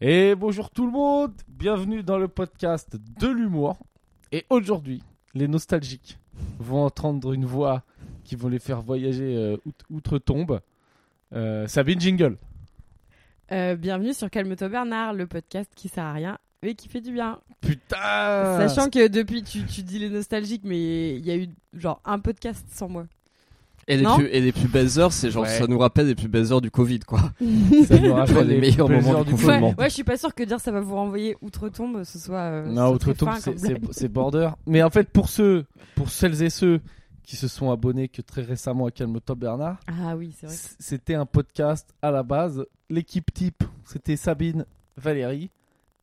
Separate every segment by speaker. Speaker 1: Et bonjour tout le monde, bienvenue dans le podcast de l'humour. Et aujourd'hui, les nostalgiques vont entendre une voix qui vont les faire voyager euh, out- outre-tombe. Euh, Sabine Jingle.
Speaker 2: Euh, bienvenue sur Calme-toi Bernard, le podcast qui sert à rien mais qui fait du bien.
Speaker 1: Putain
Speaker 2: Sachant que depuis, tu, tu dis les nostalgiques, mais il y a eu genre un podcast sans moi.
Speaker 3: Et les,
Speaker 2: Non
Speaker 3: plus, et les plus belles heures, c'est genre,
Speaker 1: Ouais.
Speaker 3: ça nous rappelle les plus belles heures du Covid, quoi.
Speaker 1: ça nous rappelle
Speaker 3: les
Speaker 1: les
Speaker 3: meilleurs
Speaker 1: plaisirs
Speaker 3: moments
Speaker 1: du
Speaker 3: du
Speaker 2: Ouais,
Speaker 3: confinement.
Speaker 1: confinement.
Speaker 2: ouais, je suis pas sûr que dire ça va vous renvoyer outre-tombe, ce soit. euh, ce
Speaker 1: Non,
Speaker 2: soit
Speaker 1: outre
Speaker 2: très
Speaker 1: tombe,
Speaker 2: fin
Speaker 1: c'est-
Speaker 2: comme
Speaker 1: c'est
Speaker 2: blague.
Speaker 1: c'est border. Mais en fait, pour ceux, pour celles et ceux qui se sont abonnés que très récemment à Calme-toi Bernard,
Speaker 2: Ah oui, c'est vrai.
Speaker 1: C- C'était un podcast à la base. L'équipe type, c'était Sabine, Valérie,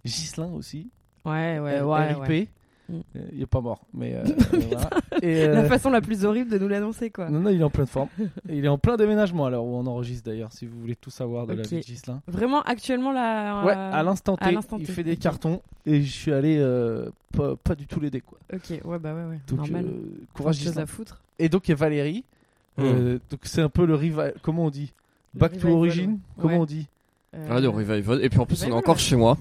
Speaker 1: Ghislain aussi,
Speaker 2: Ouais, ouais,
Speaker 1: euh,
Speaker 2: ouais.
Speaker 1: RIP.
Speaker 2: ouais.
Speaker 1: Euh,
Speaker 2: Mm.
Speaker 1: il est pas mort, mais euh, voilà. Et, euh,
Speaker 2: La façon la plus horrible de nous l'annoncer, quoi.
Speaker 1: non, non, il est en pleine forme. Et il est en plein déménagement à l'heure où on enregistre d'ailleurs, si vous voulez tout savoir de la
Speaker 2: Ok.
Speaker 1: vie de Ghislain.
Speaker 2: Vraiment, actuellement, là.
Speaker 1: ouais,
Speaker 2: euh,
Speaker 1: à l'instant
Speaker 2: à
Speaker 1: T,
Speaker 2: l'instant
Speaker 1: il
Speaker 2: T,
Speaker 1: fait des
Speaker 2: ok.
Speaker 1: cartons et je suis allé euh, pas, pas du tout l'aider quoi.
Speaker 2: Ok, ouais, bah ouais, ouais.
Speaker 1: Donc
Speaker 2: normal.
Speaker 1: euh,
Speaker 2: Pas de
Speaker 1: courage
Speaker 2: choses
Speaker 1: Ghislain.
Speaker 2: à foutre.
Speaker 1: Et donc il y a Valérie.
Speaker 3: Mm.
Speaker 1: euh, donc c'est un peu le rival. Comment on dit
Speaker 2: Le
Speaker 1: Back to
Speaker 2: revival,
Speaker 1: origin.
Speaker 2: ouais.
Speaker 1: Comment
Speaker 2: Ouais.
Speaker 1: on dit
Speaker 2: Euh,
Speaker 3: Ah, le revival. Et puis en plus, on est
Speaker 2: revival,
Speaker 3: encore
Speaker 2: ouais.
Speaker 3: chez moi.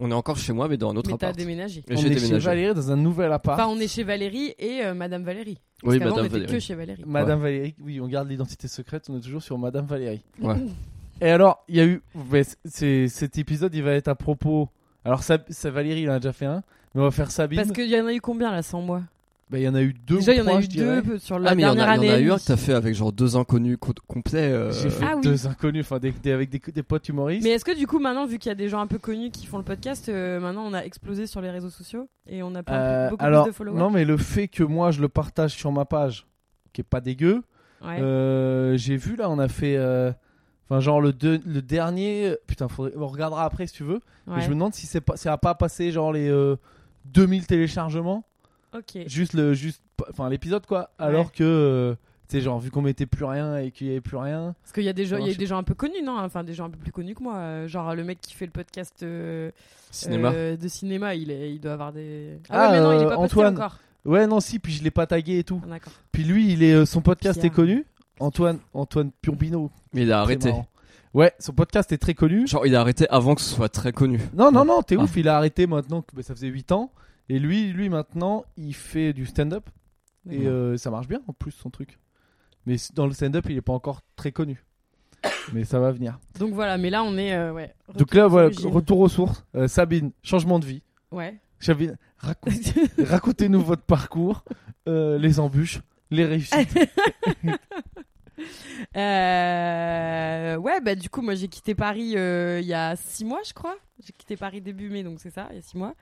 Speaker 3: On est encore chez moi, mais dans un autre
Speaker 2: Mais t'as
Speaker 3: appart.
Speaker 2: déménagé.
Speaker 3: Et
Speaker 1: On
Speaker 3: j'ai
Speaker 1: est chez
Speaker 3: déménagé.
Speaker 1: Valérie dans un nouvel appart.
Speaker 2: Enfin, on est chez Valérie et euh, Madame Valérie. Parce
Speaker 3: Oui,
Speaker 2: qu'avant,
Speaker 3: madame
Speaker 2: on était que
Speaker 3: Valérie.
Speaker 2: chez Valérie.
Speaker 1: Madame Valérie, oui, on garde l'identité secrète, on est toujours sur Madame Valérie.
Speaker 3: Ouais.
Speaker 1: Et alors, il y a eu. mais c- c'est- cet épisode, il va être à propos. Alors, ça, ça, Valérie, il en a déjà fait un, mais on va faire Sabine.
Speaker 2: Parce qu'il y en a eu combien là sans moi
Speaker 1: Bah, il y en a eu deux.
Speaker 2: Déjà,
Speaker 1: ou
Speaker 2: il y en
Speaker 1: trois,
Speaker 2: a eu
Speaker 1: je dirais.
Speaker 2: deux peu- sur la
Speaker 3: Ah, mais il y en
Speaker 2: dernière
Speaker 3: a, il y en a
Speaker 2: année.
Speaker 3: eu un que t'as fait avec genre deux inconnus co- complets. euh,
Speaker 1: J'ai fait
Speaker 2: Ah oui.
Speaker 1: deux inconnus, enfin, des- des- avec des, des potes humoristes.
Speaker 2: Mais est-ce que du coup, maintenant, vu qu'il y a des gens un peu connus qui font le podcast, euh, maintenant on a explosé sur les réseaux sociaux et on a plein-
Speaker 1: Euh,
Speaker 2: beaucoup
Speaker 1: alors,
Speaker 2: plus de followers
Speaker 1: non, mais le fait que moi, je le partage sur ma page, qui est pas dégueu,
Speaker 2: Ouais.
Speaker 1: Euh, j'ai vu là, on a fait. euh, Enfin, genre le, deux- le dernier. Putain, faudrait- on regardera après si tu veux. Mais
Speaker 2: Ouais.
Speaker 1: je me demande si c'est pas, ça a pas passé genre les euh, 2000 téléchargements.
Speaker 2: Ok.
Speaker 1: Juste le, juste, enfin l'épisode quoi. Alors que, euh, tu sais, genre vu qu'on mettait plus rien et qu'il y avait plus rien.
Speaker 2: Parce qu'il y a des gens,
Speaker 1: Non,
Speaker 2: il y a eu
Speaker 1: je-
Speaker 2: des gens un peu connus, non Enfin, des gens un peu plus connus que moi. Euh, Genre le mec qui fait le podcast euh,
Speaker 3: Cinéma.
Speaker 2: euh, de cinéma, il, est, il doit avoir des.
Speaker 1: Ah,
Speaker 2: Ah, ouais, mais non, il est
Speaker 1: euh,
Speaker 2: pas
Speaker 1: Antoine.
Speaker 2: posté encore.
Speaker 1: Ouais, non, si. Puis je l'ai pas tagué et tout.
Speaker 2: Ah, D'accord.
Speaker 1: Puis lui, il est, euh, son podcast
Speaker 2: Pierre.
Speaker 1: est connu. Antoine, Antoine Piombino.
Speaker 3: Mais il a
Speaker 1: Très
Speaker 3: arrêté.
Speaker 1: marrant. Ouais, son podcast est très connu.
Speaker 3: Genre, il a arrêté avant que ce soit très connu.
Speaker 1: Non, non,
Speaker 3: Ouais.
Speaker 1: non, t'es
Speaker 3: Ah.
Speaker 1: ouf, il a arrêté maintenant, que, mais ça faisait 8 ans. Et lui, lui maintenant, il fait du stand-up. Et
Speaker 2: D'accord.
Speaker 1: euh, ça marche bien en plus, son truc. Mais c- dans le stand-up, il est pas encore très connu. mais ça va venir.
Speaker 2: Donc voilà, mais là on est. euh, ouais.
Speaker 1: Donc là,
Speaker 2: Retour
Speaker 1: voilà,
Speaker 2: aux origines.
Speaker 1: retour aux sources. Euh, Sabine, changement de vie.
Speaker 2: Ouais.
Speaker 1: Sabine, raco- racontez-nous votre parcours, euh, les embûches, les réussites.
Speaker 2: Euh, ouais, bah du coup, moi j'ai quitté Paris euh, il y a six mois, je crois. J'ai quitté Paris début mai, donc c'est ça, il y a six mois.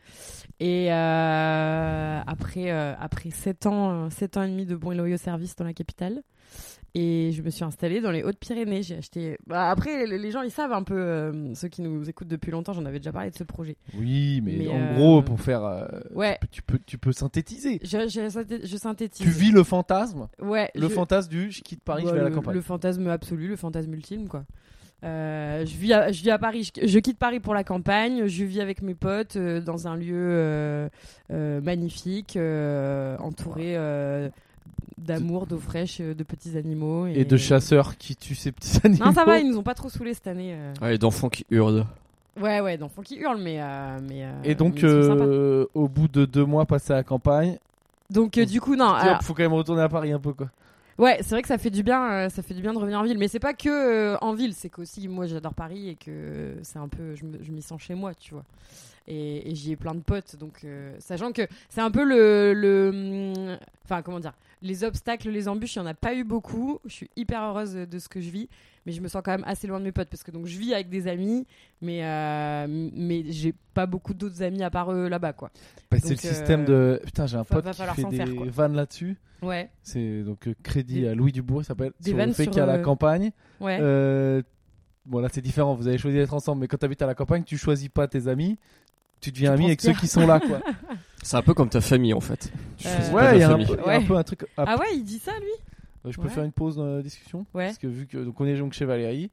Speaker 2: Et euh, après, euh, après sept ans, euh, sept ans et demi de bons et loyaux services dans la capitale, et je me suis installée dans les Hautes-Pyrénées. J'ai acheté. Bah, après, les les gens ils savent un peu, euh, ceux qui nous écoutent depuis longtemps, j'en avais déjà parlé de ce projet.
Speaker 1: Oui, mais,
Speaker 2: Mais,
Speaker 1: en
Speaker 2: euh,
Speaker 1: gros, pour faire. euh,
Speaker 2: Ouais.
Speaker 1: tu, peux, tu peux- tu peux synthétiser.
Speaker 2: Je, je synthé- je synthétise.
Speaker 1: Tu vis le fantasme,
Speaker 2: Ouais.
Speaker 1: le
Speaker 2: je-
Speaker 1: fantasme du je quitte Paris,
Speaker 2: Bah,
Speaker 1: je vais à
Speaker 2: le-
Speaker 1: la campagne.
Speaker 2: Le fantasme absolu, le fantasme ultime, quoi. Euh, je, vis à, je vis à Paris, je, je quitte Paris pour la campagne, je vis avec mes potes euh, dans un lieu euh, euh, magnifique, euh, entouré euh, d'amour, d'eau fraîche, euh, de petits animaux. Et,
Speaker 1: Et de chasseurs qui tuent ces petits animaux.
Speaker 2: Non, ça va, ils nous ont pas trop saoulés cette année. euh.
Speaker 3: Ouais, et d'enfants qui hurlent.
Speaker 2: Ouais, ouais, d'enfants qui hurlent, mais. euh, mais euh,
Speaker 1: Et
Speaker 2: mais
Speaker 1: donc,
Speaker 2: ils sont sympas.
Speaker 1: euh, au bout de deux mois passés à la campagne,
Speaker 2: Donc, euh, du coup, non.
Speaker 1: il
Speaker 2: alors-
Speaker 1: faut quand même retourner à Paris un peu quoi.
Speaker 2: Ouais, c'est vrai que ça fait du bien, euh, ça fait du bien de revenir en ville. Mais c'est pas que euh, en ville, c'est qu'aussi moi j'adore Paris et que euh, c'est un peu, je me- je m'y sens chez moi, tu vois. Et, et j'y ai plein de potes, donc euh, sachant que c'est un peu le, le, hum, enfin comment dire, les obstacles, les embûches, il y en a pas eu beaucoup. Je suis hyper heureuse de ce que je vis, mais je me sens quand même assez loin de mes potes parce que donc je vis avec des amis, mais euh, mais j'ai pas beaucoup d'autres amis à part eux là-bas, quoi.
Speaker 1: Bah, c'est le
Speaker 2: Donc, euh,
Speaker 1: système de. Putain, j'ai un
Speaker 2: va-
Speaker 1: pote
Speaker 2: va
Speaker 1: qui
Speaker 2: falloir
Speaker 1: fait
Speaker 2: s'en
Speaker 1: des
Speaker 2: faire, quoi.
Speaker 1: vannes là-dessus.
Speaker 2: Ouais,
Speaker 1: C'est donc euh, crédit
Speaker 2: Des-
Speaker 1: à Louis Dubourg, il s'appelle.
Speaker 2: des
Speaker 1: Sur le
Speaker 2: vannes
Speaker 1: fait
Speaker 2: sur,
Speaker 1: qu'à la
Speaker 2: euh,
Speaker 1: campagne.
Speaker 2: ouais.
Speaker 1: euh, bon, là c'est différent, vous avez choisi d'être ensemble, mais quand t'habites à la campagne, tu choisis pas tes amis, tu deviens ami avec ceux
Speaker 2: transpires.
Speaker 1: qui sont là quoi.
Speaker 3: C'est un peu comme ta famille, en fait. Tu
Speaker 2: Euh,
Speaker 3: choisis pas
Speaker 1: ouais,
Speaker 3: ta
Speaker 1: il y, a un
Speaker 3: famille.
Speaker 1: peu- il y a un
Speaker 2: Ouais.
Speaker 1: peu un truc. Ah,
Speaker 2: Ah ouais, il dit ça lui.
Speaker 1: Je peux
Speaker 2: ouais.
Speaker 1: faire une pause dans la discussion
Speaker 2: Ouais.
Speaker 1: Parce que vu que. Donc on est donc chez Valérie,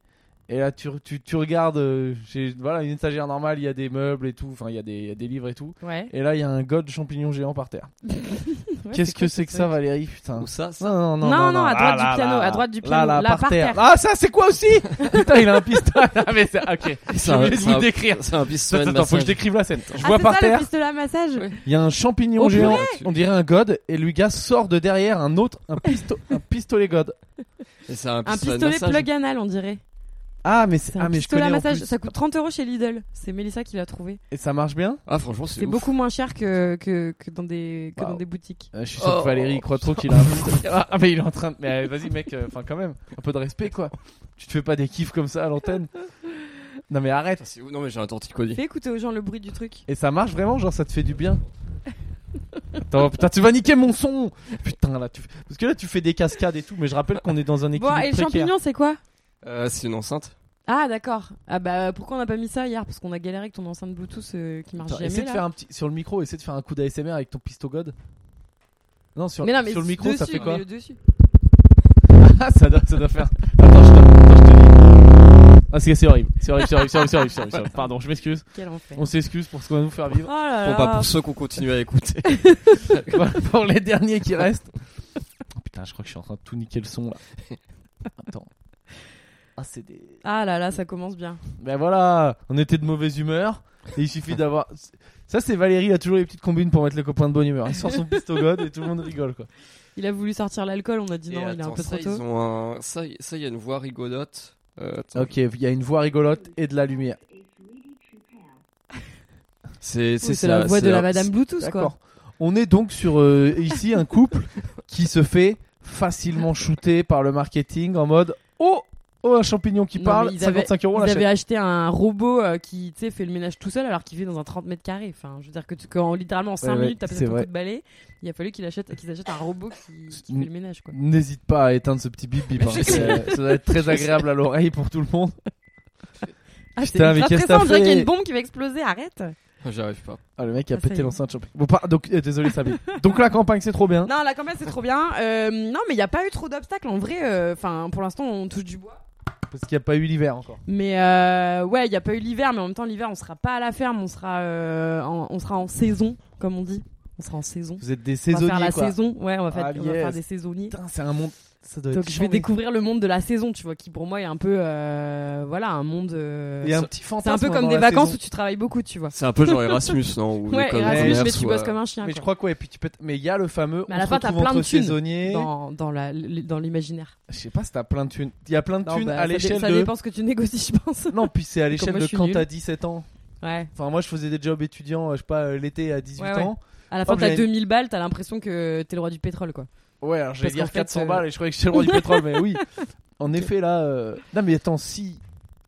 Speaker 1: Et là, tu, tu, tu regardes, euh, chez- voilà, une étagère normale, il y a des meubles et tout, enfin, il y, a des- il y a des livres et tout.
Speaker 2: Ouais.
Speaker 1: Et là, il y a un god champignon géant par terre.
Speaker 2: Ouais,
Speaker 1: Qu'est-ce que
Speaker 2: quoi
Speaker 1: c'est
Speaker 2: cette
Speaker 1: que ça,
Speaker 2: série
Speaker 1: Valérie Putain.
Speaker 3: Ou ça, ça.
Speaker 1: Non, non, non,
Speaker 2: Non,
Speaker 1: non, Ah
Speaker 2: non, à droite du
Speaker 1: là,
Speaker 2: piano,
Speaker 1: là,
Speaker 2: à droite
Speaker 1: là,
Speaker 2: du piano,
Speaker 1: là,
Speaker 2: là,
Speaker 1: par,
Speaker 2: par
Speaker 1: terre.
Speaker 2: terre.
Speaker 1: Ah, ça, c'est quoi aussi Putain, il a un pistolet. Ah, mais c'est. Ok,
Speaker 3: C'est
Speaker 1: j'ai
Speaker 3: un-
Speaker 1: oublié de
Speaker 3: c'est
Speaker 1: vous
Speaker 3: un-
Speaker 1: décrire.
Speaker 3: C'est un pistolet de
Speaker 1: Attends, faut que
Speaker 3: massage.
Speaker 1: je décrive la scène. Je
Speaker 2: Ah,
Speaker 1: vois
Speaker 2: c'est
Speaker 1: par
Speaker 2: ça,
Speaker 1: terre,
Speaker 2: le pistolet à massage
Speaker 3: Oui.
Speaker 1: il y a un champignon
Speaker 2: Oh,
Speaker 1: géant,
Speaker 3: purée
Speaker 1: on dirait un god, et le gars sort de derrière un autre, un, pisto- un pistolet god.
Speaker 3: Et c'est un
Speaker 2: Un
Speaker 3: pistolet de
Speaker 2: pistolet
Speaker 3: massage.
Speaker 2: plug anal, on dirait.
Speaker 1: Ah, mais, c'est-
Speaker 2: C'est un
Speaker 1: ah, mais je
Speaker 2: pistolet
Speaker 1: connais en
Speaker 2: à massage.
Speaker 1: plus.
Speaker 2: Ça coûte 30 euros chez Lidl. C'est Mélissa qui l'a trouvé.
Speaker 1: Et ça marche bien
Speaker 3: Ah, franchement, c'est
Speaker 2: C'est
Speaker 3: ouf.
Speaker 2: beaucoup moins cher que, que, que dans, des, que
Speaker 1: Waouh.
Speaker 2: dans des boutiques.
Speaker 1: Euh, Je suis sûr
Speaker 3: Oh.
Speaker 1: que Valérie il croit trop qu'il a un pistolet. Ah, mais il est en train de. Mais euh, vas-y, mec, euh, enfin, quand même, un peu de respect, quoi. Tu te fais pas des kiffs comme ça à l'antenne Non, mais arrête.
Speaker 3: Putain, c'est ouf. Non, mais j'ai un torticolis.
Speaker 2: Fais écouter aux gens le bruit du truc.
Speaker 1: Et ça marche vraiment, genre ça te fait du bien. Attends, putain, tu vas niquer mon son Putain, là, tu... Parce que là, tu fais des cascades et tout, mais je rappelle qu'on est dans un équilibre
Speaker 2: Bon, et le
Speaker 1: précaire.
Speaker 2: champignon, c'est quoi
Speaker 3: Euh, c'est une enceinte.
Speaker 2: Ah, d'accord. Ah, bah pourquoi on n'a pas mis ça hier Parce qu'on a galéré avec ton enceinte Bluetooth euh, qui marche
Speaker 1: Attends,
Speaker 2: jamais.
Speaker 1: essaie de
Speaker 2: là.
Speaker 1: faire un petit... Sur le micro, essaie de faire un coup d'ASMR avec ton pisto god. Non, sur,
Speaker 2: Mais non, mais
Speaker 1: sur le micro, ça
Speaker 2: dessus,
Speaker 1: fait quoi
Speaker 2: mais le dessus.
Speaker 1: Ah, ça doit, ça doit faire... Attends, je te, attends, je te dis. Ah, c'est c'est horrible. C'est horrible, c'est horrible, c'est horrible, c'est horrible, c'est horrible, c'est horrible. Pardon, je m'excuse.
Speaker 2: Quel enfer.
Speaker 1: On s'excuse pour ce qu'on va nous faire
Speaker 2: Oh
Speaker 1: vivre.
Speaker 2: là
Speaker 3: Bon,
Speaker 2: là.
Speaker 3: bah, pour ceux qu'on continue à écouter.
Speaker 1: Voilà, pour les derniers qui restent. Oh, putain, je crois que je suis en train de tout niquer le son, là. Attends. Ah, c'est des...
Speaker 2: Ah là là, ça commence bien.
Speaker 1: Ben voilà, on était de mauvaise humeur. Et il suffit d'avoir. Ça, c'est Valérie, il a toujours les petites combines pour mettre les copains de bonne humeur. Il sort son pistogode et tout le monde rigole, quoi.
Speaker 2: Il a voulu sortir l'alcool, on a dit
Speaker 3: Et
Speaker 2: non, il est un
Speaker 3: attends,
Speaker 2: peu
Speaker 3: ça,
Speaker 2: trop tôt.
Speaker 3: ils ont un- Ça, y- ça, il y a une voix rigolote. Euh, attends.
Speaker 1: Ok, il y a une voix rigolote et de la lumière.
Speaker 3: C'est
Speaker 2: Oui, c'est la voix de la Madame Bluetooth, quoi.
Speaker 1: D'accord. On est donc sur euh, ici un couple qui se fait facilement shooter par le marketing en mode Oh, oh un champignon qui
Speaker 2: Non, mais
Speaker 1: parle,
Speaker 2: ils avaient-
Speaker 1: 55 euros, on
Speaker 2: Ils avaient
Speaker 1: l'achète.
Speaker 2: acheté un robot euh, qui tu sais, fait le ménage tout seul alors qu'il vit dans un 30 mètres carrés. Enfin, je veux dire que tu, quand littéralement en 5
Speaker 1: Ouais, ouais,
Speaker 2: minutes t'as passé
Speaker 1: c'est
Speaker 2: ton
Speaker 1: vrai.
Speaker 2: coup de balai, il a fallu qu'ils achètent, qu'ils achètent un robot qui, qui fait
Speaker 1: Mm.
Speaker 2: le ménage. Quoi.
Speaker 1: N'hésite pas à éteindre ce petit bip bip. hein.
Speaker 3: Je
Speaker 1: C'est-
Speaker 3: sais.
Speaker 1: Ça doit être très agréable à l'oreille pour tout le monde.
Speaker 2: Ah, c'est
Speaker 1: Putain, mais
Speaker 2: ultra
Speaker 1: qu'est-ce que
Speaker 2: stressant,
Speaker 1: t'as
Speaker 2: on dirait qu'il y a
Speaker 1: fait
Speaker 2: une bombe qui va exploser, arrête
Speaker 3: J'arrive pas.
Speaker 1: Ah, le mec a
Speaker 2: Ah, ça y
Speaker 1: pété
Speaker 2: est.
Speaker 1: l'enceinte champignon. Bon, par- donc, euh, désolé, Sabine. donc la campagne, c'est trop bien.
Speaker 2: Non, la campagne c'est trop bien. Euh, non, mais il n'y a pas eu trop d'obstacles en vrai. euh, Enfin, pour l'instant, on touche du bois.
Speaker 1: Parce qu'il n'y a pas eu l'hiver encore.
Speaker 2: Mais euh, ouais, il n'y a pas eu l'hiver, mais en même temps, l'hiver, on sera pas à la ferme, on sera, euh, en, on sera en saison, comme on dit. On sera en saison.
Speaker 1: Vous êtes des
Speaker 2: on va
Speaker 1: saisonniers.
Speaker 2: faire la
Speaker 1: quoi.
Speaker 2: saison, ouais, on va faire,
Speaker 1: Ah,
Speaker 2: on va faire
Speaker 1: yes.
Speaker 2: des saisonniers.
Speaker 1: Putain, c'est un monde. Ça doit
Speaker 2: Donc
Speaker 1: être
Speaker 2: je vais
Speaker 1: chambé.
Speaker 2: découvrir le monde de la saison, tu vois, qui pour moi est un peu, euh, voilà, un monde. euh,
Speaker 1: Il y a un petit
Speaker 2: c'est
Speaker 1: fantasme.
Speaker 2: un peu comme
Speaker 1: dans
Speaker 2: des
Speaker 1: la
Speaker 2: vacances
Speaker 1: saison.
Speaker 2: où tu travailles beaucoup, tu vois.
Speaker 3: C'est un peu genre Erasmus, non Ou
Speaker 2: Ouais,
Speaker 3: l'école de
Speaker 2: Erasmus,
Speaker 3: commerce,
Speaker 2: mais tu
Speaker 3: ou,
Speaker 2: bosses
Speaker 3: euh,
Speaker 2: comme un chien.
Speaker 1: Mais je
Speaker 2: quoi.
Speaker 1: crois que ouais, puis tu peux. t- Mais il y a le fameux.
Speaker 2: Mais à
Speaker 1: on
Speaker 2: la
Speaker 1: se
Speaker 2: fin, t'as
Speaker 1: retrouve
Speaker 2: plein de
Speaker 1: entre
Speaker 2: thunes
Speaker 1: saisonniers.
Speaker 2: Dans, dans la- dans l'imaginaire.
Speaker 1: Je sais pas si t'as plein de thunes. Il y a plein de
Speaker 2: Non,
Speaker 1: thunes
Speaker 2: bah,
Speaker 1: à
Speaker 2: ça
Speaker 1: l'échelle
Speaker 2: dé- ça
Speaker 1: de.
Speaker 2: dépend ce que tu négocies, je pense.
Speaker 1: Non, puis c'est à l'échelle
Speaker 2: moi,
Speaker 1: de
Speaker 2: je suis
Speaker 1: quand
Speaker 2: nulle.
Speaker 1: t'as 17 ans.
Speaker 2: Ouais.
Speaker 1: Enfin, moi, je faisais des jobs étudiants, euh, je sais pas, euh, l'été à 18
Speaker 2: Ouais, ouais.
Speaker 1: ans.
Speaker 2: À la fin,
Speaker 1: Oh,
Speaker 2: t'as
Speaker 1: mais-
Speaker 2: 2000 balles, t'as l'impression que t'es le roi du pétrole, quoi.
Speaker 1: Ouais, alors je vais
Speaker 2: Parce qu'en
Speaker 1: dire
Speaker 2: fait,
Speaker 1: 400
Speaker 2: euh,
Speaker 1: balles et je croyais que j'étais le roi du pétrole, mais oui. En effet, là. euh, Non, mais attends, si.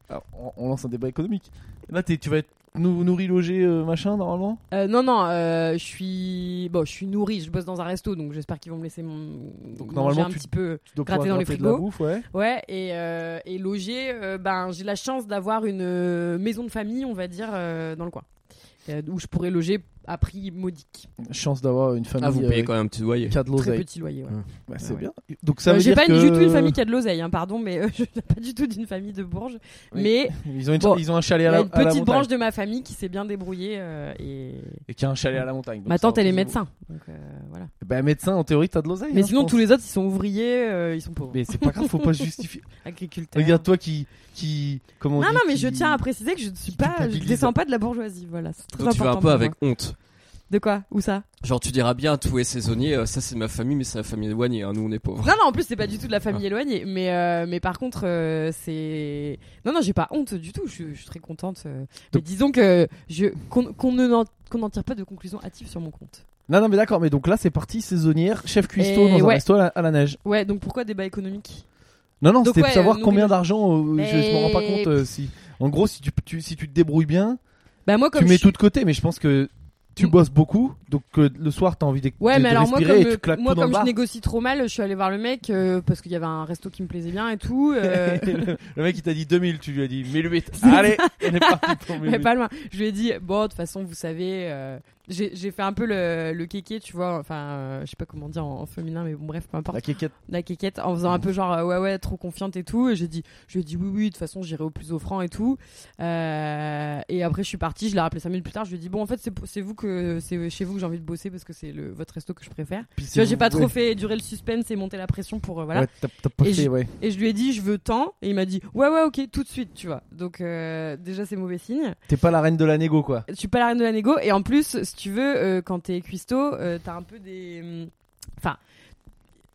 Speaker 1: Alors, on, on lance un débat économique. Là, t'es- tu vas être nou- nourri, logé, euh, machin, normalement
Speaker 2: Euh, non, non, euh, je suis bon, je suis nourrie, je bosse dans un resto, donc j'espère qu'ils vont me laisser mon...
Speaker 1: Donc,
Speaker 2: manger
Speaker 1: normalement,
Speaker 2: un
Speaker 1: tu-
Speaker 2: petit peu.
Speaker 1: Tu dois
Speaker 2: Gratter
Speaker 1: pouvoir
Speaker 2: dans les
Speaker 1: gratter de la
Speaker 2: frigos.
Speaker 1: bouffe, ouais.
Speaker 2: Ouais, et, euh, et loger, euh, ben, j'ai la chance d'avoir une euh, maison de famille, on va dire, euh, dans le coin, Euh, où je pourrais loger à prix modique.
Speaker 1: Chance d'avoir une famille
Speaker 3: Ah, vous
Speaker 1: euh,
Speaker 3: payez quand même un petit loyer.
Speaker 1: qui a de
Speaker 2: Très
Speaker 1: l'oseille.
Speaker 2: petit loyer, ouais.
Speaker 1: Bah, c'est
Speaker 2: Ouais, ouais.
Speaker 1: bien. Donc ça
Speaker 2: Euh,
Speaker 1: veut
Speaker 2: j'ai
Speaker 1: dire
Speaker 2: pas
Speaker 1: que...
Speaker 2: du tout une famille qui a de l'oseille, hein, pardon, mais euh, je viens pas du tout d'une famille de Bourges.
Speaker 1: Oui.
Speaker 2: Mais
Speaker 1: Ils ont, une-
Speaker 2: Bon,
Speaker 1: ils ont un chalet
Speaker 2: il y
Speaker 1: à la,
Speaker 2: a une
Speaker 1: à la
Speaker 2: petite
Speaker 1: montagne.
Speaker 2: branche de ma famille qui s'est bien débrouillée. euh, et...
Speaker 1: Et qui a un chalet à la montagne. donc
Speaker 2: Ma
Speaker 1: ça
Speaker 2: tante, elle est
Speaker 1: représente-
Speaker 2: médecin. Donc, euh, voilà.
Speaker 1: Bah médecin, en théorie, t'as de l'oseille.
Speaker 2: Mais
Speaker 1: hein,
Speaker 2: sinon,
Speaker 1: je
Speaker 2: tous
Speaker 1: pense.
Speaker 2: les autres, ils sont ouvriers, euh, ils sont pauvres.
Speaker 1: Mais c'est pas grave, faut pas se justifier.
Speaker 2: Agriculteurs.
Speaker 1: Regarde toi qui... qui comment on
Speaker 2: Non,
Speaker 1: dit,
Speaker 2: non, mais
Speaker 1: qui-
Speaker 2: je tiens à préciser que je ne suis pas, je
Speaker 1: culpabilise.
Speaker 2: descends pas de la bourgeoisie, voilà. C'est très
Speaker 3: Donc tu vas
Speaker 2: important
Speaker 3: un
Speaker 2: pour
Speaker 3: peu avec
Speaker 2: hein, moi.
Speaker 3: honte.
Speaker 2: De quoi Où ça
Speaker 3: Genre tu diras bien à tous les saisonniers, euh, ça c'est ma famille, mais c'est la famille éloignée, hein, nous on est pauvres.
Speaker 2: Non, non, en plus, c'est pas du tout de la
Speaker 1: Ah.
Speaker 2: famille éloignée. Mais, euh, mais par contre, euh, c'est. Non, non, j'ai pas honte du tout. Je, suis- je suis très contente. euh. Mais
Speaker 1: Donc-
Speaker 2: disons que je qu'on qu'on ne n'en- qu'on n'en tire pas de conclusion hâtive sur mon compte.
Speaker 1: Non, non, mais d'accord, mais donc là, c'est parti, saisonnière, chef cuistot
Speaker 2: Et
Speaker 1: dans un
Speaker 2: ouais.
Speaker 1: resto à la, à la neige.
Speaker 2: Ouais, donc pourquoi débat économique
Speaker 1: Non, non,
Speaker 2: Donc,
Speaker 1: c'était pour
Speaker 2: ouais,
Speaker 1: savoir
Speaker 2: nourrir-
Speaker 1: combien d'argent, euh, je, je me rends pas
Speaker 2: Mais-
Speaker 1: compte euh, si... En gros, si tu, tu- si tu te débrouilles bien,
Speaker 2: Bah, moi, comme
Speaker 1: tu mets
Speaker 2: je suis-
Speaker 1: tout de côté, mais je pense que tu bosses beaucoup, donc euh, le soir t'as envie de,
Speaker 2: Ouais,
Speaker 1: de-
Speaker 2: mais
Speaker 1: de
Speaker 2: alors moi,
Speaker 1: respirer et tu
Speaker 2: comme,
Speaker 1: claques
Speaker 2: moi,
Speaker 1: tout dans
Speaker 2: comme
Speaker 1: le
Speaker 2: je
Speaker 1: bar.
Speaker 2: négocie trop mal, je suis allée voir le mec euh, parce qu'il y avait un resto qui me plaisait bien et tout. euh,
Speaker 1: Le mec il t'a dit 2000, tu lui as dit 1008.
Speaker 2: C'est
Speaker 1: Allez, on est parti pour
Speaker 2: mais
Speaker 1: 1008.
Speaker 2: pas loin. Je lui ai dit, bon, de toute façon, vous savez, euh, j'ai j'ai fait un peu le, le kéké, tu vois, enfin, euh, je sais pas comment dire en, en féminin, mais bon, bref, peu importe.
Speaker 1: La quéquette.
Speaker 2: la quéquette en faisant un peu genre euh, ouais ouais trop confiante et tout et j'ai dit je lui ai dit oui oui de toute façon j'irai au plus offrant et tout Euh, et après je suis partie je l'ai rappelé 5 minutes plus tard je lui ai dit bon en fait c'est pour- c'est vous que c'est chez vous que j'ai envie de bosser parce que c'est le votre resto que je préfère
Speaker 1: Puis
Speaker 2: tu vois
Speaker 1: c'est-
Speaker 2: j'ai pas trop
Speaker 1: ouais.
Speaker 2: fait durer le suspense et monter la pression pour euh, voilà
Speaker 1: Ouais, t'as t'as pas
Speaker 2: Et
Speaker 1: fait,
Speaker 2: je-
Speaker 1: ouais.
Speaker 2: et je lui ai dit je veux tant et il m'a dit ouais ouais ok tout de suite tu vois donc euh, déjà c'est mauvais signe
Speaker 1: T'es pas la reine de la négo quoi.
Speaker 2: je suis pas la reine de la négo et en plus si tu veux euh, quand t'es cuistot euh, t'as un peu des hum, enfin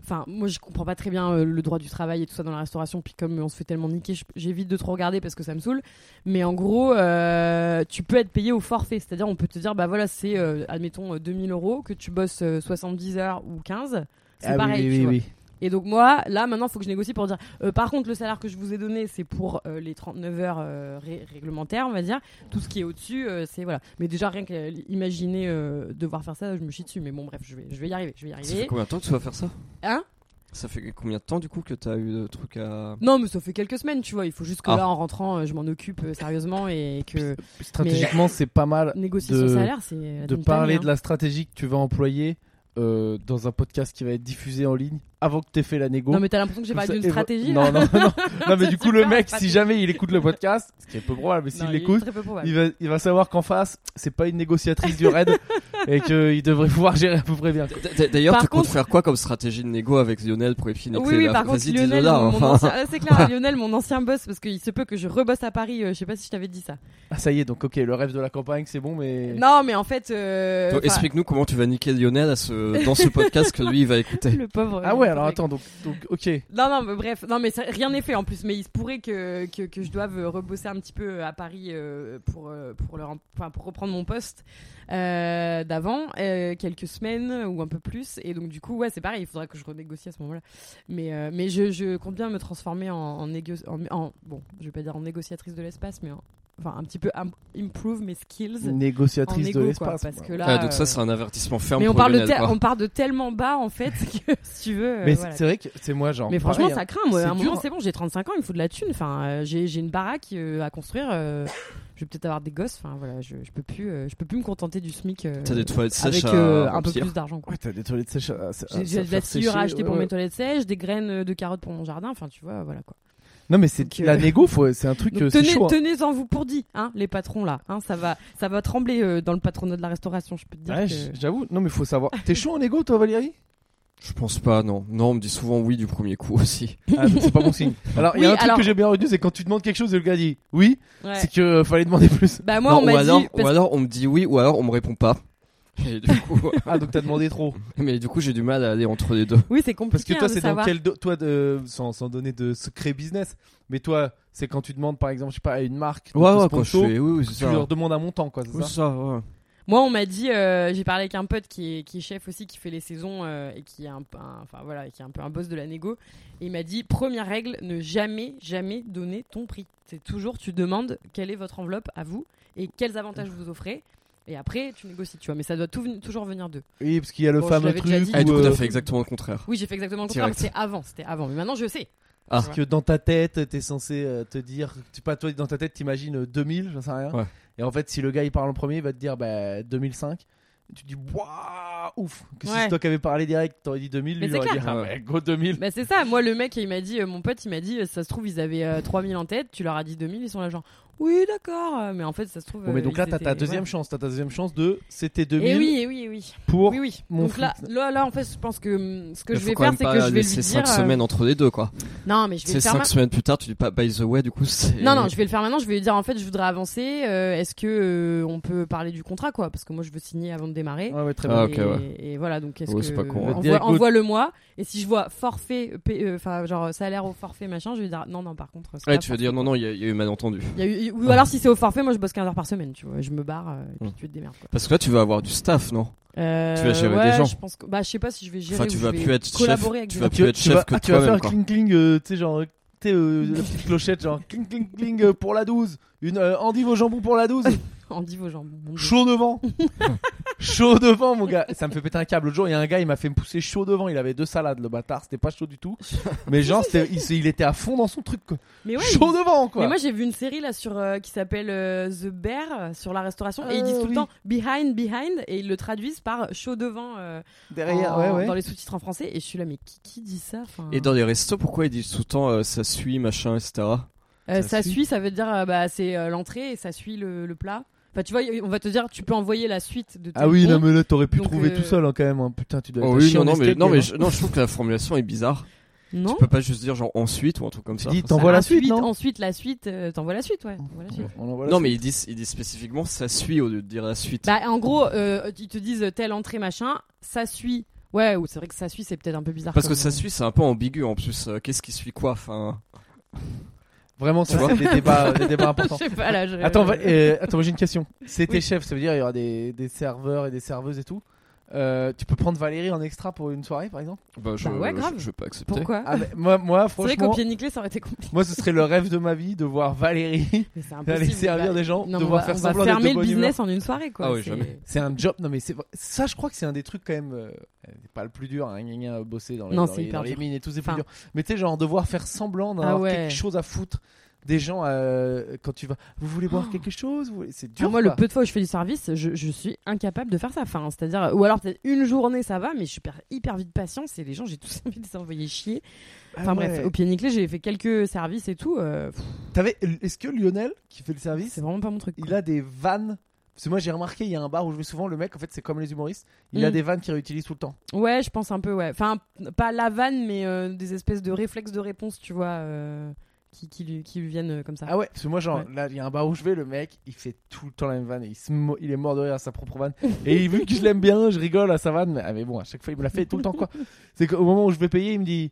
Speaker 2: enfin moi je comprends pas très bien euh, le droit du travail et tout ça dans la restauration puis comme on se fait tellement niquer je- j'évite de trop regarder parce que ça me saoule mais en gros euh, tu peux être payé au forfait c'est à dire on peut te dire bah voilà c'est euh, admettons euh, 2000 euros que tu bosses euh, 70 heures ou 15 c'est
Speaker 1: Ah oui, oui,
Speaker 2: pareil tu
Speaker 1: oui,
Speaker 2: vois.
Speaker 1: oui.
Speaker 2: Et donc moi, là maintenant, il faut que je négocie pour dire, euh, par contre, le salaire que je vous ai donné, c'est pour euh, les 39 heures euh, ré- réglementaires, on va dire. Tout ce qui est au-dessus, euh, c'est voilà. Mais déjà, rien qu'imaginer euh, devoir faire ça, je me chie dessus. Mais bon, bref, je vais, je vais y arriver, je vais y
Speaker 3: Ça fait
Speaker 2: arriver.
Speaker 3: combien de temps que tu vas faire ça
Speaker 2: Hein
Speaker 3: Ça fait combien de temps du coup que t'as eu le truc à.
Speaker 2: Non, mais ça fait quelques semaines, tu vois. Il faut juste que
Speaker 3: Ah.
Speaker 2: là, en rentrant, euh, je m'en occupe euh, sérieusement et que
Speaker 1: Stratégiquement, c'est pas mal
Speaker 2: négocier
Speaker 1: de-
Speaker 2: son salaire, c'est
Speaker 1: de
Speaker 2: la demi-paille,
Speaker 1: parler
Speaker 2: hein.
Speaker 1: de la stratégie que tu vas employer euh, dans un podcast qui va être diffusé en ligne avant que t'aies fait la négo.
Speaker 2: Non, mais t'as l'impression que j'ai
Speaker 1: Comme
Speaker 2: parlé
Speaker 1: ça,
Speaker 2: d'une
Speaker 1: évo-
Speaker 2: stratégie. là
Speaker 1: Non, non, non. non mais du coup,
Speaker 2: super
Speaker 1: le mec, si
Speaker 2: stratégie.
Speaker 1: jamais il écoute le podcast, ce qui est peu probable, mais
Speaker 2: Non,
Speaker 1: s'il
Speaker 2: il est
Speaker 1: l'écoute,
Speaker 2: très peu probable.
Speaker 1: il va, il va savoir qu'en face, c'est pas une négociatrice du raid et qu'il devrait pouvoir gérer à peu près bien.
Speaker 3: D- d- D'ailleurs,
Speaker 2: Par
Speaker 3: tu comptes
Speaker 2: contre-
Speaker 3: faire quoi comme stratégie de négo avec Lionel pour essayer
Speaker 2: Oui, oui,
Speaker 3: la...
Speaker 2: par contre,
Speaker 3: Vas-y, dis-le
Speaker 2: Lionel,
Speaker 3: là, hein.
Speaker 2: mon
Speaker 3: enfin.
Speaker 2: ancien- Ah, c'est clair, Lionel, mon ancien boss, parce qu'il se peut que je rebosse à Paris, euh, je sais pas si je t'avais dit ça.
Speaker 1: Ah, ça y est, donc ok, le rêve de la campagne, c'est bon, mais.
Speaker 2: Non, mais en fait, euh,
Speaker 3: Donc,
Speaker 2: enfin,
Speaker 3: Explique-nous comment tu vas niquer Lionel à ce... dans ce podcast que lui il va écouter.
Speaker 2: le pauvre.
Speaker 1: Ah ouais,
Speaker 2: le pauvre
Speaker 1: alors
Speaker 2: mec.
Speaker 1: attends, donc, donc ok.
Speaker 2: Non, non, mais bref, non, mais ça- rien n'est fait en plus. Mais il se pourrait que, que, que je doive euh, rebosser un petit peu à Paris euh, pour, euh, pour, le rem- enfin, pour reprendre mon poste euh, d'avant, euh, quelques semaines ou un peu plus. Et donc, du coup, ouais, c'est pareil, il faudra que je renégocie à ce moment-là. Mais, euh, mais je, je compte bien me transformer en, en, négo- en- en- Bon, je vais pas dire en négociatrice de l'espace, mais en- enfin, un petit peu im- improve mes skills. En
Speaker 1: Négociatrice
Speaker 2: négo,
Speaker 1: de
Speaker 2: quoi,
Speaker 1: l'espace.
Speaker 2: parce que là,
Speaker 3: Ah, donc, ça,
Speaker 2: euh,
Speaker 3: c'est un avertissement ferme
Speaker 2: mais on
Speaker 3: pour
Speaker 2: parle, de
Speaker 3: Lionel,
Speaker 2: te-
Speaker 3: quoi.
Speaker 2: on part de tellement bas en fait que si tu veux. euh,
Speaker 1: Mais
Speaker 2: voilà.
Speaker 1: c'est vrai que c'est moi, genre.
Speaker 2: Mais franchement,
Speaker 1: pareil, hein.
Speaker 2: ça craint. Moi,
Speaker 1: C'est
Speaker 2: à un moment,
Speaker 1: dur.
Speaker 2: c'est bon, j'ai 35 ans, il me faut de la thune. Enfin, euh, j'ai j'ai une baraque euh, à construire. euh, je vais peut-être avoir des gosses. Enfin, voilà, je, je peux plus, euh, je peux plus me contenter du SMIC euh,
Speaker 3: T'as des toilettes sèches
Speaker 2: avec
Speaker 3: à
Speaker 2: euh, un peu
Speaker 3: remplir. Ah,
Speaker 2: plus d'argent. quoi.
Speaker 1: Ouais, t'as des toilettes sèches à, à- à-
Speaker 2: J'ai j'ai
Speaker 1: à
Speaker 2: de la
Speaker 1: faire
Speaker 2: sciure à
Speaker 1: sécher,
Speaker 2: acheter pour
Speaker 1: ouais,
Speaker 2: mes
Speaker 1: ouais.
Speaker 2: toilettes sèches, des graines euh, de carottes pour mon jardin. Enfin, tu vois, voilà quoi.
Speaker 1: Non, mais c'est
Speaker 2: Donc, euh,
Speaker 1: la négo, faut- c'est un truc,
Speaker 2: Donc,
Speaker 1: euh, c'est
Speaker 2: tenez,
Speaker 1: chaud. hein.
Speaker 2: tenez-en vous pour dit, hein, les patrons là. Hein, ça va, ça va trembler euh, dans le patronat de la restauration. Je peux te dire.
Speaker 1: Ouais,
Speaker 2: que-
Speaker 1: j- j'avoue. Non, mais faut savoir. T'es chaud en négo, toi, Valérie
Speaker 3: Je pense pas, non. Non, on me dit souvent oui du premier coup aussi.
Speaker 1: Ah, donc c'est pas bon signe. Alors, il y a
Speaker 2: Oui,
Speaker 1: un truc
Speaker 2: alors-
Speaker 1: que j'ai bien retenu, c'est quand tu demandes quelque chose et le gars dit oui,
Speaker 2: Ouais.
Speaker 1: c'est que euh, fallait demander plus.
Speaker 2: Bah moi,
Speaker 3: Non,
Speaker 2: on
Speaker 3: ou,
Speaker 2: m'a
Speaker 3: alors,
Speaker 2: dit.
Speaker 3: ou alors, on me dit oui, ou alors on me répond pas. Et du coup,
Speaker 1: Ah, donc t'as demandé trop.
Speaker 3: mais du coup, j'ai du mal à aller entre les deux.
Speaker 2: Oui,
Speaker 1: Parce que
Speaker 2: c'est compliqué
Speaker 1: toi,
Speaker 2: hein, de
Speaker 1: c'est dans
Speaker 2: savoir.
Speaker 1: quel. do- Toi, de... sans, sans donner de secret business, mais toi, c'est quand tu demandes, par exemple, je sais pas, à une marque. de
Speaker 3: Ouais,
Speaker 1: te
Speaker 3: ouais, quand je
Speaker 1: sponsor,
Speaker 3: fais, oui, oui, c'est
Speaker 1: Tu
Speaker 3: ça.
Speaker 1: leur demandes un montant, quoi, c'est
Speaker 3: Oui,
Speaker 1: ça
Speaker 3: c'est ça, ouais.
Speaker 2: Moi, on m'a dit, euh, j'ai parlé avec un pote qui est, qui est chef aussi, qui fait les saisons euh, et qui est un, peu un- enfin voilà, qui est un peu un boss de la négo. Et il m'a dit, première règle, ne jamais, jamais donner ton prix. C'est toujours, tu demandes quelle est votre enveloppe à vous et quels avantages vous offrez. Et après, tu négocies, tu vois. Mais ça doit tout ven- toujours venir d'eux.
Speaker 1: Oui, parce qu'il y a le
Speaker 2: Bon, je
Speaker 1: fameux
Speaker 2: l'avais
Speaker 1: truc
Speaker 2: déjà dit.
Speaker 3: Et Ah, du
Speaker 1: où,
Speaker 3: coup,
Speaker 1: euh,
Speaker 3: t'as fait exactement le contraire.
Speaker 2: Oui, j'ai fait exactement le contraire. mais
Speaker 3: Direct.
Speaker 2: C'était avant, c'était avant. Mais maintenant, je sais.
Speaker 3: Ah.
Speaker 1: que dans ta tête, t'es censé euh, te dire, tu sais pas toi, dans ta tête, t'imagines euh, 2000, j'en sais rien.
Speaker 3: Ouais.
Speaker 1: Et en fait, si le gars il parle en premier, il va te dire bah 2005. Et tu te dis waouh, ouf. Que si
Speaker 2: Ouais.
Speaker 1: c'est toi qui avais parlé direct, t'aurais dit 2000,
Speaker 2: Mais
Speaker 1: lui il
Speaker 2: c'est
Speaker 1: aurait dit
Speaker 2: clair.
Speaker 1: ah ouais, go 2000.
Speaker 2: Bah c'est ça, moi le mec il m'a dit, euh, mon pote il m'a dit, euh, ça se trouve ils avaient euh, 3000 en tête, tu leur as dit 2000, ils sont là genre, oui d'accord, euh, mais en fait ça se trouve...
Speaker 1: Bon, mais donc là, t'as ta deuxième chance,
Speaker 2: chance.
Speaker 1: t'as ta deuxième chance de c'était
Speaker 2: Et
Speaker 1: 2000
Speaker 2: Eh oui, et oui, et oui.
Speaker 1: pour.
Speaker 2: Oui, oui.
Speaker 1: mon
Speaker 2: Donc là,
Speaker 1: foot.
Speaker 2: là, là, en fait, je pense que hum, ce que
Speaker 3: Mais
Speaker 2: je
Speaker 3: faut
Speaker 2: vais
Speaker 3: quand
Speaker 2: faire,
Speaker 3: même
Speaker 2: c'est
Speaker 3: pas
Speaker 2: que je vais lui
Speaker 3: laisser
Speaker 2: dire.
Speaker 3: cinq
Speaker 2: euh,
Speaker 3: semaines entre les deux, quoi.
Speaker 2: Non, mais je vais
Speaker 3: C'est
Speaker 2: le faire.
Speaker 3: 5
Speaker 2: ma-
Speaker 3: semaines plus tard, tu dis pas by the way, du coup, c'est.
Speaker 2: Non, non, je vais le faire maintenant. Je vais lui dire en fait, je voudrais avancer. euh, Est-ce que euh, on peut parler du contrat, quoi Parce que moi, je veux signer avant de démarrer.
Speaker 1: Ouais, ouais, très
Speaker 3: Ah,
Speaker 1: bien.
Speaker 2: et,
Speaker 3: ok, ouais.
Speaker 2: et voilà, donc est-ce
Speaker 3: Ouais, c'est
Speaker 2: que
Speaker 3: pas con, hein.
Speaker 1: Direct
Speaker 2: envoie,
Speaker 1: good.
Speaker 2: envoie le moi Et si je vois forfait, euh, paie- euh, enfin genre salaire au forfait machin, je vais dire non, non. Par contre, c'est
Speaker 3: Ouais,
Speaker 2: pas
Speaker 3: tu vas
Speaker 2: forfait.
Speaker 3: dire non, non, il y, a- il y a eu malentendu.
Speaker 2: Il y a eu- Ou alors si c'est au forfait, moi je bosse 15 heures par semaine, tu vois. Je me barre euh, et puis
Speaker 3: Hmm.
Speaker 2: tu te démerdes. Quoi.
Speaker 3: Parce que là, tu vas avoir du staff, non
Speaker 2: Euh,
Speaker 3: vas gérer des
Speaker 2: ouais,
Speaker 3: gens.
Speaker 2: Je pense que... bah je sais pas si je vais gérer.
Speaker 3: Enfin, tu
Speaker 2: ou je
Speaker 3: vas
Speaker 2: vais
Speaker 3: plus être chef,
Speaker 2: collaborer avec
Speaker 3: tu
Speaker 2: des
Speaker 3: vas
Speaker 2: gens.
Speaker 3: plus être chef
Speaker 1: vas,
Speaker 3: que
Speaker 1: ah, tu vas
Speaker 3: toi-même,
Speaker 1: faire
Speaker 3: quoi.
Speaker 1: cling cling, euh, tu sais, genre, euh, tu sais, euh, la petite clochette, genre cling cling cling euh, pour la 12, une euh, endive au jambon pour la 12.
Speaker 2: On dit vos jambes. mon Dieu.
Speaker 1: Chaud devant Chaud devant, mon gars Ça me fait péter un câble. L'autre jour, il y a un gars, il m'a fait me pousser chaud devant. Il avait deux salades, le bâtard. C'était pas chaud du tout. Mais genre, c'était- il, s'est- il était à fond dans son truc, quoi.
Speaker 2: Mais ouais,
Speaker 1: chaud
Speaker 2: il-
Speaker 1: devant, quoi
Speaker 2: Mais moi j'ai vu une série là sur euh, qui s'appelle euh, The Bear euh, sur la restauration et ils
Speaker 1: Euh,
Speaker 2: disent tout
Speaker 1: oui.
Speaker 2: le temps behind behind et ils le traduisent par chaud devant euh,
Speaker 1: Derrière,
Speaker 2: en-
Speaker 1: ouais, ouais.
Speaker 2: dans les sous-titres en français et je suis là mais qui, qui dit ça Enfin,
Speaker 3: Et dans les restos, pourquoi ils disent tout le temps euh, ça suit, machin, etc.
Speaker 2: euh,
Speaker 1: ça
Speaker 2: ça
Speaker 1: suit.
Speaker 2: suit ça veut dire euh, bah c'est euh, l'entrée et ça suit le, le plat. Enfin tu vois y- on va te dire tu peux envoyer la suite de tes
Speaker 1: Ah oui,
Speaker 2: bons.
Speaker 1: non, mais là, t'aurais pu
Speaker 2: Donc,
Speaker 1: trouver
Speaker 2: euh,
Speaker 1: tout seul, hein, quand même. hein. Putain, tu dois
Speaker 3: Oh
Speaker 1: être
Speaker 3: oui,
Speaker 1: chiant
Speaker 3: non, non,
Speaker 1: en
Speaker 3: mais,
Speaker 1: escape
Speaker 3: non,
Speaker 1: game,
Speaker 3: mais
Speaker 1: hein.
Speaker 3: je, non, je trouve que la formulation est bizarre.
Speaker 2: non
Speaker 3: Tu peux pas juste dire genre ensuite ou un truc comme ça.
Speaker 1: Dis,
Speaker 3: Enfin,
Speaker 1: t'envoies la
Speaker 2: Ensuite,
Speaker 1: suite, non
Speaker 2: ensuite la suite euh, t'envoies la suite ouais. t'envoies la suite.
Speaker 1: On envoie la
Speaker 3: non,
Speaker 1: suite.
Speaker 3: mais ils disent, ils disent spécifiquement ça suit au lieu de dire la suite.
Speaker 2: Bah, en gros, euh, ils te disent telle entrée, machin, ça suit. Ouais, ou c'est vrai que ça suit, c'est peut-être un peu bizarre.
Speaker 3: Parce que
Speaker 2: comme-
Speaker 3: ça suit, c'est un peu ambigu en plus. euh, Qu'est-ce qui suit quoi enfin...
Speaker 1: Vraiment, c'est
Speaker 3: Tu vois
Speaker 1: des débats, des débats
Speaker 2: Je
Speaker 1: importants.
Speaker 2: sais pas, là, je-
Speaker 1: Attends, va- euh, attends, j'ai une question. C'est tes
Speaker 2: Oui.
Speaker 1: chefs, ça veut dire il y aura des, des serveurs et des serveuses et tout. Euh, tu peux prendre Valérie en extra pour une soirée par exemple
Speaker 3: Bah, je,
Speaker 2: Bah ouais, grave.
Speaker 3: je, je veux pas accepter.
Speaker 2: Pourquoi
Speaker 1: Ah, mais moi, moi,
Speaker 2: C'est vrai
Speaker 1: franchement,
Speaker 2: qu'au pied-nickelé, ça aurait été compliqué.
Speaker 1: moi ce serait le rêve de ma vie de voir Valérie
Speaker 2: Mais c'est impossible.
Speaker 1: aller servir
Speaker 2: Bah,
Speaker 1: des gens,
Speaker 2: non, mais on
Speaker 1: devoir
Speaker 2: va-
Speaker 1: faire
Speaker 2: on va
Speaker 1: semblant d'être de
Speaker 2: fermer le
Speaker 1: bonne humeur.
Speaker 2: business en une soirée, quoi.
Speaker 3: Ah oui,
Speaker 2: C'est-
Speaker 3: jamais.
Speaker 1: C'est un job, non mais c'est vrai- ça, je crois que c'est un des trucs quand même, euh, c'est pas le plus dur, hein, gna gna, bosser dans les,
Speaker 2: Non,
Speaker 1: dans
Speaker 2: c'est
Speaker 1: les,
Speaker 2: hyper
Speaker 1: dans les
Speaker 2: dur.
Speaker 1: mines et tout, c'est plus
Speaker 2: Enfin.
Speaker 1: dur. Mais tu sais, genre devoir faire semblant d'avoir
Speaker 2: Ah ouais.
Speaker 1: quelque chose à foutre des gens euh, quand tu vas. Vous voulez boire quelque chose Vous voulez- C'est
Speaker 2: Ah,
Speaker 1: dur.
Speaker 2: Oh. moi,
Speaker 1: quoi.
Speaker 2: le peu de fois où je fais du service, je, je suis incapable de faire ça. Enfin, c'est-à-dire, ou alors peut-être une journée, ça va, mais je perds hyper vite patience et les gens, j'ai tous envie de les envoyer chier.
Speaker 1: Ah
Speaker 2: Enfin bref,
Speaker 1: ouais.
Speaker 2: au pied nickelé, j'ai fait quelques services et tout. euh, pff,
Speaker 1: T'avais- Est-ce que Lionel qui fait le service
Speaker 2: c'est vraiment pas mon truc. quoi.
Speaker 1: il a des vannes. Parce que moi j'ai remarqué, il y a un bar où je vais souvent, le mec, en fait, c'est comme les humoristes, il a
Speaker 2: Mm.
Speaker 1: des vannes qu'il réutilise tout le temps.
Speaker 2: Ouais, je pense un peu, ouais. Enfin, pas la vanne, mais euh, des espèces de réflexes de réponse, tu vois, euh, qui, qui, lui, qui lui viennent euh, comme ça.
Speaker 1: Ah ouais, parce que moi, genre,
Speaker 2: Ouais.
Speaker 1: là, il y a un bar où je vais, le mec, il fait tout le temps la même vanne, et il, se mo- il est mort de rire à sa propre vanne. et il- vu que je l'aime bien, je rigole à sa vanne, mais, ah, mais bon, à chaque fois, il me la fait tout le temps, quoi. C'est qu'au moment où je vais payer, il me dit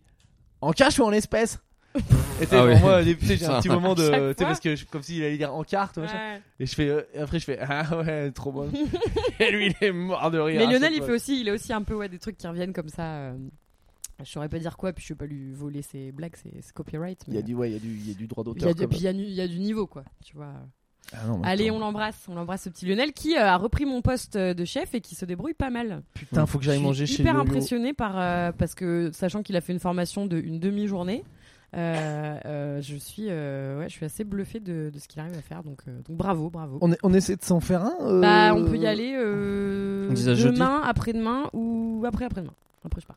Speaker 1: en cash ou en espèces Et tu sais,
Speaker 3: Ah
Speaker 1: pour
Speaker 3: oui.
Speaker 1: moi, j'ai tu sais, j'ai un petit
Speaker 3: Putain.
Speaker 1: moment de.
Speaker 2: Chaque
Speaker 1: Tu sais,
Speaker 2: fois.
Speaker 1: parce que je- comme s'il allait dire en carte, machin.
Speaker 2: Ouais.
Speaker 1: et je fais, euh, et après, je fais ah ouais, trop bon. et lui, il est mort de rire.
Speaker 2: Mais
Speaker 1: à
Speaker 2: Lionel,
Speaker 1: chaque
Speaker 2: il
Speaker 1: fois.
Speaker 2: fait aussi, il a aussi un peu ouais, des trucs qui reviennent comme ça. euh, Je saurais pas dire quoi, puis je vais pas lui voler ses blagues, ses, ses copyrights.
Speaker 1: Il y a
Speaker 2: mais-
Speaker 1: du, ouais, il y a du, il y a du droit
Speaker 2: Il y
Speaker 1: d'auteur.
Speaker 2: a du,
Speaker 1: quand même.
Speaker 2: puis il y a nu- il y a du niveau, quoi, tu vois.
Speaker 1: Ah non, mais
Speaker 2: Allez,
Speaker 1: attends.
Speaker 2: on l'embrasse, on l'embrasse ce petit Lionel qui euh, a repris mon poste euh, de chef et qui se débrouille pas mal.
Speaker 1: Putain, faut que j'aille
Speaker 2: Je suis
Speaker 1: manger chez
Speaker 2: hyper
Speaker 1: Yoyo.
Speaker 2: impressionné par euh, parce que sachant qu'il a fait une formation de une demi-journée, euh, euh, je suis euh, ouais, je suis assez bluffé de, de ce qu'il arrive à faire. Donc, euh, donc bravo, bravo.
Speaker 1: On, est- on essaie de s'en faire un euh,
Speaker 2: Bah, on peut y aller euh,
Speaker 3: On dit à
Speaker 2: demain, après-demain ou après après-demain. Après je pars.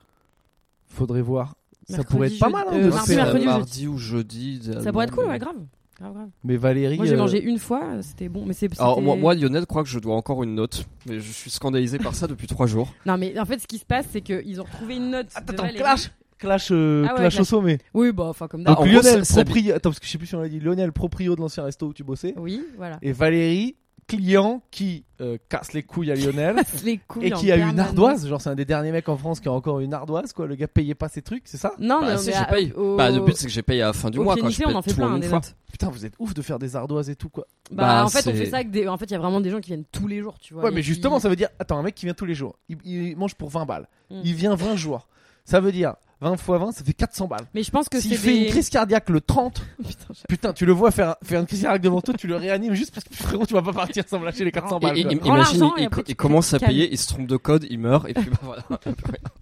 Speaker 1: Faudrait voir. Ça
Speaker 2: Mercredi,
Speaker 1: pourrait être pas
Speaker 2: jeudi-
Speaker 1: mal. hein,
Speaker 2: euh,
Speaker 1: de
Speaker 2: mardi,
Speaker 1: se faire-
Speaker 2: mercredi, jeudi.
Speaker 3: ou jeudi.
Speaker 2: Ça pourrait être cool,
Speaker 3: mais-
Speaker 2: ouais, grave. Grave, grave.
Speaker 1: Mais Valérie.
Speaker 2: Moi j'ai
Speaker 1: euh,
Speaker 2: mangé une fois, c'était bon, mais c'est
Speaker 3: Alors,
Speaker 2: c'était-
Speaker 3: moi, moi, Lionel croit que je dois encore une note, mais je suis scandalisé par ça depuis trois jours.
Speaker 2: Non mais en fait ce qui se passe c'est qu'ils ont retrouvé une note. de
Speaker 1: Attends, attends,
Speaker 2: Valérie.
Speaker 1: clash Clash, euh,
Speaker 2: Ah ouais,
Speaker 1: clash au
Speaker 2: clash.
Speaker 1: sommet.
Speaker 2: Oui bah enfin comme
Speaker 3: Ah,
Speaker 1: Donc
Speaker 2: d'hab.
Speaker 3: en gros,
Speaker 1: Lionel,
Speaker 3: ça- ça-
Speaker 1: proprio. Attends, parce que je sais plus si on l'a dit. Lionel, proprio de l'ancien resto où tu bossais.
Speaker 2: Oui voilà.
Speaker 1: Et Valérie, client qui euh, casse les couilles à Lionel.
Speaker 2: Les couilles
Speaker 1: et
Speaker 2: en
Speaker 1: qui a une
Speaker 2: permanence.
Speaker 1: ardoise. Genre, c'est un des derniers mecs en France qui a encore une ardoise, quoi. Le gars payait pas ses trucs, c'est ça
Speaker 2: Non,
Speaker 3: Bah,
Speaker 2: non,
Speaker 3: si,
Speaker 2: mais
Speaker 3: je
Speaker 2: à-
Speaker 3: paye.
Speaker 2: au-
Speaker 3: Bah, le but, c'est que j'ai payé à la fin du
Speaker 2: Oh. au
Speaker 3: mois
Speaker 2: pied
Speaker 3: quand je
Speaker 2: nickelé,
Speaker 3: paye
Speaker 2: on en fait
Speaker 3: tout
Speaker 2: plein,
Speaker 3: en
Speaker 2: hein,
Speaker 3: une
Speaker 2: des
Speaker 3: fois.
Speaker 2: notes.
Speaker 1: Putain, vous êtes ouf de faire des ardoises et tout, quoi.
Speaker 2: Bah,
Speaker 3: Bah,
Speaker 2: en fait, on
Speaker 3: c'est-
Speaker 2: fait ça avec des. En fait, il y a vraiment des gens qui viennent tous les jours, tu vois.
Speaker 1: Ouais,
Speaker 2: et
Speaker 1: mais
Speaker 2: qui-
Speaker 1: justement, ça veut dire. Attends, un mec qui vient tous les jours, il, il mange pour 20 balles.
Speaker 2: Mm.
Speaker 1: Il vient 20 jours. Ça veut dire 20 fois 20, ça fait 400 balles.
Speaker 2: Mais je pense que
Speaker 1: S'il
Speaker 2: c'est
Speaker 1: fait
Speaker 2: des.
Speaker 1: une crise cardiaque le 30,
Speaker 2: Putain, je-
Speaker 1: putain, tu le vois faire, faire une crise cardiaque devant toi, tu le réanimes juste parce que frérot, tu vas pas partir sans me lâcher les 400 balles.
Speaker 3: Et- et-
Speaker 1: quoi.
Speaker 3: im-
Speaker 2: Prends
Speaker 3: imagine,
Speaker 2: l'argent
Speaker 3: il,
Speaker 2: et
Speaker 3: il-
Speaker 2: après, tu
Speaker 3: il commence à
Speaker 2: te calmes.
Speaker 3: payer, il se trompe de code, il meurt, et puis bah, voilà.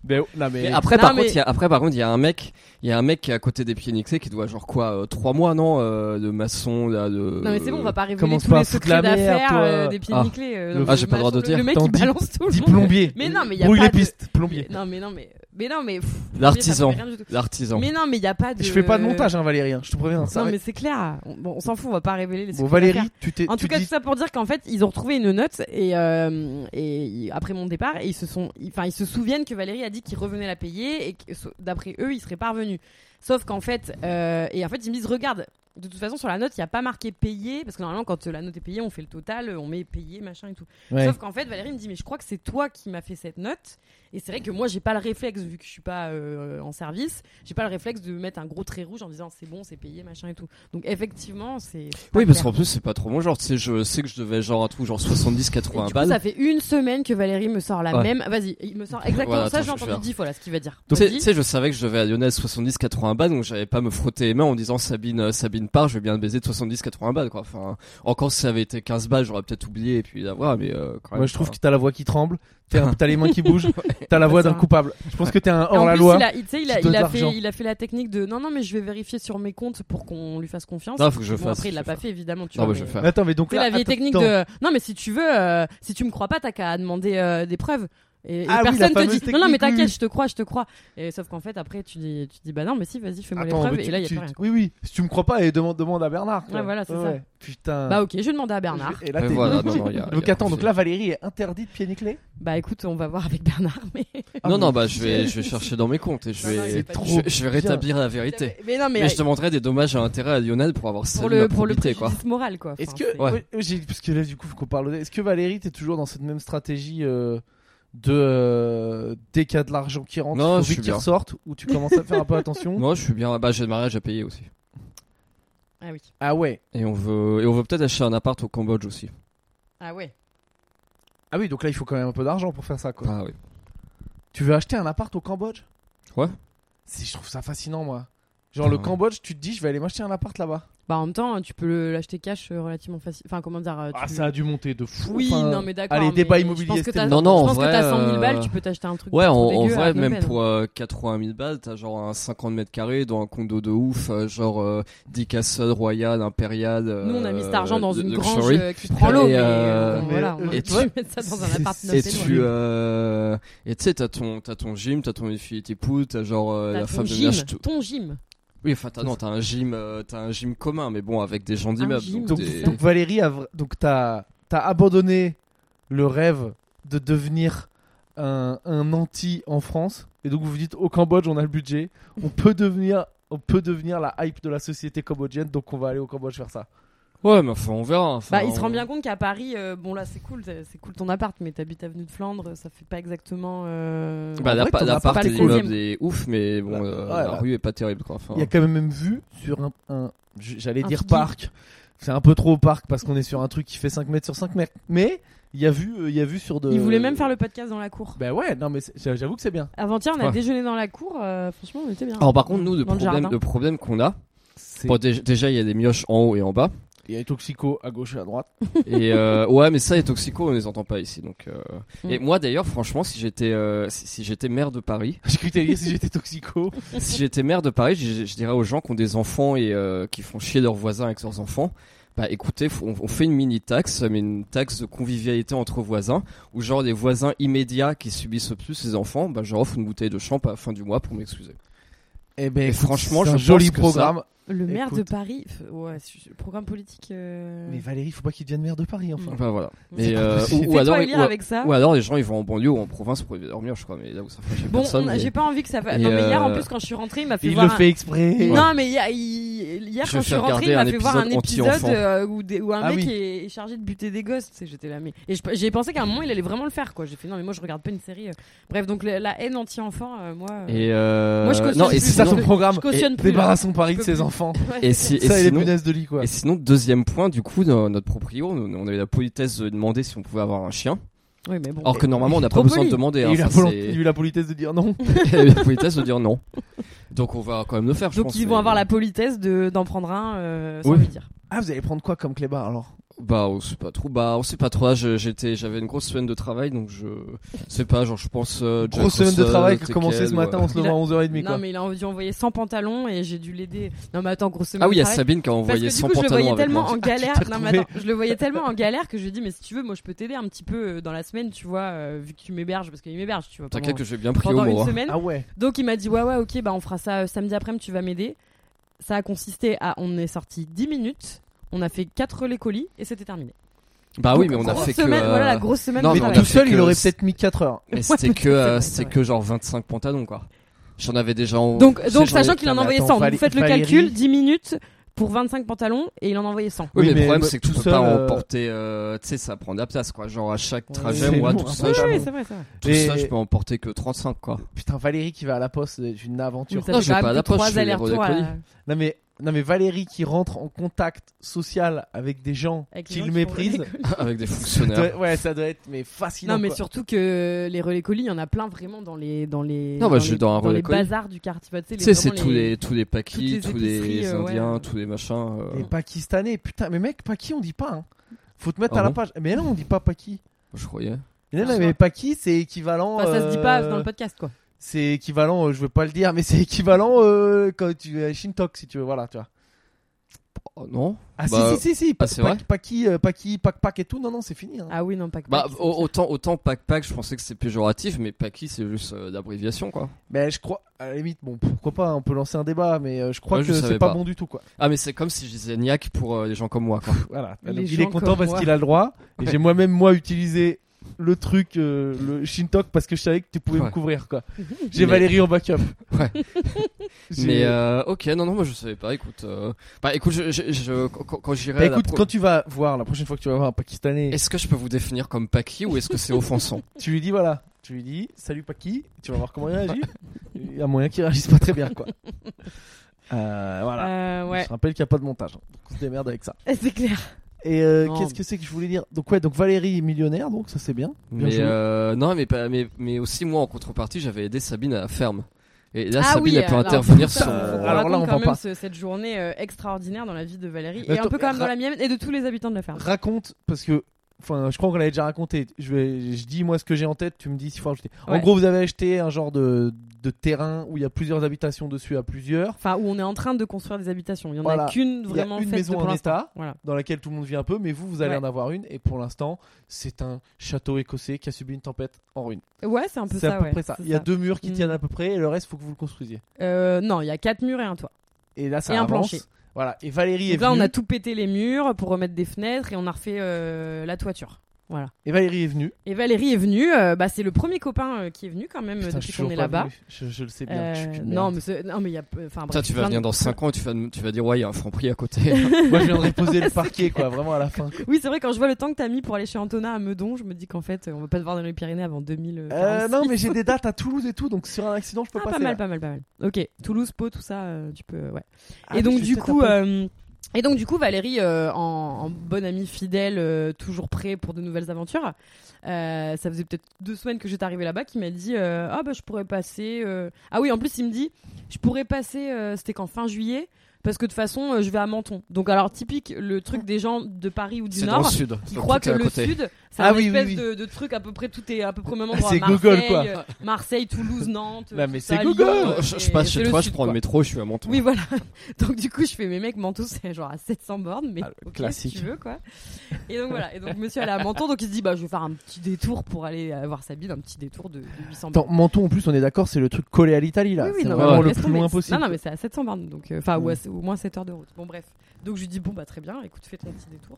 Speaker 1: Mais, oh, non, mais,
Speaker 3: Mais après,
Speaker 2: Non,
Speaker 3: par
Speaker 2: mais-
Speaker 3: contre, il y a, après, par contre, il y a un mec, il y a un mec qui est à côté des pieds nixés qui doit genre quoi, euh, trois mois, non, euh, de maçon, là, de.
Speaker 2: Non, mais c'est bon, on va pas révéler
Speaker 1: commence
Speaker 2: tous
Speaker 1: pas à
Speaker 2: les
Speaker 1: foutre la
Speaker 2: secrets
Speaker 1: merde,
Speaker 2: d'affaires
Speaker 1: toi.
Speaker 2: euh, des pieds
Speaker 3: Ah.
Speaker 2: nickelés. euh,
Speaker 1: Le-
Speaker 2: dans
Speaker 3: Ah, j'ai pas le droit de
Speaker 2: machin,
Speaker 3: dire.
Speaker 2: Le mec,
Speaker 1: Attends,
Speaker 2: il
Speaker 1: dis-
Speaker 2: balance tout
Speaker 1: dis
Speaker 2: le monde.
Speaker 1: plombier.
Speaker 2: Mais non, mais y a
Speaker 1: Brouille
Speaker 2: pas
Speaker 1: les
Speaker 2: de-
Speaker 1: pistes, plombier.
Speaker 2: Non, mais non, mais. Mais non, mais. pff,
Speaker 3: L'artisan.
Speaker 2: ça me fait rien du tout.
Speaker 3: L'artisan.
Speaker 2: Mais non, mais y a pas de.
Speaker 1: Je fais pas de montage, hein, Valérie, hein, je te préviens. Ça
Speaker 2: Non,
Speaker 1: va-
Speaker 2: mais c'est clair. On- Bon, on s'en fout, on va pas révéler les
Speaker 1: Bon,
Speaker 2: secrets. d'affaires.
Speaker 1: Valérie, tu t'es.
Speaker 2: En
Speaker 1: tu
Speaker 2: tout cas,
Speaker 1: dis-
Speaker 2: tout ça pour dire qu'en fait, ils ont retrouvé une note et, euh, et ils- après mon départ, et ils se sont, ils- enfin, ils se souviennent que Valérie a dit qu'ils revenaient la payer et que so- d'après eux, ils seraient pas revenus. Sauf qu'en fait, euh, et en fait, ils me disent, regarde, de toute façon, sur la note, il n'y a pas marqué payé parce que normalement, quand euh, la note est payée, on fait le total, euh, on met payé, machin et tout.
Speaker 1: Ouais.
Speaker 2: Sauf qu'en fait, Valérie me dit, mais je crois que c'est toi qui m'as fait cette note. Et c'est vrai que moi, j'ai pas le réflexe, vu que je suis pas euh, en service, j'ai pas le réflexe de mettre un gros trait rouge en disant c'est bon, c'est payé, machin et tout. Donc effectivement, c'est. c'est pas
Speaker 3: Oui, parce
Speaker 2: clair.
Speaker 3: qu'en plus, c'est pas trop mon genre. Tu sais, je sais que je devais genre un truc genre 70,
Speaker 2: Et
Speaker 3: 80
Speaker 2: du coup,
Speaker 3: balles.
Speaker 2: ça fait une semaine que Valérie me sort la
Speaker 3: Ouais.
Speaker 2: même. Ah, Vas-y, il me sort exactement
Speaker 3: Voilà,
Speaker 2: ça.
Speaker 3: attends,
Speaker 2: J'ai
Speaker 3: je vais
Speaker 2: entendu
Speaker 3: faire.
Speaker 2: dix fois là ce qu'il va dire.
Speaker 3: Tu sais-
Speaker 2: Vas-y.
Speaker 3: tu sais, je savais que je devais à Lionel 70, 80 balles, donc j'allais pas me frotter les mains en disant Sabine, euh, Sabine une part, je vais bien baiser de 70-80 balles, quoi. Enfin, encore si ça avait été 15 balles, j'aurais peut-être oublié et puis la voir, mais euh, quand même.
Speaker 1: Moi, je trouve
Speaker 3: enfin,
Speaker 1: que t'as la voix qui tremble, t'as t'as les mains qui bougent, t'as la voix d'un
Speaker 2: Ça.
Speaker 1: coupable. Je pense que t'es un
Speaker 2: Et en plus,
Speaker 1: hors-la-loi.
Speaker 2: il a, il- tu sais, il a-
Speaker 1: qui donne
Speaker 2: il a
Speaker 1: de l'argent.
Speaker 2: fait, il a fait la technique de non, non, mais je vais vérifier sur mes comptes pour qu'on lui fasse confiance.
Speaker 3: Non, faut que je
Speaker 2: Bon,
Speaker 3: fasse,
Speaker 2: après, il
Speaker 3: je
Speaker 2: l'a
Speaker 3: vais
Speaker 2: pas fait, évidemment. Tu
Speaker 3: Non,
Speaker 2: vois,
Speaker 3: mais je
Speaker 2: mais-
Speaker 3: vais faire.
Speaker 1: Mais attends, mais donc
Speaker 2: Tu
Speaker 1: là.
Speaker 2: sais, la vieille
Speaker 1: attends,
Speaker 2: technique
Speaker 1: attends.
Speaker 2: de non, mais si tu veux, euh, si tu me crois pas, t'as qu'à demander euh, des preuves. Et, et
Speaker 1: Ah oui, la
Speaker 2: personne
Speaker 1: fameuse
Speaker 2: te dit non, non,
Speaker 1: technique,
Speaker 2: mais
Speaker 1: oui,
Speaker 2: t'inquiète,
Speaker 1: oui.
Speaker 2: je te crois, je te crois. Et sauf qu'en fait, après, tu dis, tu dis bah non, mais si, vas-y, fais-moi les
Speaker 1: Attends,
Speaker 2: preuves.
Speaker 1: mais tu-
Speaker 2: Et là, il y a
Speaker 1: tu-
Speaker 2: plus rien.
Speaker 1: Oui, oui. Si tu me crois pas, et demande, demande à Bernard. quoi.
Speaker 2: Ouais, voilà, c'est
Speaker 1: Putain.
Speaker 2: Bah ok, je vais demander à Bernard.
Speaker 1: Et là,
Speaker 3: Mais
Speaker 1: t'es-
Speaker 3: voilà, non, non, il y a- il
Speaker 1: Donc
Speaker 3: y a-
Speaker 1: attends, donc là, Valérie est interdite de pied nickelé
Speaker 2: Bah écoute, on va voir avec Bernard. Mais,
Speaker 1: Ah,
Speaker 3: non,
Speaker 1: mais
Speaker 3: non, bah je vais, je vais chercher dans mes comptes et je
Speaker 2: Non, non,
Speaker 3: vais,
Speaker 2: c'est
Speaker 1: trop
Speaker 3: je, je vais
Speaker 1: bien.
Speaker 3: rétablir la vérité.
Speaker 2: mais non, mais,
Speaker 3: Mais, je demanderai des dommages à intérêt à Lionel pour avoir
Speaker 2: pour
Speaker 3: ma
Speaker 2: le pour le
Speaker 3: probité, quoi.
Speaker 2: préjudice moral quoi.
Speaker 1: Est-ce
Speaker 2: Enfin,
Speaker 1: que,
Speaker 2: c'est-
Speaker 3: Ouais.
Speaker 1: ouais, j'ai- parce que là du coup, faut qu'on parle. de- Est-ce que Valérie, t'es toujours dans cette même stratégie euh, de euh, dès qu'il y a de l'argent qui rentre,
Speaker 3: Non,
Speaker 1: il
Speaker 3: je
Speaker 1: faut
Speaker 3: suis
Speaker 1: vite qu'il
Speaker 3: bien.
Speaker 1: ressorte, ou tu commences à faire un peu attention
Speaker 3: Moi, je suis bien. Bah, j'ai le mariage à payer aussi.
Speaker 2: Ah oui.
Speaker 1: Ah ouais.
Speaker 3: Et on veut, et on veut peut-être acheter un appart au Cambodge aussi.
Speaker 2: Ah ouais.
Speaker 1: Ah oui, donc là, il faut quand même un peu d'argent pour faire ça, quoi.
Speaker 3: Ah oui.
Speaker 1: Tu veux acheter un appart au Cambodge
Speaker 3: Ouais. Ah
Speaker 1: Si, je trouve ça fascinant, moi. Genre le
Speaker 3: Ouais.
Speaker 1: Cambodge, tu te dis, je vais aller m'acheter un appart là-bas.
Speaker 2: Bah en même temps, tu peux le- l'acheter cash euh, relativement facile. Enfin comment dire. euh,
Speaker 1: Ah,
Speaker 2: tu-
Speaker 1: ça a dû monter de fou.
Speaker 2: Oui,
Speaker 1: enfin,
Speaker 2: non mais d'accord.
Speaker 1: allez,
Speaker 2: mais
Speaker 1: débat
Speaker 2: je
Speaker 1: immobilier,
Speaker 2: pense que
Speaker 1: c'était
Speaker 2: t'as-
Speaker 3: Non, non,
Speaker 2: Je
Speaker 3: en
Speaker 2: pense que
Speaker 3: vrai,
Speaker 2: t'as 100 000 balles,
Speaker 3: euh,
Speaker 2: tu peux t'acheter un truc.
Speaker 3: Ouais,
Speaker 2: pas
Speaker 3: en,
Speaker 2: trop
Speaker 3: en
Speaker 2: dégueu à
Speaker 3: vrai,
Speaker 2: Phnom
Speaker 3: même
Speaker 2: Penh.
Speaker 3: pour euh, 80 000 balles, t'as genre un 50 mètres carrés dans un condo de ouf, euh, genre euh, Castle, Royal, Imperial. euh,
Speaker 2: Nous, on a mis cet argent dans
Speaker 3: de-
Speaker 2: une
Speaker 3: luxury.
Speaker 2: grange euh, qui prend l'eau,
Speaker 3: Et,
Speaker 2: mais
Speaker 3: euh,
Speaker 2: euh,
Speaker 1: mais,
Speaker 2: voilà, on
Speaker 1: euh,
Speaker 2: aurait
Speaker 3: et
Speaker 2: pu
Speaker 1: tu-
Speaker 2: mettre ça dans un appart
Speaker 1: c'est-
Speaker 3: Et
Speaker 2: neuf
Speaker 1: c'est
Speaker 2: loin.
Speaker 3: tu euh, et tu sais t'as ton t'as ton gym t'as ton infinity pool t'as genre euh,
Speaker 2: T'as
Speaker 3: la
Speaker 2: ton
Speaker 3: femme de
Speaker 2: gym,
Speaker 3: ménage tout-
Speaker 2: ton gym.
Speaker 3: oui enfin t'as non t'as un gym euh, t'as un gym commun mais bon avec des gens d'immeubles
Speaker 2: gym,
Speaker 1: Donc,
Speaker 3: donc des-
Speaker 1: donc Valérie, a vra- donc t'as t'as abandonné le rêve de devenir un, un anti en France, et donc vous vous dites au Cambodge on a le budget, on peut devenir on peut devenir la hype de la société cambodgienne, donc on va aller au Cambodge faire ça.
Speaker 3: ouais mais enfin on verra enfin,
Speaker 2: Bah, il se
Speaker 3: on-
Speaker 2: rend bien compte qu'à Paris, euh, bon là c'est cool, t'as- c'est cool ton appart, mais t'habites avenue de Flandre, ça fait pas exactement. euh,
Speaker 3: bah
Speaker 1: En vrai, ton
Speaker 3: l'appart l'appart
Speaker 2: appart
Speaker 3: et
Speaker 2: est
Speaker 3: l'immeuble
Speaker 2: cool.
Speaker 3: est ouf mais bon
Speaker 1: Ouais,
Speaker 3: euh,
Speaker 1: ouais,
Speaker 3: la
Speaker 1: ouais.
Speaker 3: rue est pas terrible quoi enfin
Speaker 1: Il y a quand même même vu sur un, un- j- j'allais
Speaker 2: Un
Speaker 1: dire
Speaker 2: ski.
Speaker 1: parc, c'est un peu trop parc parce qu'on est sur un truc qui fait 5 mètres sur 5 mètres, mais il y a vu euh, il y a vu sur de.
Speaker 2: Il voulait même faire le podcast dans la cour.
Speaker 1: Ben ouais, non mais c'est- j'avoue que c'est bien.
Speaker 2: Avant-hier, on a
Speaker 3: Ouais.
Speaker 2: déjeuné dans la cour, euh, franchement on était bien.
Speaker 3: Alors par contre, nous, le
Speaker 2: Dans le
Speaker 3: problème,
Speaker 2: jardin.
Speaker 3: le problème qu'on a,
Speaker 1: C'est-
Speaker 3: bon, dé- déjà il y a des mioches en haut et en bas,
Speaker 1: Il y a les toxicos à gauche et à droite.
Speaker 3: et euh, ouais, mais ça, les toxicos, on les entend pas ici. Donc, euh, et
Speaker 2: Mm.
Speaker 3: moi d'ailleurs, franchement, si j'étais, euh, si, si j'étais maire de Paris,
Speaker 1: J'ai cru que t'allais dire si j'étais toxico.
Speaker 3: si j'étais maire de Paris, je, je dirais aux gens qui ont des enfants et euh, qui font chier leurs voisins avec leurs enfants. Bah écoutez, faut- on, on fait une mini taxe, mais une taxe de convivialité entre voisins, où genre les voisins immédiats qui subissent le plus les enfants, bah je leur offre une bouteille de champ à la fin du mois pour m'excuser.
Speaker 1: Eh ben,
Speaker 3: Et
Speaker 1: écoute,
Speaker 3: franchement,
Speaker 1: c'est un
Speaker 3: je
Speaker 1: joli
Speaker 3: pense que
Speaker 1: programme.
Speaker 2: Le maire de
Speaker 1: Écoute.
Speaker 2: Paris, f- ouais, c'est- le programme politique. euh,
Speaker 1: Mais Valérie, faut pas qu'il devienne maire de Paris, enfin.
Speaker 3: Enfin voilà.
Speaker 2: Mm.
Speaker 3: Mais, euh,
Speaker 1: C'est-
Speaker 3: ou, ou
Speaker 2: Fais-toi
Speaker 3: alors,
Speaker 2: élire
Speaker 3: ou-
Speaker 2: avec ça.
Speaker 3: Ou alors les gens ils vont en banlieue ou en province pour éviter de dormir, je crois, mais là où ça fait chez
Speaker 2: Bon,
Speaker 3: personne.
Speaker 2: on a-
Speaker 3: mais-
Speaker 2: j'ai pas envie que ça fasse.
Speaker 3: Et
Speaker 2: Non, mais hier en
Speaker 3: euh,
Speaker 2: plus, quand je suis rentrée, il m'a fait
Speaker 1: Il
Speaker 2: voir.
Speaker 1: le
Speaker 2: un-
Speaker 1: fait exprès.
Speaker 2: Non, mais hier, il- hier,
Speaker 3: Je
Speaker 2: quand
Speaker 3: vais
Speaker 2: je suis
Speaker 3: faire
Speaker 2: rentrée, il
Speaker 3: regarder
Speaker 2: m'a
Speaker 3: un
Speaker 2: fait voir un
Speaker 3: épisode
Speaker 2: épisode
Speaker 3: anti-enfant.
Speaker 2: euh, où, des- où un
Speaker 1: Ah
Speaker 2: mec
Speaker 1: oui.
Speaker 2: est, est chargé de buter des gosses. tu sais, J'étais là, mais. Et je- j'ai pensé qu'à un moment, il allait vraiment le faire, quoi. J'ai fait, non, mais moi, je regarde pas une série. euh. Bref, donc la, la haine anti-enfant, euh, moi. euh,
Speaker 3: Et euh,
Speaker 2: Moi, je cautionne
Speaker 3: non, et
Speaker 2: plus.
Speaker 1: C'est ça
Speaker 3: sinon,
Speaker 1: son programme.
Speaker 2: je cautionne plus. là.
Speaker 1: Débarrassons Paris de ses enfants.
Speaker 2: Ouais.
Speaker 3: et si- et
Speaker 1: ça, il est
Speaker 3: sinon-
Speaker 1: punaise de lit, quoi.
Speaker 3: et sinon, deuxième point, du coup, no- notre proprio, on on avait la politesse de demander si on pouvait avoir un chien.
Speaker 2: Oui, mais bon.
Speaker 3: Alors que normalement, on n'a pas
Speaker 2: Trop
Speaker 3: besoin
Speaker 2: poli.
Speaker 3: de demander.
Speaker 1: Et
Speaker 3: hein,
Speaker 1: il, a
Speaker 3: enfin,
Speaker 1: volont-
Speaker 3: c'est-
Speaker 1: il a eu la politesse de dire non.
Speaker 3: il a eu la politesse de dire non. Donc, on va quand même le faire, je
Speaker 2: donc
Speaker 3: pense,
Speaker 2: ils
Speaker 3: mais-
Speaker 2: vont avoir la politesse de- d'en prendre un euh, sans
Speaker 3: Oui.
Speaker 2: lui dire.
Speaker 1: Ah, vous allez prendre quoi comme clébard alors
Speaker 3: Bah, on sait pas trop. Bah, on sait pas trop. Là, je- j'étais, j'avais une grosse semaine de travail, donc je sais pas, genre, je pense. euh, Jack
Speaker 1: Grosse semaine de
Speaker 3: Russell,
Speaker 1: travail qui a
Speaker 3: Tekken,
Speaker 1: commencé ce
Speaker 3: ou,
Speaker 1: matin,
Speaker 3: euh,
Speaker 1: on se levait à
Speaker 2: Il a-
Speaker 1: 11h30,
Speaker 2: Non,
Speaker 1: quoi.
Speaker 2: mais il a dû envoyer 100 pantalons et j'ai dû l'aider. Non, mais attends, grosso modo.
Speaker 3: Ah oui, il y a
Speaker 2: pareil.
Speaker 3: Sabine qui a
Speaker 2: Parce que
Speaker 3: envoyé
Speaker 2: du
Speaker 3: 100
Speaker 2: coup, je le voyais
Speaker 3: pantalons avec
Speaker 2: tellement
Speaker 3: moi. Ah,
Speaker 2: en galère.
Speaker 1: t'es
Speaker 2: non, mais
Speaker 1: retrouvé.
Speaker 2: attends, je le voyais tellement en galère que je lui ai dit, mais si tu veux, moi je peux t'aider un petit peu euh, dans la semaine, tu vois, euh, vu que tu m'héberges, parce qu'il m'héberge, tu vois. pendant-
Speaker 3: T'inquiète que j'ai bien pris au
Speaker 2: pendant
Speaker 3: mot.
Speaker 2: une
Speaker 3: hein.
Speaker 2: semaine.
Speaker 1: Ah ouais.
Speaker 2: Donc il m'a dit, ouais, ouais, ok, bah on fera ça euh, samedi après-midi, tu vas m'aider. Ça a consisté à, on est sorti 10 minutes, on a fait 4 relais colis et c'était terminé.
Speaker 3: Bah oui, mais
Speaker 2: Donc,
Speaker 3: on a
Speaker 2: grosse
Speaker 3: fait que.
Speaker 2: semaine, Voilà la
Speaker 3: euh,
Speaker 2: grosse semaine
Speaker 3: non,
Speaker 2: de
Speaker 1: mais
Speaker 3: mais on
Speaker 2: travail.
Speaker 3: a
Speaker 1: tout
Speaker 3: fait
Speaker 1: seul, il
Speaker 3: que
Speaker 1: aurait
Speaker 3: c'est-
Speaker 1: peut-être mis 4 heures.
Speaker 3: Mais
Speaker 2: Ouais,
Speaker 3: c'était que,
Speaker 2: peut-être,
Speaker 3: euh,
Speaker 2: c'est vrai,
Speaker 3: c'était
Speaker 2: c'est
Speaker 3: que genre 25 pantalons quoi. J'en avais déjà en.
Speaker 2: Donc,
Speaker 3: tu sais,
Speaker 2: donc
Speaker 3: j'en ai-
Speaker 2: sachant qu'il en
Speaker 1: Putain,
Speaker 2: a
Speaker 1: mais
Speaker 2: envoyé
Speaker 1: attends,
Speaker 2: 100,
Speaker 1: Val-
Speaker 2: vous faites le
Speaker 1: Valérie-
Speaker 2: calcul, 10 minutes pour 25 pantalons et il en a envoyé 100.
Speaker 3: Oui,
Speaker 1: Oui,
Speaker 3: mais le
Speaker 1: mais
Speaker 3: problème
Speaker 1: moi,
Speaker 3: c'est que tu
Speaker 1: tout
Speaker 3: peux
Speaker 1: seul,
Speaker 3: pas
Speaker 1: euh,
Speaker 3: en porter. euh, tu sais, ça prend de la place quoi. Genre à chaque
Speaker 2: Ouais,
Speaker 3: trajet,
Speaker 1: c'est
Speaker 3: moi
Speaker 1: lourd,
Speaker 3: tout
Speaker 1: hein.
Speaker 3: ça,
Speaker 2: Oui,
Speaker 3: je,
Speaker 2: oui,
Speaker 1: j'avoue.
Speaker 2: c'est vrai, c'est vrai.
Speaker 3: tout
Speaker 1: Et-
Speaker 3: ça, je peux en porter que 35 quoi.
Speaker 1: Putain, Valérie qui va à la poste, c'est une aventure.
Speaker 2: Ça
Speaker 3: Non,
Speaker 2: fait
Speaker 3: j'ai
Speaker 2: quand
Speaker 3: pas
Speaker 2: même
Speaker 3: la
Speaker 2: que
Speaker 3: poche,
Speaker 2: trois
Speaker 3: je fais les relais
Speaker 2: allers-retours euh, à la-
Speaker 3: colis.
Speaker 1: Non, mais Non mais Valérie qui rentre en contact social avec des gens
Speaker 2: Avec les
Speaker 1: qui
Speaker 2: gens
Speaker 1: le
Speaker 2: qui font les
Speaker 1: méprisent.
Speaker 2: relais
Speaker 3: avec des
Speaker 1: Ça
Speaker 3: fonctionnaires.
Speaker 1: doit- ouais, ça doit être mais fascinant.
Speaker 2: Non, mais
Speaker 1: quoi.
Speaker 2: surtout que les relais colis, il y en a plein vraiment dans les dans les
Speaker 3: Non, bah, je-
Speaker 2: les,
Speaker 3: dans un relais
Speaker 2: les
Speaker 3: colis.
Speaker 2: bazars du quartier. Enfin, tu
Speaker 3: Tu
Speaker 2: sais, les-
Speaker 3: sais, c'est
Speaker 2: vraiment
Speaker 3: tous les tous les paquis,
Speaker 2: toutes les
Speaker 3: tous les
Speaker 2: épiceries, euh, ouais.
Speaker 3: indiens, tous les machins. euh,
Speaker 1: Les Pakistanais, putain, mais mec, Paki, on dit pas. Hein. Faut te mettre
Speaker 3: Ah
Speaker 1: à la
Speaker 3: bon
Speaker 1: page. Mais non, on dit pas Paki.
Speaker 3: Je croyais.
Speaker 1: Et Non, non,
Speaker 2: Ah.
Speaker 1: mais Paki, c'est équivalent.
Speaker 2: Enfin, ça se dit pas dans
Speaker 1: euh,
Speaker 2: le podcast, quoi.
Speaker 1: C'est équivalent, euh, je veux pas le dire, mais c'est équivalent euh, quand tu es Shintok, si tu veux, voilà, tu vois.
Speaker 3: Oh, non.
Speaker 1: Ah
Speaker 3: Bah,
Speaker 1: si, si, si, si, pa-
Speaker 3: c'est
Speaker 1: pa-
Speaker 3: vrai
Speaker 1: Paki, euh, Paki, Pak Pak et tout, non, non, c'est fini. hein.
Speaker 2: Ah oui, non, pas que.
Speaker 3: Bah
Speaker 2: pas que-
Speaker 3: au- autant autant pack pack, je pensais que c'était péjoratif, mais paquis c'est juste euh, l'abréviation quoi.
Speaker 1: Mais je crois, à la limite, bon, pourquoi pas, on peut lancer un débat, mais euh, je crois
Speaker 3: Moi, je
Speaker 1: que
Speaker 3: savais
Speaker 1: c'est pas,
Speaker 3: pas.
Speaker 1: bon du tout, quoi.
Speaker 3: Ah mais c'est comme si je disais niaque pour euh, les gens comme moi quoi.
Speaker 1: Voilà.
Speaker 2: Les
Speaker 1: Donc, il
Speaker 2: gens
Speaker 1: est content
Speaker 2: comme
Speaker 1: parce
Speaker 2: moi.
Speaker 1: qu'il a le droit. Et
Speaker 3: Ouais.
Speaker 1: j'ai moi-même, moi, utilisé le truc, euh, le Shintok, parce que je savais que tu pouvais me
Speaker 3: Ouais.
Speaker 1: couvrir, quoi. J'ai
Speaker 3: Mais-
Speaker 1: Valérie en backup.
Speaker 3: Ouais.
Speaker 1: J'ai-
Speaker 3: Mais euh, ok, non non, moi je savais pas. Écoute, euh, bah écoute, je, je- je- quand, quand j'irai.
Speaker 1: Bah,
Speaker 3: à la
Speaker 1: écoute,
Speaker 3: pro-
Speaker 1: quand tu vas voir, la prochaine fois que tu vas voir un Pakistanais,
Speaker 3: Est-ce que je peux vous définir comme paquis ou est-ce que c'est offensant
Speaker 1: tu lui dis, voilà, tu lui dis, salut Paki, tu vas voir comment il réagit. Il y a moyen qu'il réagisse pas très bien, quoi. Euh, voilà.
Speaker 2: Euh, ouais,
Speaker 1: Je rappelle qu'il n'y a pas de montage. hein. Donc on se démerde avec ça.
Speaker 2: c'est clair.
Speaker 1: Et euh,
Speaker 2: Non.
Speaker 1: qu'est-ce que c'est que je voulais dire Donc ouais, donc Valérie est millionnaire, donc ça c'est bien. Bien
Speaker 3: Mais
Speaker 1: joué.
Speaker 3: euh, non, mais, pas- mais mais aussi moi en contrepartie, j'avais aidé Sabine à la ferme. Et là,
Speaker 2: ah
Speaker 3: Sabine
Speaker 2: oui,
Speaker 3: elle peut
Speaker 2: alors, Euh,
Speaker 3: intervenir
Speaker 2: ça,
Speaker 3: sur.
Speaker 2: on- on
Speaker 1: alors là,
Speaker 2: raconte
Speaker 1: on
Speaker 2: quand
Speaker 1: vend
Speaker 2: même
Speaker 1: pas.
Speaker 2: ce- cette journée euh, extraordinaire dans la vie de Valérie
Speaker 1: Mais
Speaker 2: et un
Speaker 1: attends,
Speaker 2: peu quand même
Speaker 1: ra-
Speaker 2: dans la mienne et de tous les habitants de la ferme.
Speaker 1: Raconte parce que enfin, je crois qu'on l'avait déjà raconté. Je vais je dis moi ce que j'ai en tête, tu me dis s'il faut ajouter. En
Speaker 2: Ouais.
Speaker 1: gros, vous avez acheté un genre de, de terrain où il y a plusieurs habitations dessus à plusieurs.
Speaker 2: Enfin, où on est en train de construire des habitations. Il y en
Speaker 1: Voilà.
Speaker 2: a qu'une
Speaker 1: Il y a
Speaker 2: vraiment
Speaker 1: une
Speaker 2: faite
Speaker 1: maison
Speaker 2: pour
Speaker 1: en
Speaker 2: l'instant.
Speaker 1: état
Speaker 2: Voilà.
Speaker 1: dans laquelle tout le monde vit un peu, mais vous vous allez
Speaker 2: Ouais.
Speaker 1: en avoir une et pour l'instant, c'est un château écossais qui a subi une tempête en ruine.
Speaker 2: Ouais, c'est un peu
Speaker 1: C'est
Speaker 2: ça.
Speaker 1: à peu
Speaker 2: ouais,
Speaker 1: près ça.
Speaker 2: c'est
Speaker 1: Il y a deux murs qui
Speaker 2: Mm.
Speaker 1: tiennent à peu près et le reste faut que vous le construisiez.
Speaker 2: Euh, non, il y a quatre murs et un toit.
Speaker 1: Et là ça
Speaker 2: Et un
Speaker 1: avance.
Speaker 2: plancher.
Speaker 1: Voilà, et Valérie est
Speaker 2: Donc là, on
Speaker 1: venue.
Speaker 2: a tout pété les murs pour remettre des fenêtres et on a refait euh, la toiture. Voilà.
Speaker 1: Et Valérie est venue.
Speaker 2: Et Valérie est venue. euh, bah, c'est le premier copain euh, qui est venu quand même
Speaker 1: Putain, je
Speaker 2: depuis
Speaker 1: suis
Speaker 2: qu'on
Speaker 1: toujours
Speaker 2: est
Speaker 1: pas
Speaker 2: là-bas.
Speaker 1: venu. Je, je le sais bien.
Speaker 2: Euh,
Speaker 1: je suis qu'une
Speaker 2: non,
Speaker 1: merde.
Speaker 2: mais c'est- non, mais il y a. Enfin, bref,
Speaker 3: Putain, tu vas
Speaker 2: plein de-
Speaker 3: venir dans 5 ans et tu vas, tu vas dire ouais, il y a un franc prix à côté.
Speaker 1: Moi, je viendrai poser le parquet, quoi, vraiment à la fin.
Speaker 2: Oui, c'est vrai, quand je vois le temps que t'as mis pour aller chez Antona à Meudon, je me dis qu'en fait, euh, on va pas te voir dans les Pyrénées avant 2000.
Speaker 1: Euh, non, mais j'ai des dates à Toulouse et tout, donc sur un accident, je peux
Speaker 2: Ah, pas
Speaker 1: passer.
Speaker 2: mal,
Speaker 1: là.
Speaker 2: pas mal, pas mal. Ok, Toulouse, Pau, tout ça, euh, tu peux. Ouais.
Speaker 1: Ah,
Speaker 2: et
Speaker 1: je
Speaker 2: donc
Speaker 1: suis
Speaker 2: du
Speaker 1: peut-être
Speaker 2: coup,
Speaker 1: un peu-
Speaker 2: euh, et donc du coup, Valérie, euh, en, en bonne amie fidèle, euh, toujours prêt pour de nouvelles aventures. euh, ça faisait peut-être deux semaines que j'étais arrivée là-bas, qui m'a dit euh, ah bah je pourrais passer. euh, Ah oui, en plus il me dit je pourrais passer. euh, C'était qu'en fin juillet. Parce que de toute façon, euh, je vais à Menton. Donc, alors, typique, le
Speaker 1: Ah.
Speaker 2: truc des gens de Paris ou du
Speaker 3: C'est dans le
Speaker 2: Nord,
Speaker 3: sud.
Speaker 2: qui
Speaker 3: donc
Speaker 2: croient
Speaker 3: tout
Speaker 2: que
Speaker 3: est à
Speaker 2: le
Speaker 3: côté.
Speaker 2: Sud, c'est
Speaker 1: Ah
Speaker 2: un
Speaker 1: oui, oui,
Speaker 2: espèce
Speaker 1: oui. Ah,
Speaker 2: De, de truc à peu près, tout est à peu près au même endroit.
Speaker 1: C'est
Speaker 2: Marseille,
Speaker 1: Google, quoi. Bah,
Speaker 2: euh, Marseille, Toulouse, Nantes.
Speaker 1: Non,
Speaker 2: tout
Speaker 1: mais
Speaker 2: ça,
Speaker 1: c'est
Speaker 2: Lyon,
Speaker 1: Google.
Speaker 2: euh,
Speaker 3: Je, je
Speaker 2: c'est-
Speaker 3: passe
Speaker 2: c'est
Speaker 3: chez
Speaker 2: le
Speaker 3: toi, je
Speaker 2: Sud,
Speaker 3: prends
Speaker 2: quoi.
Speaker 3: le métro, je suis à Menton.
Speaker 2: Oui, voilà. Donc, du coup, je fais mes mecs, Menton, c'est genre à 700 bornes, mais
Speaker 1: Ah, le
Speaker 2: ok,
Speaker 1: classique.
Speaker 2: si tu veux, quoi. Et donc, voilà. Et donc, monsieur allait à Menton, donc il se dit, bah, je vais faire un petit détour pour aller euh, voir Sabine, un petit détour de, de 800
Speaker 1: Attends,
Speaker 2: bornes.
Speaker 1: Menton, en plus, on est d'accord, c'est le truc collé à l'Italie, là.
Speaker 2: Oui, oui,
Speaker 1: c'est
Speaker 2: non,
Speaker 1: vraiment
Speaker 2: mais
Speaker 1: le
Speaker 2: laisse
Speaker 1: plus
Speaker 2: tomber.
Speaker 1: loin possible.
Speaker 2: Non, non, mais c'est à 700 bornes, donc, euh, enfin, ou à-
Speaker 1: Mm.
Speaker 2: c'est au moins 7 heures de route. Bon, bref. Donc, je lui dis, bon, bah, très bien, écoute, fais ton petit détour.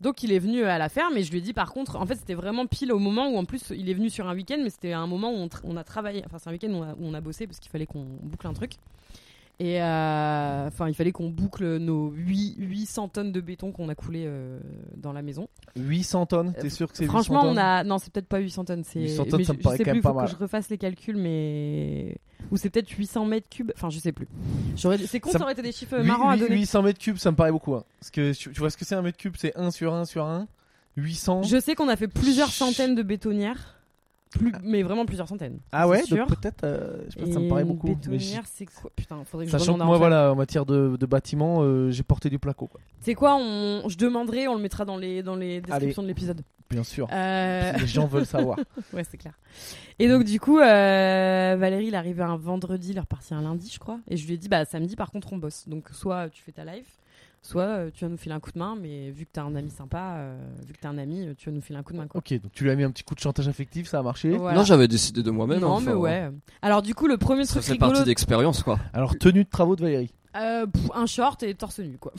Speaker 2: Donc, il est venu euh, à la ferme et je lui ai dit, par contre, en fait, c'était vraiment pile au moment où, en plus, il est venu sur un week-end, mais c'était un moment où on, tra- on a travaillé, enfin, c'est un week-end où, on a- où on a bossé parce qu'il fallait qu'on boucle un truc. Et euh, enfin, il fallait qu'on boucle nos huit- 800 tonnes de béton qu'on a coulé euh, dans la maison.
Speaker 1: 800 tonnes, t'es sûr que c'est 800
Speaker 2: Franchement, on
Speaker 1: tonnes
Speaker 2: a. Non, c'est peut-être pas 800 tonnes. C'est...
Speaker 1: 800
Speaker 2: mais
Speaker 1: tonnes,
Speaker 2: je-
Speaker 1: ça me
Speaker 2: je
Speaker 1: paraît
Speaker 2: sais
Speaker 1: quand
Speaker 2: plus,
Speaker 1: même pas
Speaker 2: faut
Speaker 1: mal.
Speaker 2: que je refasse les calculs, mais. Ou c'est peut-être 800 mètres cubes. Enfin, je sais plus. J'aurais... C'est con,
Speaker 1: Ça-
Speaker 2: ça... aurait été des chiffres euh,
Speaker 1: Huit-
Speaker 2: marrants à
Speaker 1: huit-
Speaker 2: donner.
Speaker 1: 800 mètres cubes, ça me paraît beaucoup. hein. Parce que tu tu vois ce que c'est un mètre cube C'est 1 sur 1 sur 1. 800.
Speaker 2: Je sais qu'on a fait plusieurs
Speaker 1: Chut.
Speaker 2: centaines de bétonnières. Plus... Mais vraiment plusieurs centaines.
Speaker 1: Ah ouais,
Speaker 2: c'est
Speaker 1: donc
Speaker 2: sûr.
Speaker 1: peut-être. euh, je sais pas,
Speaker 2: Et
Speaker 1: ça me paraît
Speaker 2: une
Speaker 1: beaucoup. mais j'y-
Speaker 2: Bétonnière, c'est quoi Putain, faudrait que je
Speaker 1: Sachant
Speaker 2: redemande
Speaker 1: que
Speaker 2: à
Speaker 1: moi,
Speaker 2: Antoine.
Speaker 1: voilà, en matière de, de bâtiment, euh, j'ai porté du placo, quoi.
Speaker 2: C'est quoi on... Je demanderai, on le mettra dans les, dans les descriptions de l'épisode.
Speaker 1: Bien sûr.
Speaker 2: Euh...
Speaker 1: Les gens veulent savoir.
Speaker 2: Ouais, c'est clair. Et donc, du coup, euh, Valérie, il est arrivé un vendredi, il est reparti un lundi, je crois. Et je lui ai dit, bah, samedi, par contre, on bosse. Donc, soit euh, tu fais ta live, soit euh, tu vas nous filer un coup de main. Mais vu que t'as un ami sympa, euh, vu que t'as un ami, euh, tu vas nous filer un coup de main, quoi.
Speaker 1: Ok, donc tu lui as mis un petit coup de chantage affectif, ça a marché.
Speaker 2: Voilà.
Speaker 3: Non, j'avais décidé de moi-même. hein,
Speaker 2: non,
Speaker 3: enfin,
Speaker 2: mais ouais. Alors, du coup, le premier
Speaker 3: Ça
Speaker 2: truc
Speaker 3: fait
Speaker 2: rigolo,
Speaker 3: partie d'expérience, quoi.
Speaker 1: Alors, tenue de travaux de Valérie.
Speaker 2: euh, pff, un short et torse nu, quoi.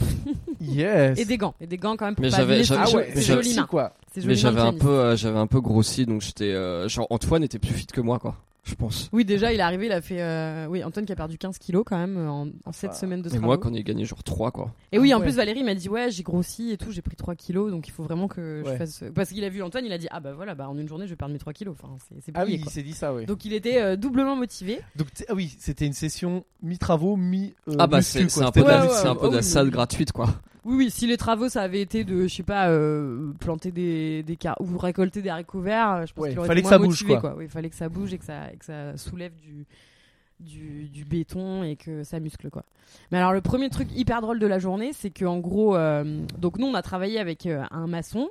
Speaker 1: Yes.
Speaker 2: Et des gants, et des gants quand même pour
Speaker 3: Mais
Speaker 2: pas
Speaker 3: j'avais-
Speaker 2: abîmer,
Speaker 3: j'avais-
Speaker 2: c'est
Speaker 1: ah
Speaker 2: jo-
Speaker 1: ouais,
Speaker 2: c'est
Speaker 3: j'avais-
Speaker 2: joli,
Speaker 1: si,
Speaker 2: main.
Speaker 1: quoi.
Speaker 2: C'est joli
Speaker 3: Mais
Speaker 2: main de
Speaker 3: j'avais un
Speaker 2: tennis.
Speaker 3: peu, euh, j'avais un peu grossi, donc j'étais euh, genre Antoine était plus fit que moi, quoi. je pense.
Speaker 2: Oui, déjà, il est arrivé, il a fait. euh, Oui, Antoine qui a perdu 15 kilos quand même euh, en, en 7
Speaker 1: Enfin,
Speaker 2: semaines de
Speaker 3: Et
Speaker 2: travail.
Speaker 3: moi, qu'on ait gagné genre 3, quoi.
Speaker 2: Et oui,
Speaker 1: Ah
Speaker 2: en
Speaker 1: ouais.
Speaker 2: plus, Valérie m'a dit Ouais, j'ai grossi et tout, j'ai pris 3 kilos, donc il faut vraiment que
Speaker 1: Ouais.
Speaker 2: je fasse. Parce qu'il a vu Antoine, il a dit Ah bah voilà, bah, en une journée, je vais perdre mes 3 kilos. Enfin, c'est c'est
Speaker 1: Ah
Speaker 2: plié,
Speaker 1: oui, il
Speaker 2: quoi.
Speaker 1: s'est dit ça, oui.
Speaker 2: Donc il était euh, doublement motivé.
Speaker 1: Donc, t'sais- ah oui, c'était une session mi-travaux, mi-. euh,
Speaker 3: ah bah,
Speaker 1: muscu,
Speaker 3: c'est
Speaker 1: quoi.
Speaker 3: c'est un
Speaker 1: C'était
Speaker 3: peu de
Speaker 1: pas
Speaker 3: la,
Speaker 2: ouais,
Speaker 1: juste-
Speaker 3: c'est un
Speaker 2: ouais,
Speaker 3: peu de
Speaker 2: ah
Speaker 3: la
Speaker 2: oui,
Speaker 3: salle
Speaker 2: oui.
Speaker 3: gratuite, quoi.
Speaker 2: Oui, oui, si les travaux, ça avait été de, je sais pas, euh, planter des, des car- ou récolter des haricots verts, euh, je pense
Speaker 1: Ouais,
Speaker 2: qu'il aurait
Speaker 1: fallait
Speaker 2: été
Speaker 1: que ça
Speaker 2: moins
Speaker 1: bouge,
Speaker 2: motivé,
Speaker 1: quoi.
Speaker 2: Oui, fallait que ça bouge et que ça, et que ça soulève du, du, du béton et que ça muscle, quoi. Mais alors, le premier truc hyper drôle de la journée, c'est que en gros, euh, donc nous, on a travaillé avec euh, un maçon.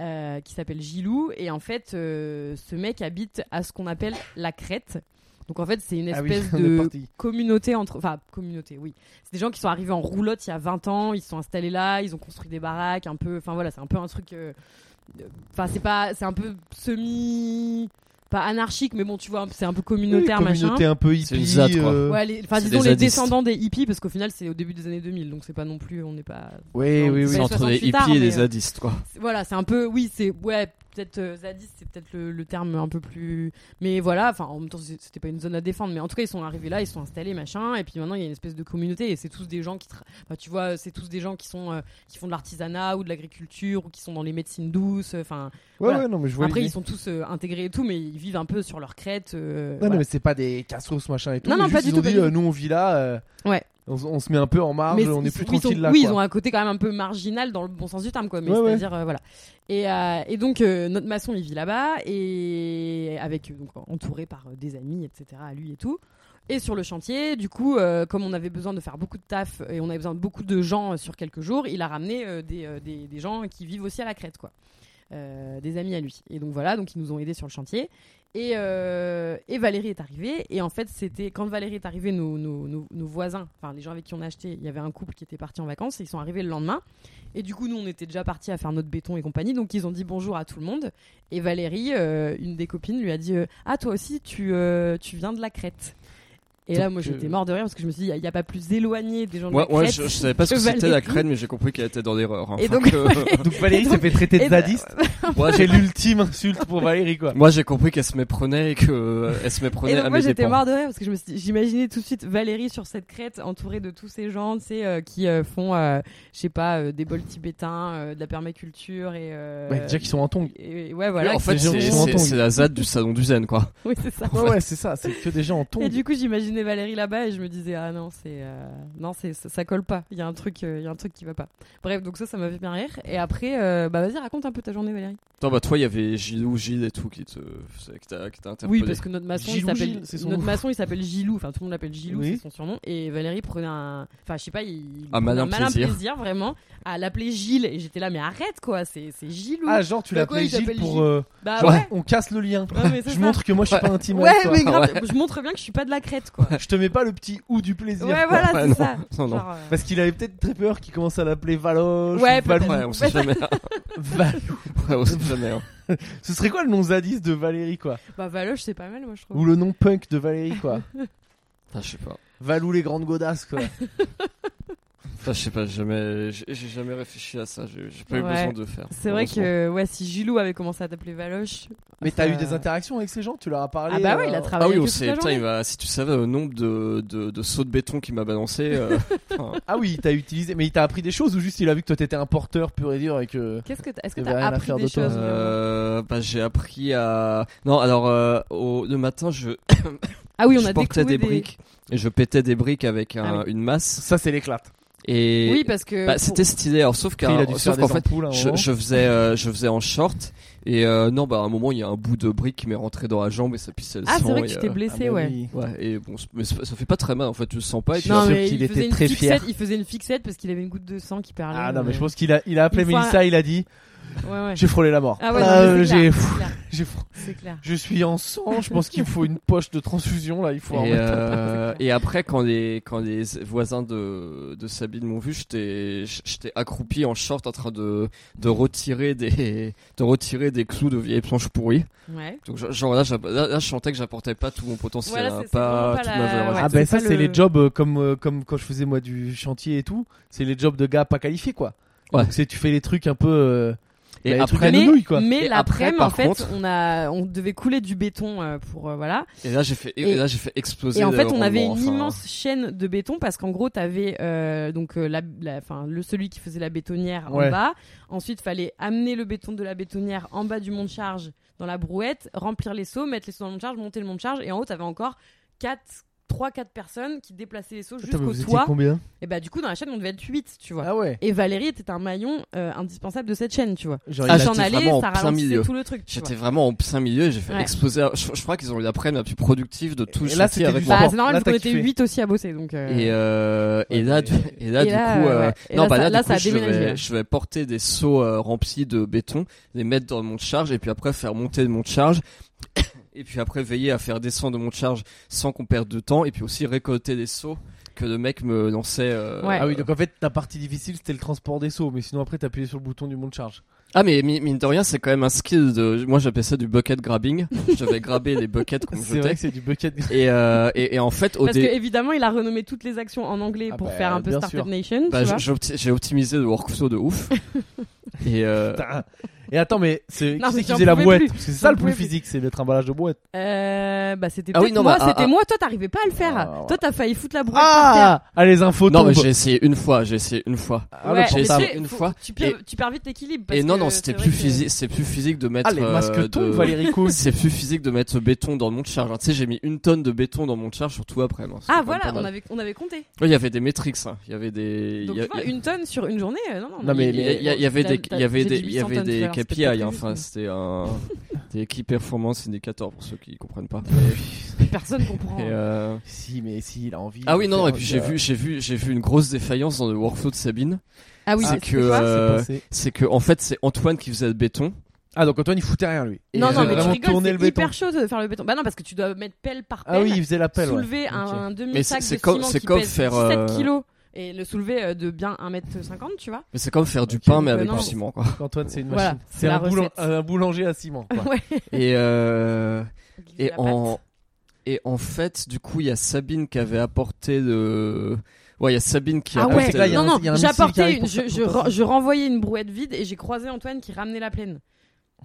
Speaker 2: euh, qui s'appelle Gilou et en fait euh, ce mec habite à ce qu'on appelle la crête donc en fait c'est une
Speaker 1: Ah oui,
Speaker 2: espèce
Speaker 1: on est
Speaker 2: de
Speaker 1: parti.
Speaker 2: communauté entre enfin communauté oui c'est des gens qui sont arrivés en roulotte il y a 20 ans ils se sont installés là ils ont construit des baraques un peu enfin voilà c'est un peu un truc euh, euh, enfin c'est pas c'est un peu semi pas anarchique mais bon tu vois c'est un peu communautaire
Speaker 1: Oui,
Speaker 2: machin
Speaker 1: communauté un peu hippie.
Speaker 3: C'est une ZAD, quoi.
Speaker 1: euh,
Speaker 2: Ouais, les- enfin
Speaker 3: C'est
Speaker 2: disons
Speaker 3: des
Speaker 2: les
Speaker 3: zadistes.
Speaker 2: descendants des hippies parce qu'au final c'est au début des années 2000 donc c'est pas non plus on n'est pas
Speaker 1: Oui, oui, oui.
Speaker 3: C'est
Speaker 2: Mais
Speaker 3: entre les
Speaker 2: 68
Speaker 3: hippies
Speaker 2: tard,
Speaker 3: et les
Speaker 2: mais, euh,
Speaker 3: zadistes, quoi.
Speaker 2: c'est- voilà, c'est un peu, oui, c'est, ouais, peut-être euh, zadiste, c'est peut-être le, le terme un peu plus. Mais voilà, enfin, en même temps, c'est- c'était pas une zone à défendre, mais en tout cas, ils sont arrivés là, ils sont installés, machin, et puis maintenant, il y a une espèce de communauté, et c'est tous des gens qui, tra- enfin, tu vois, c'est tous des gens qui sont, euh, qui font de l'artisanat ou de l'agriculture ou qui sont dans les médecines douces, enfin.
Speaker 1: Ouais,
Speaker 2: Voilà.
Speaker 1: ouais, non, mais je vois.
Speaker 2: Après,
Speaker 1: l'idée.
Speaker 2: ils sont tous euh, intégrés et tout, mais ils vivent un peu sur leur crête. euh,
Speaker 1: Non,
Speaker 2: voilà.
Speaker 1: non, mais c'est pas des cassos machin et tout.
Speaker 2: Non,
Speaker 1: mais
Speaker 2: non,
Speaker 1: juste,
Speaker 2: pas du
Speaker 1: ils
Speaker 2: tout,
Speaker 1: ont
Speaker 2: pas
Speaker 1: dit,
Speaker 2: du tout.
Speaker 1: euh, nous on vit là. euh,
Speaker 2: Ouais.
Speaker 1: On, s- on se met un peu en marge,
Speaker 2: Mais
Speaker 1: on
Speaker 2: ils
Speaker 1: est
Speaker 2: sont-
Speaker 1: plus
Speaker 2: oui, ils
Speaker 1: tranquille
Speaker 2: sont-
Speaker 1: là.
Speaker 2: Oui,
Speaker 1: quoi.
Speaker 2: ils ont un côté quand même un peu marginal dans le bon sens du terme, quoi. Mais
Speaker 1: Ouais, ouais.
Speaker 2: c'est-à-dire, euh, voilà. Et, euh, et donc, euh, notre maçon, il vit là-bas, et avec, euh, donc, entouré par euh, des amis, etc., à lui et tout. Et sur le chantier, du coup, euh, comme on avait besoin de faire beaucoup de taf et on avait besoin de beaucoup de gens euh, sur quelques jours, il a ramené euh, des, euh, des, des gens qui vivent aussi à la crête, quoi. Euh, des amis à lui. Et donc voilà, donc ils nous ont aidés sur le chantier. Et, euh, et Valérie est arrivée. Et en fait, c'était quand Valérie est arrivée, nos, nos, nos- nos voisins, enfin les gens avec qui on a acheté, il y avait un couple qui était parti en vacances et ils sont arrivés le lendemain. Et du coup, nous, on était déjà partis à faire notre béton et compagnie. Donc ils ont dit bonjour à tout le monde. Et Valérie, euh, une des copines, lui a dit euh, Ah, toi aussi, tu, euh, tu viens de la crête. Et là,
Speaker 1: Donc,
Speaker 2: moi, j'étais
Speaker 1: euh,
Speaker 2: mort de rire parce que je me suis dit, il n'y a, pas plus éloigné des gens de
Speaker 3: Ouais,
Speaker 2: la crête.
Speaker 3: ouais, je, je savais pas ce que
Speaker 2: que
Speaker 3: c'était la
Speaker 2: Valérie.
Speaker 3: crème, mais j'ai compris qu'elle était dans l'erreur. hein.
Speaker 2: Et
Speaker 3: Enfin
Speaker 2: donc-
Speaker 3: que-
Speaker 1: Donc Valérie
Speaker 2: Et
Speaker 1: s'est
Speaker 2: donc-
Speaker 1: fait traiter de
Speaker 2: et ben-
Speaker 1: zadiste.
Speaker 3: Moi,
Speaker 1: J'ai
Speaker 3: j'ai-
Speaker 1: l'ultime insulte pour Valérie, quoi.
Speaker 3: Moi, j'ai compris qu'elle se méprenait et que euh, elle se méprenait
Speaker 2: Et
Speaker 3: à
Speaker 2: donc moi
Speaker 3: mes
Speaker 2: j'étais
Speaker 3: dépens.
Speaker 2: mort de rire parce que je me suis dit- j'imaginais tout de suite Valérie sur cette crête entourée de tous ces gens, tu sais, euh, qui euh, font, euh, je sais pas, euh, des bols tibétains, euh, de la permaculture et. euh,
Speaker 1: Ouais, déjà qu'ils sont en tongs.
Speaker 2: et- et ouais,
Speaker 3: Ouais,
Speaker 2: voilà.
Speaker 3: en
Speaker 2: qui-
Speaker 3: fait,
Speaker 1: gens
Speaker 3: c'est-
Speaker 1: qui sont en
Speaker 3: c'est
Speaker 1: tongs.
Speaker 3: c'est la ZAD du salon du Zen, quoi.
Speaker 2: Oui, c'est ça.
Speaker 1: Ouais, ouais, c'est ça, c'est que des gens en
Speaker 2: Et
Speaker 1: tongs.
Speaker 2: du coup, j'imaginais Valérie là-bas et je me disais ah non c'est euh, non c'est ça, ça colle pas. Il y a un truc euh, il y a un truc qui va pas. Bref donc ça ça m'a fait bien rire. Et après euh, bah vas-y raconte un peu ta journée Valérie.
Speaker 3: Attends, bah, toi, il y avait Gilou, Gilles et tout qui te, qui t'a, qui t'a interpellé.
Speaker 2: Oui parce que notre maçon
Speaker 1: Gilou,
Speaker 2: il s'appelle
Speaker 1: Gilles, c'est son
Speaker 2: notre
Speaker 1: nom.
Speaker 2: maçon il s'appelle Gilou. Enfin tout le monde l'appelle Gilou
Speaker 1: Oui.
Speaker 2: c'est son surnom. Et Valérie prenait un enfin je sais pas il
Speaker 3: Un
Speaker 2: prenait
Speaker 3: malin plaisir.
Speaker 2: vraiment à l'appeler Gilles et j'étais là mais arrête quoi c'est c'est Gilou.
Speaker 1: Ah, genre, tu
Speaker 2: Bah quoi,
Speaker 1: l'appelais
Speaker 2: il
Speaker 1: Gilles
Speaker 2: s'appelle
Speaker 1: pour.
Speaker 2: Gilles.
Speaker 1: euh,
Speaker 2: bah
Speaker 1: genre,
Speaker 2: ouais.
Speaker 1: on casse le lien.
Speaker 2: Non, mais c'est
Speaker 1: Je
Speaker 2: ça.
Speaker 1: montre que moi je suis
Speaker 3: Ouais.
Speaker 1: pas intime
Speaker 2: Ouais
Speaker 1: avec toi.
Speaker 2: mais grave
Speaker 3: Ah Ouais.
Speaker 2: je montre bien que je suis pas de la crête quoi.
Speaker 1: Je te mets pas le petit ou du plaisir.
Speaker 2: ouais
Speaker 1: quoi.
Speaker 2: voilà
Speaker 3: Ouais,
Speaker 2: c'est
Speaker 3: non.
Speaker 2: ça.
Speaker 3: Non, non.
Speaker 2: Genre, euh,
Speaker 1: Parce qu'il avait peut-être très peur qu'il commence à l'appeler Valoche.
Speaker 2: Ouais,
Speaker 1: ou Valou-
Speaker 3: Ouais, on sait jamais. hein.
Speaker 1: Val-
Speaker 3: Ouais, on sait jamais. hein.
Speaker 1: Ce serait quoi le nom zadiste de Valérie, quoi
Speaker 2: Bah Valoche c'est pas mal moi je trouve.
Speaker 1: Ou le nom punk de Valérie, quoi
Speaker 3: Enfin, Ah, je sais pas.
Speaker 1: Valou les grandes godasses, quoi.
Speaker 3: Enfin, je sais pas, j'ai jamais, j'ai j'ai jamais réfléchi à ça. J'ai j'ai pas eu
Speaker 2: Ouais.
Speaker 3: besoin de le faire.
Speaker 2: C'est vrai
Speaker 3: heureusement.
Speaker 2: que ouais, si Gilou avait commencé à t'appeler Valoche.
Speaker 1: Mais t'as eu
Speaker 2: euh,
Speaker 1: des interactions avec ces gens Tu leur as parlé
Speaker 2: Ah bah ouais, il
Speaker 1: euh,
Speaker 2: a
Speaker 3: Ah
Speaker 2: travaillé.
Speaker 3: oui, on
Speaker 2: avec eux toute
Speaker 3: sait,
Speaker 2: la
Speaker 3: putain, il
Speaker 2: journée.
Speaker 3: va, si tu savais le nombre de, de, de sauts de béton qu'il m'a balancé, euh, enfin,
Speaker 1: Ah oui, il t'a utilisé, mais il t'a appris des choses ou juste il a vu que toi t'étais un porteur pur et dur et que.
Speaker 2: Qu'est-ce que t'as- est-ce que
Speaker 1: Il avait rien
Speaker 2: t'as
Speaker 1: à
Speaker 2: appris
Speaker 1: faire
Speaker 2: des
Speaker 1: de toi.
Speaker 2: choses vraiment
Speaker 3: Euh, bah, j'ai appris à. Non, alors euh, au- le matin, je,
Speaker 2: Ah oui, on
Speaker 3: je
Speaker 2: a découvert
Speaker 3: portais des briques et je pétais des briques avec un-
Speaker 2: Ah
Speaker 3: une masse.
Speaker 1: Ça, c'est l'éclate.
Speaker 3: Et
Speaker 2: Oui, parce que
Speaker 3: bah,
Speaker 2: pour-
Speaker 3: c'était stylé. Alors, sauf
Speaker 1: Après, il a
Speaker 3: qu'en
Speaker 1: dû se
Speaker 3: sauf
Speaker 1: faire
Speaker 3: qu'en
Speaker 1: des hein.
Speaker 3: fait,
Speaker 1: ampoules à un
Speaker 3: je,
Speaker 1: moment.
Speaker 3: je faisais, euh, je faisais en short. Et euh, non, bah à un moment, il y a un bout de brique qui m'est rentré dans la jambe et ça pissait le
Speaker 2: ah
Speaker 3: sang.
Speaker 2: c'est vrai que
Speaker 3: et,
Speaker 2: tu t'es
Speaker 3: euh,
Speaker 2: blessé,
Speaker 1: Ah bah
Speaker 2: ouais.
Speaker 1: oui.
Speaker 3: Ouais, et bon, c'est- mais ça ça fait pas très mal en fait, tu le sens pas. Et puis
Speaker 1: Non,
Speaker 3: après-
Speaker 1: sûr qu'il
Speaker 2: il
Speaker 1: était
Speaker 2: faisait une
Speaker 1: très fier.
Speaker 2: fixette, il faisait une fixette parce qu'il avait une goutte de sang qui perlait.
Speaker 1: Ah non, mais
Speaker 2: ouais.
Speaker 1: je pense qu'il a, il a appelé
Speaker 2: Une fois-
Speaker 1: Mélissa, il a dit
Speaker 2: Ouais, ouais.
Speaker 1: J'ai frôlé la mort.
Speaker 2: Ah ouais,
Speaker 1: Là,
Speaker 2: non, mais
Speaker 1: euh,
Speaker 2: c'est
Speaker 1: j'ai.
Speaker 2: clair,
Speaker 1: pff,
Speaker 2: c'est clair,
Speaker 1: j'ai fr-
Speaker 2: c'est clair.
Speaker 1: Je suis en sang, je pense qu'il me faut une poche de transfusion là, il faut en
Speaker 3: Et,
Speaker 1: mettre.
Speaker 3: euh, et après, quand les, quand les voisins de, de Sabine m'ont vu, j'étais j'étais accroupi en short en train de, de, retirer des, de retirer des clous de vieilles planches pourries.
Speaker 2: Ouais.
Speaker 3: Donc, je- genre là, j'app- là, là, je sentais que j'apportais pas tout mon potentiel,
Speaker 2: Voilà,
Speaker 3: hein,
Speaker 2: c'est- c'est
Speaker 3: pas
Speaker 2: vraiment pas
Speaker 3: toute
Speaker 2: la-
Speaker 3: ma valeur.
Speaker 2: ouais.
Speaker 1: ah
Speaker 2: c'est
Speaker 1: ben ça
Speaker 2: pas
Speaker 1: c'est
Speaker 2: le-
Speaker 1: les jobs euh, comme euh, comme quand je faisais moi du chantier et tout, c'est les jobs de gars pas qualifiés quoi.
Speaker 3: Ouais.
Speaker 1: Donc, C'est tu fais les trucs un peu euh,
Speaker 3: Et
Speaker 1: Bah, les trucs à
Speaker 3: après,
Speaker 2: mais,
Speaker 1: nouilles, quoi.
Speaker 2: mais
Speaker 3: Et
Speaker 2: l'après-midi,
Speaker 3: après, par
Speaker 2: en fait,
Speaker 3: contre-
Speaker 2: on, a, on devait couler du béton euh, pour. euh, voilà.
Speaker 3: et là j'ai fait, et,
Speaker 2: Et-
Speaker 3: là j'ai fait exploser.
Speaker 2: Et en
Speaker 3: le
Speaker 1: euh,
Speaker 2: fait, on
Speaker 3: rendement,
Speaker 2: avait une
Speaker 3: enfin.
Speaker 2: immense chaîne de béton parce qu'en gros, t'avais euh, donc euh, la, la- enfin, le celui qui faisait la bétonnière
Speaker 1: Ouais.
Speaker 2: en bas. Ensuite, fallait amener le béton de la bétonnière en bas du monte charge dans la brouette, remplir les seaux, mettre les seaux dans le monte charge, monter le monte charge. Et en haut, t'avais encore 4 3 4 personnes qui déplaçaient les seaux
Speaker 1: mais
Speaker 2: jusqu'au
Speaker 1: vous étiez
Speaker 2: toit.
Speaker 1: combien
Speaker 2: Et bah du coup, dans la chaîne, on devait être 8, tu vois.
Speaker 1: Ah ouais.
Speaker 2: Et Valérie était un maillon euh, indispensable de cette chaîne, tu vois.
Speaker 1: Genre,
Speaker 3: Ah,
Speaker 1: il-
Speaker 3: j'étais
Speaker 2: J'en allais,
Speaker 3: vraiment en
Speaker 2: ça
Speaker 3: plein
Speaker 2: ralentissait
Speaker 3: milieu.
Speaker 2: tout le truc, tu vois.
Speaker 3: J'étais vraiment en plein milieu et j'ai fait
Speaker 2: Ouais.
Speaker 3: exploser. Je, je crois qu'ils ont eu l'après-midi la plus productive de tout
Speaker 1: Et là, c'était
Speaker 3: chantier avec
Speaker 1: du
Speaker 3: moi.
Speaker 1: sport.
Speaker 2: Bah, c'est normal,
Speaker 1: Là,
Speaker 2: parce qu'on
Speaker 1: t'as
Speaker 2: était
Speaker 1: kiffé.
Speaker 2: 8 aussi à bosser, donc. euh,
Speaker 3: Et, euh, et là, du, et là,
Speaker 2: Et
Speaker 3: du
Speaker 2: là,
Speaker 3: coup,
Speaker 2: euh,
Speaker 3: euh,
Speaker 2: ouais. Et
Speaker 3: non,
Speaker 2: là,
Speaker 3: bah
Speaker 2: ça-
Speaker 3: là,
Speaker 2: là,
Speaker 3: du
Speaker 2: ça a
Speaker 3: coup, je
Speaker 2: déménagé,
Speaker 3: vais,
Speaker 2: là.
Speaker 3: je vais porter des seaux euh, remplis de béton, les mettre dans mon charge, et puis après faire monter le monte charge, et puis après veiller à faire descendre mon charge sans qu'on perde de temps, et puis aussi récolter les seaux que le mec me lançait. euh,
Speaker 2: Ouais.
Speaker 1: Ah oui, donc en fait, ta partie difficile, c'était le transport des seaux, mais sinon après, t'appuyais sur le bouton du monte charge.
Speaker 3: Ah mais mi- mine de rien, c'est quand même un skill. De... Moi, j'appelais ça du bucket grabbing. J'avais grabé les buckets qu'on me
Speaker 1: C'est vrai
Speaker 3: jetait.
Speaker 1: que c'est du bucket.
Speaker 3: Et, euh, et, et en fait, au
Speaker 2: Parce
Speaker 3: dé-
Speaker 2: que évidemment, il a renommé toutes les actions en anglais
Speaker 1: Ah
Speaker 2: pour
Speaker 1: bah,
Speaker 2: faire un peu
Speaker 1: bien
Speaker 2: Startup
Speaker 1: sûr.
Speaker 2: Nation,
Speaker 3: bah,
Speaker 2: tu
Speaker 3: j-
Speaker 2: vois.
Speaker 3: j'ai opti- j'ai optimisé le workflow de ouf. et euh,
Speaker 1: Putain. Et attends, mais c'est
Speaker 2: Non,
Speaker 1: qui c'est
Speaker 2: mais
Speaker 1: qui
Speaker 2: j'en
Speaker 1: faisait la
Speaker 2: pouvais
Speaker 1: bouette
Speaker 2: plus.
Speaker 1: Parce que c'est
Speaker 2: J'en
Speaker 1: ça le
Speaker 2: pouvais
Speaker 1: plus
Speaker 2: plus.
Speaker 1: physique, c'est le trimballage de bouette.
Speaker 2: Euh, bah c'était
Speaker 3: Ah oui,
Speaker 2: peut-être
Speaker 3: non,
Speaker 2: moi,
Speaker 3: bah,
Speaker 2: c'était
Speaker 3: ah, ah.
Speaker 2: moi, toi t'arrivais pas à le faire.
Speaker 1: Ah, ouais.
Speaker 2: Toi t'as failli foutre la brouette
Speaker 1: Ah Ah, les infos
Speaker 3: non,
Speaker 1: tombent.
Speaker 3: mais j'ai essayé une fois. J'ai essayé une fois.
Speaker 2: par terre.
Speaker 1: Ah,
Speaker 2: Ouais,
Speaker 1: le
Speaker 2: mais
Speaker 1: portable.
Speaker 2: tu sais,
Speaker 3: Une
Speaker 2: faut-
Speaker 3: fois.
Speaker 2: Tu perds, tu perds vite l'équilibre. parce
Speaker 3: Et non,
Speaker 2: que
Speaker 3: non, c'était
Speaker 2: c'est vrai
Speaker 3: plus
Speaker 2: que-
Speaker 3: physique. C'est plus physique de mettre.
Speaker 1: Ah, les masques
Speaker 3: euh,
Speaker 1: tombent,
Speaker 3: de-
Speaker 1: Valérie Cool.
Speaker 3: C'est plus physique de mettre béton dans le monte charge. Tu sais, j'ai mis une tonne de béton dans le monte charge surtout après. moi. C'était
Speaker 2: Ah
Speaker 3: quand même
Speaker 2: voilà,
Speaker 3: pas mal.
Speaker 2: on avait, on avait compté.
Speaker 3: Ouais, Il y avait des métriques. hein. Il y avait des.
Speaker 2: Donc
Speaker 3: il y a-
Speaker 2: tu vois,
Speaker 3: il y a- Ah,
Speaker 2: une tonne sur une journée, euh, non, non.
Speaker 1: Non, mais
Speaker 3: Il y, a- il y a- il y avait
Speaker 2: t'as-
Speaker 3: des,
Speaker 2: t'as-
Speaker 3: il y avait
Speaker 2: j'ai
Speaker 3: des,
Speaker 2: dit
Speaker 3: il y
Speaker 2: 800
Speaker 3: avait
Speaker 2: tonnes tout à
Speaker 3: des
Speaker 2: l'heure, c'était
Speaker 3: KPI.
Speaker 2: peut-être
Speaker 3: hein.
Speaker 2: plus,
Speaker 3: Enfin,
Speaker 2: mais
Speaker 3: c'était un des Key Performance Indicator pour ceux qui comprennent pas.
Speaker 2: Personne comprend. hein.
Speaker 3: Et, euh,
Speaker 1: Si, mais si, il a
Speaker 2: Oh.
Speaker 1: envie.
Speaker 3: Ah
Speaker 1: de
Speaker 3: oui, non, non.
Speaker 1: faire
Speaker 3: Et puis j'ai
Speaker 1: que-
Speaker 2: euh.
Speaker 3: vu, j'ai vu, j'ai vu une grosse défaillance dans le workflow de Sabine.
Speaker 2: Ah oui,
Speaker 3: c'est
Speaker 2: c'est
Speaker 3: que,
Speaker 2: quoi
Speaker 1: C'est
Speaker 3: euh,
Speaker 1: passé.
Speaker 3: C'est que en fait, c'est Antoine qui faisait le béton.
Speaker 1: Ah, donc Antoine, il foutait rien, lui.
Speaker 3: et
Speaker 2: Non,
Speaker 3: j'ai
Speaker 2: non, mais tu
Speaker 1: vraiment
Speaker 2: rigoles,
Speaker 1: tourné le
Speaker 2: c'est
Speaker 1: béton.
Speaker 2: hyper chaud de faire le béton. Bah non, parce que tu dois mettre pelle par pelle.
Speaker 1: Ah oui, il faisait l'appel. ouais.
Speaker 2: soulever un,
Speaker 1: Ok.
Speaker 2: un
Speaker 3: Mais
Speaker 2: demi-sac
Speaker 3: c'est-
Speaker 2: de
Speaker 3: c'est comme-
Speaker 2: ciment
Speaker 3: c'est
Speaker 2: qui
Speaker 3: comme
Speaker 2: pèse
Speaker 3: faire,
Speaker 2: 17
Speaker 3: euh,
Speaker 2: kilos et le soulever euh, de bien 1m50, tu vois.
Speaker 3: Mais c'est comme faire du
Speaker 1: Ok,
Speaker 3: pain
Speaker 2: donc,
Speaker 3: mais
Speaker 2: euh,
Speaker 3: avec
Speaker 2: non.
Speaker 3: du ciment, quoi.
Speaker 1: Antoine, c'est une
Speaker 2: Voilà,
Speaker 1: machine.
Speaker 2: c'est
Speaker 1: C'est
Speaker 2: la
Speaker 1: un, boulan-
Speaker 2: recette.
Speaker 1: un boulanger à ciment. quoi.
Speaker 2: Ouais.
Speaker 3: Et euh,
Speaker 2: Glisser
Speaker 3: et
Speaker 2: la
Speaker 3: en
Speaker 2: patte.
Speaker 3: et en fait, du coup, il y a Sabine qui avait apporté le. Ouais, il y a Sabine qui a
Speaker 2: Ah
Speaker 3: apporté.
Speaker 2: ouais,
Speaker 1: parce que là, il y a
Speaker 2: non,
Speaker 1: un-
Speaker 2: non,
Speaker 1: il y a un missile qui
Speaker 2: j'apportais
Speaker 1: arrive
Speaker 2: une,
Speaker 1: pour ça,
Speaker 2: je, je,
Speaker 1: pour ça.
Speaker 2: ren- je renvoyais une brouette vide et j'ai croisé Antoine qui ramenait la plaine.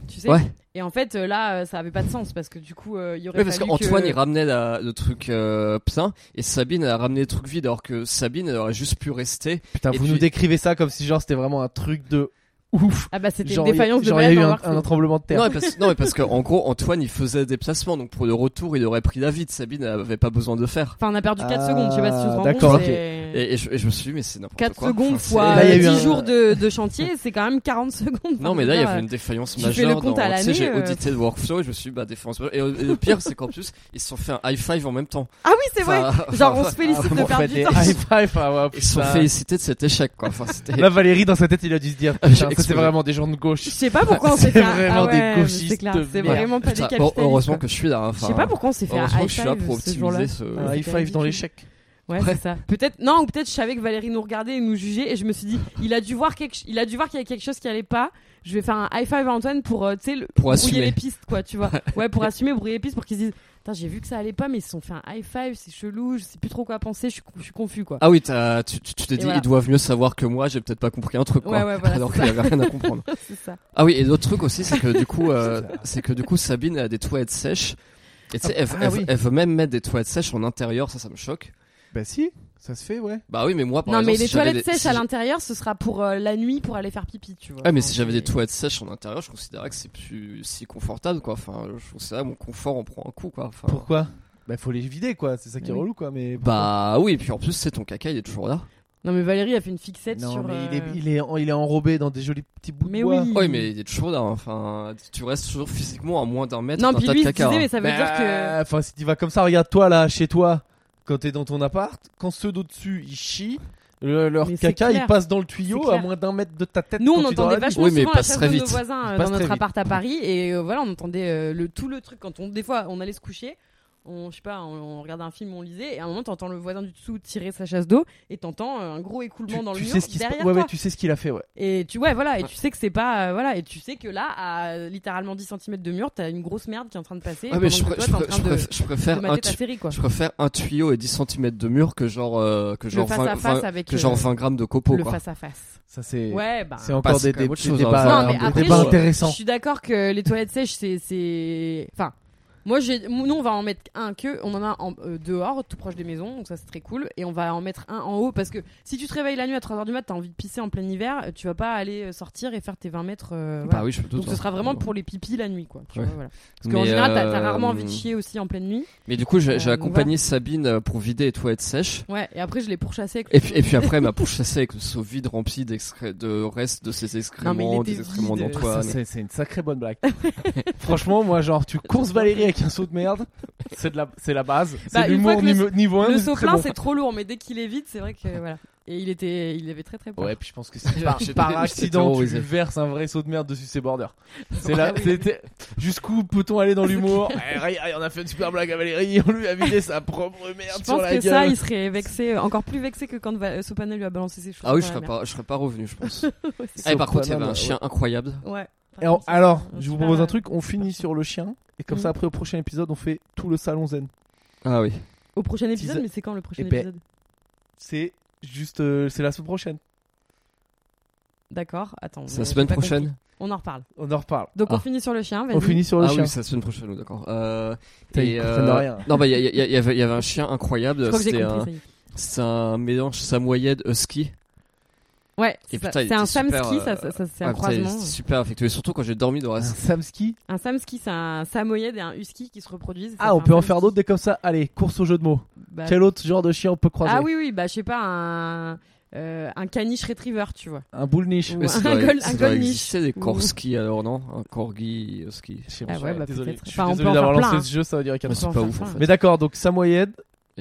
Speaker 2: Tu sais
Speaker 3: Ouais.
Speaker 2: Et en fait, euh, là, euh, ça avait pas de sens parce que du coup, euh, il y aurait
Speaker 3: Oui, parce
Speaker 2: fallu
Speaker 3: qu'Antoine
Speaker 2: que...
Speaker 3: il ramenait la- le truc euh, plein et Sabine elle a ramené le truc vide alors que Sabine elle aurait juste pu rester.
Speaker 1: Putain,
Speaker 3: Et
Speaker 1: vous
Speaker 3: puis-
Speaker 1: nous décrivez ça comme si genre c'était vraiment un truc de ouf.
Speaker 2: Ah bah c'était une
Speaker 1: Genre, il y a-
Speaker 2: défaillance de
Speaker 1: genre, il y a
Speaker 2: Belle
Speaker 1: eu un,
Speaker 2: dans le
Speaker 1: un
Speaker 2: workflow.
Speaker 1: tremblement de terre.
Speaker 3: Non, mais parce, non, mais parce qu'en gros Antoine il faisait des placements donc pour le retour il aurait pris la vide. Sabine elle avait pas besoin de le faire.
Speaker 2: Enfin, on a perdu 4
Speaker 1: Ah,
Speaker 2: secondes, je sais pas si tu te rends
Speaker 1: d'accord,
Speaker 2: compte.
Speaker 1: ok.
Speaker 2: c'est-
Speaker 3: Et, et je, et je me suis dit mais c'est n'importe
Speaker 2: 4
Speaker 3: quoi.
Speaker 2: secondes
Speaker 3: Enfin, c'est-
Speaker 2: fois
Speaker 1: Là, il y a eu un-
Speaker 2: 10 jours de, de chantier, c'est quand même 40 secondes.
Speaker 3: Non mais là il y
Speaker 2: Enfin,
Speaker 3: avait une défaillance
Speaker 2: tu fais
Speaker 3: majeure.
Speaker 2: le compte
Speaker 3: dans-
Speaker 2: à
Speaker 3: tu sais, j'ai
Speaker 2: l'année, euh.
Speaker 3: audité le workflow et je me suis dit bah défaillance majeure. Et, euh, et le pire c'est qu'en plus ils se sont fait un high five en même temps.
Speaker 2: Ah oui, c'est vrai.
Speaker 3: Enfin, Ah,
Speaker 2: Genre, on
Speaker 3: enfin,
Speaker 2: se félicite de
Speaker 1: Ah, Vous
Speaker 2: perdre
Speaker 1: faites
Speaker 2: du
Speaker 1: des
Speaker 2: temps.
Speaker 1: high five. ah ouais,
Speaker 3: Ils se sont
Speaker 1: putain.
Speaker 3: félicités de cet échec quoi. Enfin c'était.
Speaker 1: Là, Valérie, dans sa tête, il a dû se dire Putain,
Speaker 3: Ah, j'ai
Speaker 1: ça, c'est
Speaker 3: explosé.
Speaker 1: vraiment des gens de
Speaker 2: Je
Speaker 1: gauche.
Speaker 2: sais pas pourquoi on s'est
Speaker 1: C'est
Speaker 2: fait un-
Speaker 1: vraiment
Speaker 2: ah
Speaker 1: des
Speaker 2: ouais, mais
Speaker 1: gauchistes
Speaker 2: C'est clair,
Speaker 1: de
Speaker 2: c'est
Speaker 1: merde.
Speaker 2: vraiment pas des
Speaker 3: Putain, bon,
Speaker 2: capitalistes.
Speaker 3: heureusement
Speaker 2: quoi.
Speaker 3: que je suis là. hein.
Speaker 2: Je
Speaker 3: Enfin,
Speaker 2: sais pas pourquoi on s'est fait un
Speaker 3: heureusement que
Speaker 2: high
Speaker 3: je suis là pour
Speaker 2: five ce jour-là. Ah
Speaker 3: optimiser ce.
Speaker 1: Un high
Speaker 2: c'était
Speaker 1: five dans
Speaker 2: ridicule.
Speaker 1: l'échec.
Speaker 2: Ouais, c'est ça. Peut-être non, ou peut-être je savais que Valérie nous regardait et nous jugeait et je me suis dit, il a dû voir quelque il a dû voir qu'il y avait quelque chose qui allait pas. Je vais faire un high five à Antoine pour euh, tu sais le-
Speaker 3: Pour
Speaker 2: brouiller
Speaker 3: assumer.
Speaker 2: les pistes quoi, tu vois. ouais, pour assumer brouiller les pistes pour qu'ils se disent Putain, j'ai vu que ça allait pas mais ils se sont fait un high five, c'est chelou, je sais plus trop quoi penser, je suis, con- je suis confus quoi.
Speaker 3: Ah oui, t'as- tu tu- tu t'es
Speaker 2: Et
Speaker 3: dit,
Speaker 2: voilà.
Speaker 3: ils doivent mieux savoir que moi, j'ai peut-être pas compris un truc, quoi.
Speaker 2: Ouais, ouais, voilà,
Speaker 3: Alors
Speaker 2: c'est
Speaker 3: qu'il avait rien à comprendre.
Speaker 2: c'est ça.
Speaker 3: Ah oui, et l'autre truc aussi, c'est que du coup, euh, c'est que du coup, Sabine elle a des toilettes sèches. Et tu sais, elle,
Speaker 1: Ah
Speaker 3: elle-
Speaker 1: oui.
Speaker 3: elle veut même mettre des toilettes sèches en intérieur, ça, ça me choque.
Speaker 1: Bah si, ça se fait, ouais.
Speaker 3: Bah oui, mais moi, par
Speaker 2: non
Speaker 3: exemple,
Speaker 2: mais
Speaker 3: si
Speaker 2: les
Speaker 3: j'avais
Speaker 2: toilettes
Speaker 3: des-
Speaker 2: sèches
Speaker 3: si
Speaker 2: à
Speaker 3: j'ai-
Speaker 2: l'intérieur, ce sera pour euh, la nuit pour aller faire pipi, tu vois.
Speaker 3: Ah mais
Speaker 2: Enfin,
Speaker 3: si j'avais
Speaker 2: c'est-
Speaker 3: des toilettes sèches en intérieur, je considérais que c'est plus si confortable quoi. Enfin, je considérais mon confort on prend un coup quoi. Enfin,
Speaker 1: Pourquoi Bah faut les vider, quoi. C'est ça qui est
Speaker 2: Oui.
Speaker 1: relou, quoi. Mais
Speaker 3: Bah oui, et puis en plus c'est ton caca, il est toujours là.
Speaker 2: Non mais Valérie a fait une fixette
Speaker 1: Non,
Speaker 2: sur
Speaker 1: mais il est,
Speaker 2: euh,
Speaker 1: il, est, en- il est enrobé dans des jolis petits bouts
Speaker 2: Mais
Speaker 1: de bois.
Speaker 2: oui.
Speaker 3: Oui, mais il est toujours là. hein. Enfin, tu restes toujours physiquement à moins d'un mètre
Speaker 2: Non,
Speaker 3: d'un
Speaker 2: puis
Speaker 3: tas
Speaker 2: lui
Speaker 3: de
Speaker 2: il se
Speaker 3: caca.
Speaker 2: disait
Speaker 3: hein.
Speaker 2: mais ça veut
Speaker 1: Bah,
Speaker 2: dire que
Speaker 1: Enfin, si tu vas comme ça, regarde-toi là, chez toi, quand t'es dans ton appart, quand ceux d'au-dessus ils chient, le- leur
Speaker 2: Mais c'est
Speaker 1: caca il
Speaker 2: clair.
Speaker 1: passe dans le tuyau
Speaker 2: C'est
Speaker 1: à
Speaker 2: clair.
Speaker 1: moins d'un mètre de ta tête.
Speaker 2: Nous, on
Speaker 1: quand tu dors la
Speaker 2: entendait
Speaker 1: nuit.
Speaker 2: vachement
Speaker 3: Oui, mais
Speaker 2: souvent
Speaker 3: il
Speaker 2: la
Speaker 3: passe
Speaker 2: chasse
Speaker 3: très
Speaker 2: de nos
Speaker 3: vite.
Speaker 2: voisins
Speaker 1: Il passe
Speaker 2: euh, dans
Speaker 1: très
Speaker 2: notre
Speaker 1: vite.
Speaker 2: appart à Paris et euh, voilà, on entendait euh, le tout le truc quand on des fois on allait se coucher, on, je sais pas, on, on regardait un film, on lisait, et à un moment, t'entends le voisin du dessous tirer sa chasse d'eau, et t'entends euh, un gros écoulement dans le
Speaker 1: tu
Speaker 2: mur
Speaker 1: sais ce qui se...
Speaker 2: derrière
Speaker 1: ouais,
Speaker 2: toi.
Speaker 1: ouais, tu sais ce qu'il a fait, ouais.
Speaker 2: Et tu ouais voilà et
Speaker 3: Ouais.
Speaker 2: tu sais que c'est pas euh, voilà et tu sais que là à euh, littéralement 10 cm de mur t'as une grosse merde qui est en train de passer.
Speaker 3: Ah,
Speaker 2: pendant
Speaker 3: mais je,
Speaker 2: que
Speaker 3: pré-
Speaker 2: toi,
Speaker 3: je
Speaker 2: t'es en
Speaker 3: pré-
Speaker 2: train
Speaker 3: je
Speaker 2: de-
Speaker 3: préfère- je préfère
Speaker 2: de
Speaker 3: un
Speaker 2: mater ta
Speaker 3: tu-
Speaker 2: série quoi.
Speaker 3: je préfère un tuyau et 10 cm de mur que genre euh, que
Speaker 2: Le
Speaker 3: genre
Speaker 2: face
Speaker 3: 20,
Speaker 2: à face
Speaker 3: 20
Speaker 2: avec
Speaker 3: que genre
Speaker 2: euh,
Speaker 3: 20 grammes de copeaux
Speaker 2: le
Speaker 3: quoi.
Speaker 2: face à face.
Speaker 1: Ça, c'est. Ah,
Speaker 2: Ouais bah.
Speaker 1: C'est encore
Speaker 3: Bah,
Speaker 1: des,
Speaker 3: c'est quand même autre
Speaker 1: des
Speaker 3: chose,
Speaker 1: débats,
Speaker 3: hein.
Speaker 2: Non, mais
Speaker 1: des
Speaker 2: après,
Speaker 1: débats
Speaker 2: je-
Speaker 1: intéressants.
Speaker 2: Je suis d'accord que les toilettes sèches, c'est, c'est, enfin, moi, j'ai, nous, on va en mettre un que, on en a en, euh, dehors, tout proche des maisons, donc ça c'est très cool, et on va en mettre un en haut parce que si tu te réveilles la nuit à 3h du mat, t'as envie de pisser en plein hiver, euh, tu vas pas aller euh, sortir et faire tes 20 mètres. euh,
Speaker 3: Bah
Speaker 2: voilà.
Speaker 3: oui, je peux tout.
Speaker 2: Donc ce sera vraiment pour les pipis la nuit, quoi. tu
Speaker 3: Ouais.
Speaker 2: vois, voilà. Parce
Speaker 3: Mais,
Speaker 2: qu'en général, t'as,
Speaker 3: euh,
Speaker 2: t'as rarement envie de chier aussi en pleine nuit.
Speaker 3: Mais du coup,
Speaker 2: Euh,
Speaker 3: j'ai j'ai
Speaker 2: donc
Speaker 3: accompagné Sabine euh, pour vider les toilettes sèches.
Speaker 2: Ouais. Et après, je l'ai pourchassé. Avec
Speaker 3: Et puis, et puis après, elle m'a pourchassé avec le seau vide rempli d'excré- de restes de ses excréments,
Speaker 2: était
Speaker 3: des excréments
Speaker 2: vide, euh,
Speaker 1: Ça,
Speaker 3: d'Antoine.
Speaker 1: c'est c'est une sacrée bonne blague. Franchement, moi, genre, tu courses Valérie avec un saut de merde, c'est de la, c'est la base.
Speaker 2: Bah,
Speaker 1: C'est
Speaker 2: une
Speaker 1: l'humour
Speaker 2: fois que le-
Speaker 1: niveau- niveau 1.
Speaker 2: le saut plein, c'est trop lourd, mais dès qu'il est vide, c'est vrai que voilà. Et il était, il avait très très peur.
Speaker 1: Ouais, puis je pense que si par,
Speaker 3: J'étais-
Speaker 1: par
Speaker 3: j'étais
Speaker 1: accident tu
Speaker 3: terrorisé.
Speaker 1: lui verses un vrai saut de merde dessus ses borders. C'est
Speaker 2: Ouais,
Speaker 1: là,
Speaker 2: oui.
Speaker 1: c'était jusqu'où peut-on aller dans l'humour Eh, regarde, On a fait une super blague à Valérie, on lui a vidé sa propre merde
Speaker 2: Je
Speaker 1: sur
Speaker 2: pense
Speaker 1: la
Speaker 2: que ça,
Speaker 1: gueule.
Speaker 2: il serait vexé, encore plus vexé que quand Va- euh, Sopanel lui a balancé ses choses.
Speaker 3: Ah oui,
Speaker 2: dans
Speaker 3: je
Speaker 2: la
Speaker 3: serais
Speaker 2: mer.
Speaker 3: pas, je serais pas revenu, je pense.
Speaker 1: Sauf
Speaker 3: Eh, par contre, il y avait
Speaker 1: Paname,
Speaker 3: un
Speaker 1: ouais.
Speaker 3: chien incroyable.
Speaker 2: Ouais.
Speaker 1: Et en- alors, je vous propose un
Speaker 2: euh,
Speaker 1: truc, on finit sur le chien, et comme
Speaker 2: Mm.
Speaker 1: ça après au prochain épisode on fait tout le salon zen.
Speaker 3: Ah oui.
Speaker 2: Au prochain épisode,
Speaker 1: Teaser.
Speaker 2: mais c'est quand le prochain
Speaker 1: Eh ben.
Speaker 2: épisode
Speaker 1: C'est juste, euh, c'est la semaine prochaine,
Speaker 2: D'accord, attends.
Speaker 3: C'est
Speaker 2: mais
Speaker 3: la
Speaker 2: j'ai
Speaker 3: semaine
Speaker 2: pas compris.
Speaker 3: prochaine.
Speaker 2: On en reparle.
Speaker 1: on en reparle.
Speaker 2: Donc on
Speaker 3: Ah.
Speaker 2: finit sur le chien, vas-y.
Speaker 1: On finit sur le
Speaker 3: Ah
Speaker 1: chien.
Speaker 3: oui, c'est la semaine prochaine, oui, d'accord. Euh,
Speaker 1: Putain,
Speaker 3: et,
Speaker 1: ils
Speaker 3: euh,
Speaker 1: comprennent rien.
Speaker 3: Non, bah, il y, a- il y a- il y avait il y avait un chien
Speaker 2: Je
Speaker 3: incroyable.
Speaker 2: crois que j'ai
Speaker 3: C'était un,
Speaker 2: compris, ça y est.
Speaker 3: c'est un mélange samoyède husky.
Speaker 2: Ouais,
Speaker 3: Et
Speaker 2: c'est ça.
Speaker 3: putain, il
Speaker 2: c'est un
Speaker 3: était super,
Speaker 2: samski,
Speaker 3: euh,
Speaker 2: ça, ça- ça- c'est
Speaker 3: Ah,
Speaker 2: un
Speaker 3: putain,
Speaker 2: croisement.
Speaker 3: c'était super affectueux. Et surtout quand j'ai dormi dans la
Speaker 1: Un Samski.
Speaker 2: Un samski, c'est un samoyède et un husky qui se reproduisent. ça
Speaker 1: Ah, on
Speaker 2: fait un
Speaker 1: peut en
Speaker 2: samski.
Speaker 1: faire d'autres des comme ça. Allez, course au jeu de mots.
Speaker 2: Bah,
Speaker 1: Quel autre genre de chien on peut croiser
Speaker 2: Ah oui, oui, bah je sais pas, un. euh, un caniche retriever, tu
Speaker 3: Bah,
Speaker 2: vois.
Speaker 1: Un boule niche.
Speaker 2: Ou
Speaker 3: Mais ça
Speaker 2: un
Speaker 3: doit-
Speaker 2: gol-
Speaker 3: ça
Speaker 2: un
Speaker 3: doit
Speaker 2: golniche.
Speaker 3: exister des
Speaker 2: Ou-
Speaker 3: corski alors non Un corgi euh, ski.
Speaker 1: Je sais
Speaker 2: Ah
Speaker 1: pas,
Speaker 2: ouais, bah
Speaker 1: désolé.
Speaker 2: peut-être.
Speaker 1: Je suis
Speaker 2: Enfin, on
Speaker 1: désolé
Speaker 2: peut en
Speaker 1: d'avoir
Speaker 2: faire
Speaker 1: lancé
Speaker 2: plein.
Speaker 1: ce jeu, ça va durer
Speaker 3: Mais
Speaker 1: 4
Speaker 3: c'est
Speaker 2: peut en
Speaker 3: pas
Speaker 2: faire
Speaker 3: ouf en
Speaker 2: plein.
Speaker 1: Mais
Speaker 3: fait.
Speaker 1: d'accord, donc samoyède.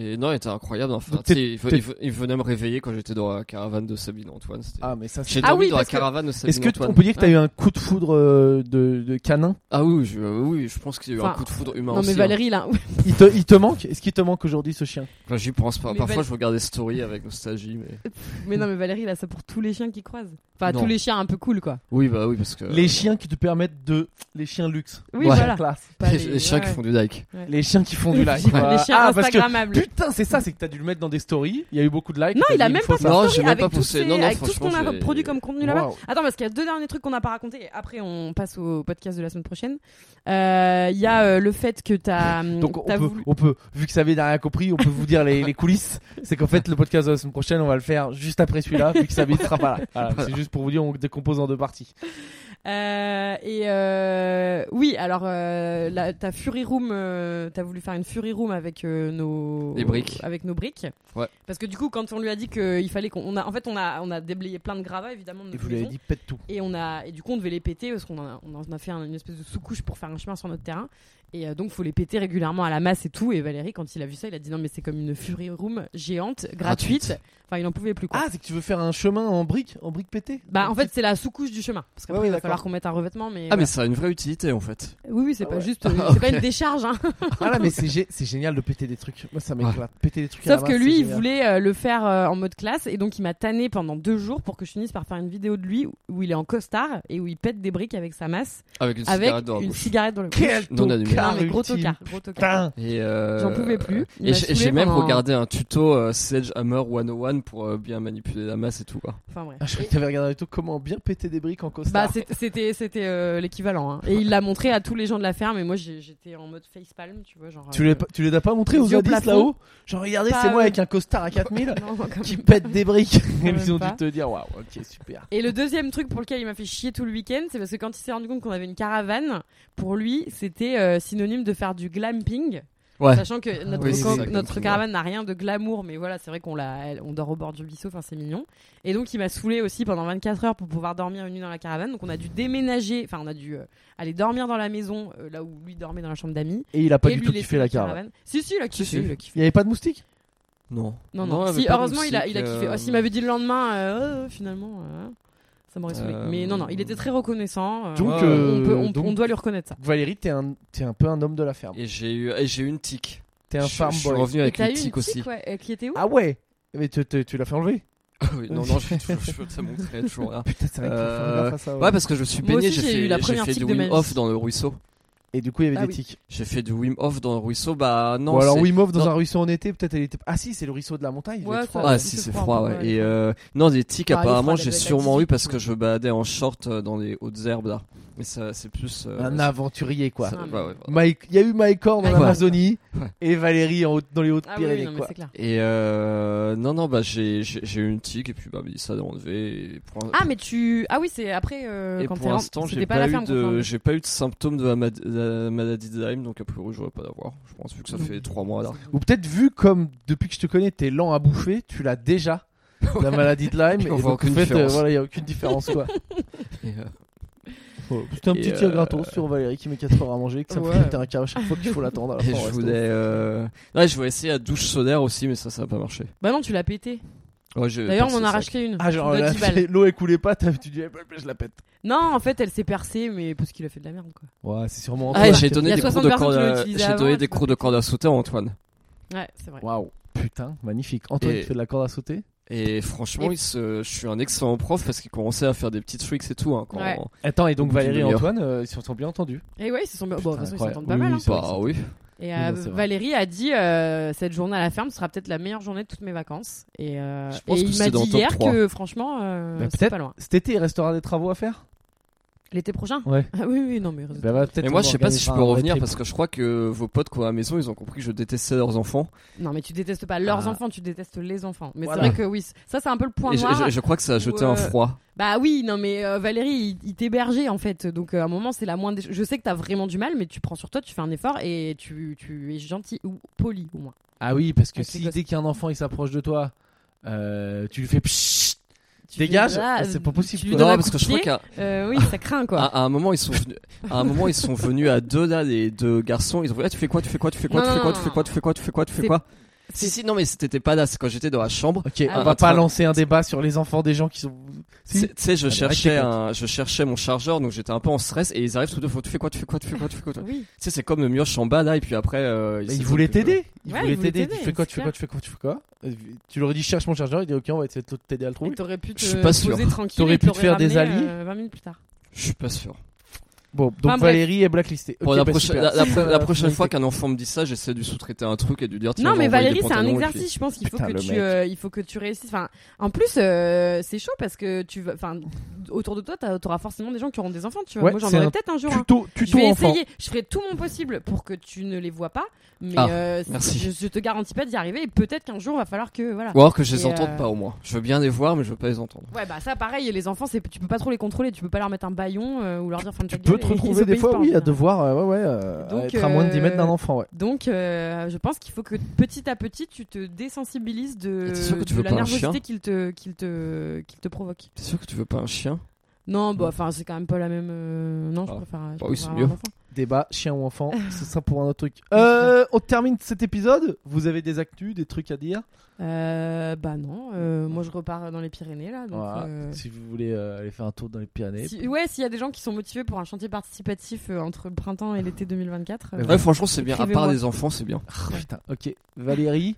Speaker 3: Et non, il était incroyable enfin.
Speaker 1: Donc t'es-
Speaker 3: tu sais, il, ve-
Speaker 1: t'es-
Speaker 3: il ve- il venait me réveiller quand j'étais dans la caravane de Sabine Antoine. c'était-
Speaker 1: Ah, mais ça, c'est.
Speaker 3: J'ai
Speaker 2: Ah
Speaker 3: dormi
Speaker 2: oui,
Speaker 3: dans la
Speaker 2: parce que-
Speaker 3: caravane de Sabine
Speaker 1: Est-ce que t-
Speaker 3: Antoine.
Speaker 1: on peut dire que t'as eu un coup de foudre euh, de, de canin
Speaker 3: Ah oui, je, euh, oui, je pense qu'il y a eu un
Speaker 2: Enfin,
Speaker 3: coup de foudre humain
Speaker 2: Non,
Speaker 3: aussi.
Speaker 2: mais
Speaker 3: hein.
Speaker 2: Valérie, là.
Speaker 1: il te, il te manque Est-ce qu'il te manque aujourd'hui ce chien
Speaker 3: Enfin, J'y pense pas.
Speaker 2: Mais
Speaker 3: Parfois,
Speaker 2: Val- Euh,
Speaker 3: je regardais Story avec nostalgie. Mais...
Speaker 2: Mais non, mais Valérie, il a ça pour tous les chiens qui croisent. Enfin,
Speaker 3: Non.
Speaker 2: tous les chiens un peu cool, quoi.
Speaker 3: Oui, bah oui, parce que.
Speaker 1: Les chiens qui te permettent de. Les chiens luxe.
Speaker 2: Oui,
Speaker 1: Les chiens
Speaker 2: voilà.
Speaker 1: classe.
Speaker 2: Pas
Speaker 3: les, les chiens
Speaker 2: ouais,
Speaker 3: qui font du like.
Speaker 1: Les chiens qui font
Speaker 2: ouais.
Speaker 1: du like.
Speaker 2: Les
Speaker 1: quoi.
Speaker 2: chiens
Speaker 1: ah, parce que.
Speaker 2: Instagrammables.
Speaker 1: Putain, c'est ça, c'est que t'as dû le mettre dans des stories. Il y a eu beaucoup de likes.
Speaker 2: Non,
Speaker 1: t'as
Speaker 2: il a
Speaker 1: dit,
Speaker 2: même
Speaker 1: faut
Speaker 2: pas fait
Speaker 1: ça.
Speaker 3: Non,
Speaker 2: Ah, story
Speaker 3: j'ai même
Speaker 2: avec
Speaker 3: pas
Speaker 2: tout,
Speaker 3: poussé.
Speaker 2: ces-
Speaker 3: Non, non,
Speaker 2: avec tout ce
Speaker 3: franchement,
Speaker 2: qu'on a
Speaker 3: j'ai- Ah,
Speaker 2: produit comme contenu là-bas.
Speaker 1: Waouh.
Speaker 2: Attends, parce qu'il y a deux derniers trucs qu'on n'a pas racontés. Après, on passe au podcast de la semaine prochaine. Euh, Il y a euh, le fait que t'as. hum,
Speaker 1: Donc on
Speaker 2: Mm. t'as
Speaker 1: peut,
Speaker 2: voulu-
Speaker 1: on peut, vu que ça avait rien compris, on peut vous dire les, les coulisses. C'est qu'en fait le podcast de la semaine prochaine, on va le faire juste après celui-là, vu que ça ne sera pas là. Voilà, C'est juste pour vous dire, on décompose en deux parties.
Speaker 2: Mm. Euh, et euh, oui, alors euh, là, t'as Fury Room, euh, t'as voulu faire une Fury Room avec euh, nos
Speaker 3: Les briques.
Speaker 2: avec nos briques.
Speaker 3: Ouais.
Speaker 2: Parce que du coup, quand on lui a dit qu'il fallait qu'on, on a, en fait, on a, on a déblayé plein de gravats évidemment. De
Speaker 1: Et
Speaker 2: notre
Speaker 1: vous l'avez
Speaker 2: maison.
Speaker 1: dit, pète tout.
Speaker 2: Et on a et du coup on devait les péter parce qu'on en a, on en a fait un- une espèce de sous-couche pour faire un chemin sur notre terrain et euh, donc faut les péter régulièrement à la masse et tout et Valérie quand il a vu ça il a dit non mais c'est comme une fury room géante gratuite,
Speaker 3: Gratuite.
Speaker 2: enfin il en pouvait plus quoi.
Speaker 1: Ah, c'est que tu veux faire un chemin en briques, en briques pétées
Speaker 2: bah en fait c'est la sous-couche du chemin parce qu'après
Speaker 1: Ouais, ouais,
Speaker 2: il va
Speaker 1: d'accord.
Speaker 2: falloir qu'on mette un revêtement mais,
Speaker 3: Ah, mais ça a une vraie utilité en fait.
Speaker 2: voilà. oui oui c'est
Speaker 1: Ah
Speaker 2: pas
Speaker 1: ouais.
Speaker 2: juste
Speaker 3: Ah,
Speaker 2: euh, c'est
Speaker 3: ok.
Speaker 2: pas une décharge hein.
Speaker 1: Ah là, mais c'est gé- c'est génial de péter des trucs. Moi, ça m'éclate. Péter des trucs. à la
Speaker 2: Sauf que
Speaker 1: masse,
Speaker 2: lui,
Speaker 1: c'est
Speaker 2: il
Speaker 1: génial.
Speaker 2: voulait euh, le faire euh, en mode classe et donc il m'a tanné pendant deux jours pour que je finisse par faire une vidéo de lui où- où il est en costard et où il pète des briques avec sa masse
Speaker 3: Avec une
Speaker 2: avec
Speaker 3: cigarette dans la
Speaker 2: une
Speaker 3: bouche.
Speaker 2: cigarette dans le
Speaker 1: Quel
Speaker 3: Non, on a du
Speaker 1: tocard
Speaker 2: Non mais gros
Speaker 1: ultime.
Speaker 2: tocard, gros tocard.
Speaker 1: Putain.
Speaker 3: Et, euh,
Speaker 2: J'en pouvais plus. Il
Speaker 3: Et
Speaker 2: m'a
Speaker 3: j'ai- et
Speaker 2: saoulé
Speaker 3: j'ai même
Speaker 2: pendant-
Speaker 3: regardé un tuto euh, Sedgehammer 101 pour euh, bien manipuler la masse et tout. quoi.
Speaker 2: Enfin bref.
Speaker 1: Ah, je croyais que t'avais regardé tout comment bien péter des briques en
Speaker 2: Bah,
Speaker 1: costard.
Speaker 2: c'est- c'était c'était euh, l'équivalent. hein. Et il l'a montré à tous les gens de la ferme. Et moi, j'ai- j'étais en mode facepalm, tu vois. Genre,
Speaker 1: tu
Speaker 2: euh,
Speaker 1: l'as pas- tu les as pas montré aux
Speaker 2: Yeux au
Speaker 1: indices
Speaker 2: plafond.
Speaker 1: là-haut Genre, regardez,
Speaker 2: Pas,
Speaker 1: c'est moi
Speaker 2: euh,
Speaker 1: avec un costard à 4000
Speaker 2: non, quand même
Speaker 1: qui
Speaker 2: pas.
Speaker 1: pète des briques.
Speaker 2: même
Speaker 1: Ils ont dû
Speaker 2: pas.
Speaker 1: te dire, waouh, ok, super.
Speaker 2: Et le deuxième truc pour lequel il m'a fait chier tout le week-end, c'est parce que quand il s'est rendu compte qu'on avait une caravane, pour lui, c'était euh, synonyme de faire du glamping.
Speaker 3: Ouais.
Speaker 2: Sachant que notre,
Speaker 1: Ah oui, c'est
Speaker 2: camp-
Speaker 1: ça,
Speaker 2: notre
Speaker 3: glamping,
Speaker 2: caravane n'a rien de glamour, mais voilà, c'est vrai qu'on la, elle- on dort au bord du ruisseau, enfin c'est mignon. Et donc il m'a saoulé aussi pendant 24 heures pour pouvoir dormir une nuit dans la caravane. Donc on a dû déménager, enfin on a dû euh, aller dormir dans la maison, euh, là où lui dormait dans la chambre d'amis.
Speaker 1: Et il a pas
Speaker 2: Et
Speaker 1: du
Speaker 2: lui,
Speaker 1: tout
Speaker 2: il Ah
Speaker 1: kiffé
Speaker 2: était
Speaker 1: la
Speaker 2: dans
Speaker 1: caravane.
Speaker 2: Si, si, il a kiffé.
Speaker 3: si.
Speaker 2: il a kiffé.
Speaker 1: Il n'y avait pas de moustiques
Speaker 3: Non.
Speaker 2: Non, non.
Speaker 3: elle avait
Speaker 2: si,
Speaker 3: pas de
Speaker 2: heureusement, il a, il a
Speaker 3: moustique,
Speaker 2: kiffé.
Speaker 3: euh,
Speaker 2: Oh, S'il m'avait dit le lendemain, euh, euh, finalement, euh, ça m'aurait saoulé.
Speaker 3: Euh,
Speaker 2: Mais non, non, il était très reconnaissant. euh,
Speaker 1: Donc,
Speaker 2: on-
Speaker 1: euh,
Speaker 2: on, peut- on-
Speaker 1: donc-
Speaker 2: on doit lui reconnaître ça.
Speaker 1: Valérie, t'es un, t'es un peu un homme de la ferme.
Speaker 3: Et j'ai eu, et j'ai eu une tique.
Speaker 1: T'es un
Speaker 3: je,
Speaker 1: farm
Speaker 3: je suis
Speaker 1: boy.
Speaker 3: revenu
Speaker 2: Et
Speaker 3: avec
Speaker 2: t'as
Speaker 3: les
Speaker 2: eu une
Speaker 3: tics aussi.
Speaker 2: tique, ouais, euh, qui était où
Speaker 1: Ah ouais Mais tu, tu- tu l'as fait enlever
Speaker 3: Ah oui, non, non, je, je, je peux te montrer toujours. là.
Speaker 1: Putain, c'est vrai qu'il faut faire
Speaker 3: Euh,
Speaker 1: gaffe à ça. ouais.
Speaker 3: Ouais, parce que je me suis
Speaker 2: Moi
Speaker 3: baigné,
Speaker 2: aussi,
Speaker 3: j'ai
Speaker 2: j'ai eu
Speaker 3: fait,
Speaker 2: la
Speaker 3: j'ai
Speaker 2: première
Speaker 3: fait du
Speaker 2: tique de ma
Speaker 3: Wim
Speaker 2: vie.
Speaker 3: Hof dans le ruisseau.
Speaker 1: Et du coup, il y avait
Speaker 2: Ah
Speaker 1: des
Speaker 2: oui.
Speaker 1: tics.
Speaker 3: J'ai fait du Wim Hof dans le ruisseau, bah non.
Speaker 1: Ou alors
Speaker 3: c'est-
Speaker 1: Wim Hof dans
Speaker 3: non.
Speaker 1: un ruisseau en été, peut-être elle était. Ah si, c'est le ruisseau de la montagne. il doit
Speaker 2: Ouais,
Speaker 1: être
Speaker 2: ça-
Speaker 1: froid.
Speaker 3: Ah
Speaker 2: Ouais,
Speaker 3: si
Speaker 2: c'est
Speaker 3: c'est
Speaker 2: froid,
Speaker 3: froid
Speaker 2: un peu,
Speaker 3: ouais.
Speaker 2: ouais.
Speaker 3: et euh, non des tics
Speaker 1: Bah,
Speaker 2: Ah, il est
Speaker 3: apparemment
Speaker 2: froid, elle
Speaker 3: j'ai
Speaker 2: doit être à
Speaker 3: sûrement eu
Speaker 2: 18,
Speaker 3: parce que
Speaker 2: ouais.
Speaker 3: je badais en short euh, dans les hautes herbes là mais ça c'est plus euh,
Speaker 1: Un
Speaker 3: ça-
Speaker 1: aventurier quoi.
Speaker 3: ça-
Speaker 2: Ouais,
Speaker 3: ouais, ouais, voilà.
Speaker 1: Mike- Il y a eu Mike Horn dans
Speaker 2: Ouais.
Speaker 1: l'Amazonie
Speaker 3: Ouais.
Speaker 1: et Valérie en haut, dans les
Speaker 2: Ah oui,
Speaker 1: Hautes-Pyrénées
Speaker 2: non, mais
Speaker 1: quoi.
Speaker 2: c'est clair.
Speaker 3: et euh, non non bah j'ai j'ai j'ai eu une tique et puis bah ça a enlevé et pour, un-
Speaker 2: Ah, mais tu. Ah oui, c'est après. euh,
Speaker 3: et
Speaker 2: quand
Speaker 3: pour
Speaker 2: t'es en-
Speaker 3: l'instant j'ai
Speaker 2: c'était
Speaker 3: pas,
Speaker 2: pas, à la
Speaker 3: eu
Speaker 2: ferme.
Speaker 3: de
Speaker 2: quand
Speaker 3: j'ai pas eu de symptômes de la, mad- la maladie d'Alzheimer donc a priori je vais pas l'avoir je pense vu que ça
Speaker 2: Non.
Speaker 3: fait trois mois là
Speaker 2: t'es-
Speaker 1: Ou peut-être vu comme depuis que je te connais, t'es lent à bouffer, tu l'as déjà. La maladie de Lyme,
Speaker 3: Et on
Speaker 1: et
Speaker 3: voit
Speaker 1: donc,
Speaker 3: aucune
Speaker 1: en fait, euh,
Speaker 3: différence.
Speaker 1: voilà, il y a aucune différence quoi.
Speaker 3: Et, euh,
Speaker 1: Voilà. C'était un
Speaker 3: Et,
Speaker 1: petit tir
Speaker 3: euh,
Speaker 1: gratos sur Valérie qui met 4 heures à manger, que ça me
Speaker 2: Ouais.
Speaker 1: fait péter un câble à chaque fois qu'il faut l'attendre à la
Speaker 3: et
Speaker 1: fin,
Speaker 3: je
Speaker 1: ouais,
Speaker 3: voulais euh... ouais, je voulais essayer la douche solaire aussi mais ça ça a pas marché
Speaker 2: Bah non, tu l'as pété.
Speaker 3: Ouais, j'ai
Speaker 2: D'ailleurs, on en
Speaker 3: percé le
Speaker 2: a
Speaker 3: sac.
Speaker 2: racheté une.
Speaker 1: Ah, genre,
Speaker 2: de
Speaker 1: la-
Speaker 2: 10 balles.
Speaker 1: l'eau elle coulait pas, t'as- tu dis, eh ben, je la pète.
Speaker 2: Non, en fait, elle s'est percée, mais parce qu'il a fait de la merde, quoi.
Speaker 1: Ouais, c'est sûrement
Speaker 2: Ah,
Speaker 3: Ouais,
Speaker 1: Antoine
Speaker 3: j'ai
Speaker 1: qui-
Speaker 2: Il y
Speaker 3: donné
Speaker 2: a
Speaker 3: des cours
Speaker 2: 60
Speaker 3: de
Speaker 2: personnes
Speaker 3: corde
Speaker 2: qui l'ont
Speaker 3: à-
Speaker 2: utilisé
Speaker 3: j'ai donné
Speaker 2: avant,
Speaker 3: des
Speaker 2: je
Speaker 3: cours de corde à sauter à Antoine
Speaker 2: Ouais, c'est vrai.
Speaker 1: Waouh, putain, magnifique. Antoine
Speaker 3: Et-
Speaker 1: qui fait de la corde à sauter.
Speaker 3: Et franchement,
Speaker 2: Et-
Speaker 3: il se... je suis un excellent prof parce qu'il commençait à faire des petits tricks et tout. Hein, quand...
Speaker 2: Ouais.
Speaker 1: Attends, et donc
Speaker 3: Une
Speaker 1: Valérie et
Speaker 3: demi-heure.
Speaker 1: Antoine, euh, ils se sont bien entendus.
Speaker 2: Et ouais, ils se sont. Bon, de toute
Speaker 1: Putain,
Speaker 2: façon, ils
Speaker 1: incroyable.
Speaker 2: s'entendent pas
Speaker 1: Oui,
Speaker 2: mal.
Speaker 1: oui,
Speaker 2: hein.
Speaker 1: c'est vrai,
Speaker 3: Bah
Speaker 1: c'est-
Speaker 3: oui.
Speaker 2: Et
Speaker 1: Oui,
Speaker 2: euh,
Speaker 1: non, c'est vrai.
Speaker 2: Valérie a dit euh, cette journée à la ferme sera peut-être la meilleure journée de toutes mes vacances. Et, euh,
Speaker 3: Je pense
Speaker 2: et
Speaker 3: que
Speaker 2: il
Speaker 3: c'est
Speaker 2: m'a
Speaker 3: dans
Speaker 2: dit
Speaker 3: le top
Speaker 2: hier
Speaker 3: 3.
Speaker 2: que franchement, euh,
Speaker 1: Bah,
Speaker 2: c'est
Speaker 1: peut-être.
Speaker 2: pas loin.
Speaker 1: Cet été, il restera des travaux à faire
Speaker 2: L'été prochain
Speaker 1: Ouais.
Speaker 2: Ah oui, oui, non, mais. heureusement.
Speaker 1: Bah, va peut-être
Speaker 3: Et moi,
Speaker 1: on
Speaker 3: je sais pas si je
Speaker 1: organisera
Speaker 3: peux
Speaker 1: un vrai
Speaker 3: revenir
Speaker 1: trip.
Speaker 3: parce que je crois que vos potes quoi à la maison, ils ont compris que je détestais leurs enfants.
Speaker 2: Non, mais tu détestes pas leurs
Speaker 1: Ah.
Speaker 2: enfants, tu détestes les enfants. Mais
Speaker 1: Voilà.
Speaker 2: c'est vrai que oui, c- ça c'est un peu le point
Speaker 3: et je,
Speaker 2: noir.
Speaker 3: je- je crois que ça a jeté
Speaker 2: Ou,
Speaker 3: un
Speaker 2: euh,
Speaker 3: froid.
Speaker 2: Bah oui, non, mais euh, Valérie, il, il t'hébergeait en fait. Donc euh, à un moment, c'est la moindre. des choses. Je sais que t'as vraiment du mal, mais tu prends sur toi, tu fais un effort et tu, tu es gentil ou poli au moins.
Speaker 1: Ah oui, parce que
Speaker 2: Avec les
Speaker 1: si
Speaker 2: gosses.
Speaker 1: dès qu'un enfant il s'approche de toi, euh, tu lui fais pshhh,
Speaker 2: Tu
Speaker 1: dégage,
Speaker 2: fais, ah,
Speaker 1: c'est pas possible.
Speaker 2: tu lui
Speaker 1: quoi.
Speaker 2: donnes
Speaker 3: Non,
Speaker 2: un
Speaker 3: parce
Speaker 2: coup
Speaker 3: que
Speaker 2: de
Speaker 3: je crois
Speaker 2: pied.
Speaker 3: qu'à
Speaker 2: Euh, oui, ça craint quoi.
Speaker 3: à, à un moment, ils sont venus. À un moment, ils sont venus à deux là, les deux garçons. Ils ont dit ah, tu fais quoi, tu fais quoi, tu fais quoi,
Speaker 2: Non,
Speaker 3: tu fais quoi,
Speaker 2: non,
Speaker 3: tu fais quoi, tu fais quoi, tu fais quoi, tu fais quoi. Si
Speaker 2: C'est-
Speaker 3: si, non mais t'étais pas là. C'est quand j'étais dans la chambre.
Speaker 1: Ok,
Speaker 2: Ah,
Speaker 1: on va
Speaker 3: attends.
Speaker 1: pas lancer un débat sur les enfants des gens qui sont. Si.
Speaker 3: C'est- Tu sais, je
Speaker 1: Allez,
Speaker 3: cherchais
Speaker 1: raconte.
Speaker 3: un, je cherchais mon chargeur, donc j'étais un peu en stress. Et ils arrivent tout de suite. Tu fais quoi, tu fais quoi, tu fais quoi, tu fais quoi. Tu
Speaker 2: Oui.
Speaker 3: sais, c'est comme le mioche en bas là. Et puis après, euh,
Speaker 1: Bah,
Speaker 3: se
Speaker 1: il
Speaker 3: foutent
Speaker 1: voulait
Speaker 3: que-
Speaker 1: t'aider. Il
Speaker 2: Ouais,
Speaker 1: voulait
Speaker 2: il voulait
Speaker 1: t'aider. Tu
Speaker 2: t'aider,
Speaker 1: fais quoi,
Speaker 2: c'est
Speaker 1: tu fais quoi,
Speaker 2: clair.
Speaker 1: tu fais quoi, tu fais quoi Euh, Tu leur dis cherche mon chargeur. Il dit ok, on va essayer de t'aider à le
Speaker 2: Et
Speaker 1: trouver.
Speaker 2: t'aurais pu te
Speaker 3: Je suis pas sûr.
Speaker 2: poser tranquille.
Speaker 1: T'aurais
Speaker 2: et
Speaker 1: pu te faire des
Speaker 2: ramené,
Speaker 1: alliés.
Speaker 2: euh, 20 minutes plus tard.
Speaker 3: Je suis pas sûr.
Speaker 1: Bon, donc
Speaker 2: bref.
Speaker 1: Valérie est blacklistée.
Speaker 3: Bon,
Speaker 1: Ok,
Speaker 3: la,
Speaker 1: bah,
Speaker 3: prochaine-
Speaker 1: super.
Speaker 3: la- la-
Speaker 1: C'est,
Speaker 3: la
Speaker 1: euh,
Speaker 3: prochaine fois
Speaker 1: finalité.
Speaker 3: qu'un enfant me dit ça, j'essaie de sous-traiter un truc et de lui dire. tiens,
Speaker 2: Non,
Speaker 3: j'ai
Speaker 2: mais
Speaker 3: envoyé des
Speaker 2: Valérie, c'est un
Speaker 3: pantalons, et puis-
Speaker 2: exercice. Je pense qu'il faut
Speaker 1: Putain,
Speaker 2: que
Speaker 1: le
Speaker 2: tu,
Speaker 1: mec.
Speaker 2: euh, il faut que tu réussisses. Enfin, en plus, euh, c'est chaud parce que tu vas, enfin, autour de toi, t'as- t'auras forcément des gens qui auront des enfants. Tu vois,
Speaker 1: Ouais,
Speaker 2: moi j'en
Speaker 1: c'est
Speaker 2: aurai
Speaker 1: un
Speaker 2: peut-être un jour. hein.
Speaker 1: Tuto,
Speaker 2: Je
Speaker 1: tuto
Speaker 2: vais
Speaker 1: enfant.
Speaker 2: essayer. Je ferai tout mon possible pour que tu ne les vois pas. Mais
Speaker 3: Ah,
Speaker 2: euh, c'est-
Speaker 3: merci.
Speaker 2: Je, je te garantis pas d'y arriver. Et peut-être qu'un jour, va falloir que voilà.
Speaker 3: Ou alors que je les
Speaker 2: Et,
Speaker 3: entende
Speaker 2: euh,
Speaker 3: pas au moins. Je veux bien les voir, mais je veux pas les entendre.
Speaker 2: Ouais, bah ça, pareil. Les enfants, c'est tu peux pas trop les contrôler. Tu peux pas leur mettre un baillon euh, ou leur dire. ferme
Speaker 1: Tu
Speaker 2: ta
Speaker 1: peux
Speaker 2: gueule,
Speaker 1: te
Speaker 2: et ils
Speaker 1: retrouver des
Speaker 2: obéissent pas,
Speaker 1: fois,
Speaker 2: en
Speaker 1: oui, à
Speaker 2: général.
Speaker 1: devoir, euh, ouais, ouais, euh,
Speaker 2: Donc,
Speaker 1: à être à moins de 10 mètres
Speaker 2: euh,
Speaker 1: d'un enfant, ouais.
Speaker 2: Donc, euh, je pense qu'il faut que petit à petit, tu te désensibilises de,
Speaker 3: Et t'es sûr que tu
Speaker 2: de
Speaker 3: veux
Speaker 2: la
Speaker 3: pas un
Speaker 2: nervosité
Speaker 3: chien
Speaker 2: qu'il te, qu'il te, qu'il te provoque.
Speaker 3: T'es sûr que tu veux pas un chien
Speaker 2: Non, bah, enfin, c'est quand même pas la même. euh, Non, je
Speaker 3: Ah.
Speaker 2: préfère. je
Speaker 3: Bah oui, c'est
Speaker 2: préfère
Speaker 3: mieux.
Speaker 2: un enfant.
Speaker 1: Débat, chien ou enfant, c'est ça pour un autre truc. Euh, on termine cet épisode. Vous avez des actus, des trucs à dire
Speaker 2: Euh, bah non, euh, moi je repars dans les Pyrénées là. Donc,
Speaker 1: Voilà.
Speaker 2: euh,
Speaker 1: Si vous voulez euh, aller faire un tour dans les Pyrénées.
Speaker 2: si- ouais, s'il y a des gens qui sont motivés pour un chantier participatif euh, entre le printemps et l'été 2024. euh,
Speaker 1: Ouais.
Speaker 3: Ouais, franchement, c'est bien. À part
Speaker 2: Écrivez-moi.
Speaker 3: les enfants, c'est bien.
Speaker 1: Ah, putain, ok. Valérie,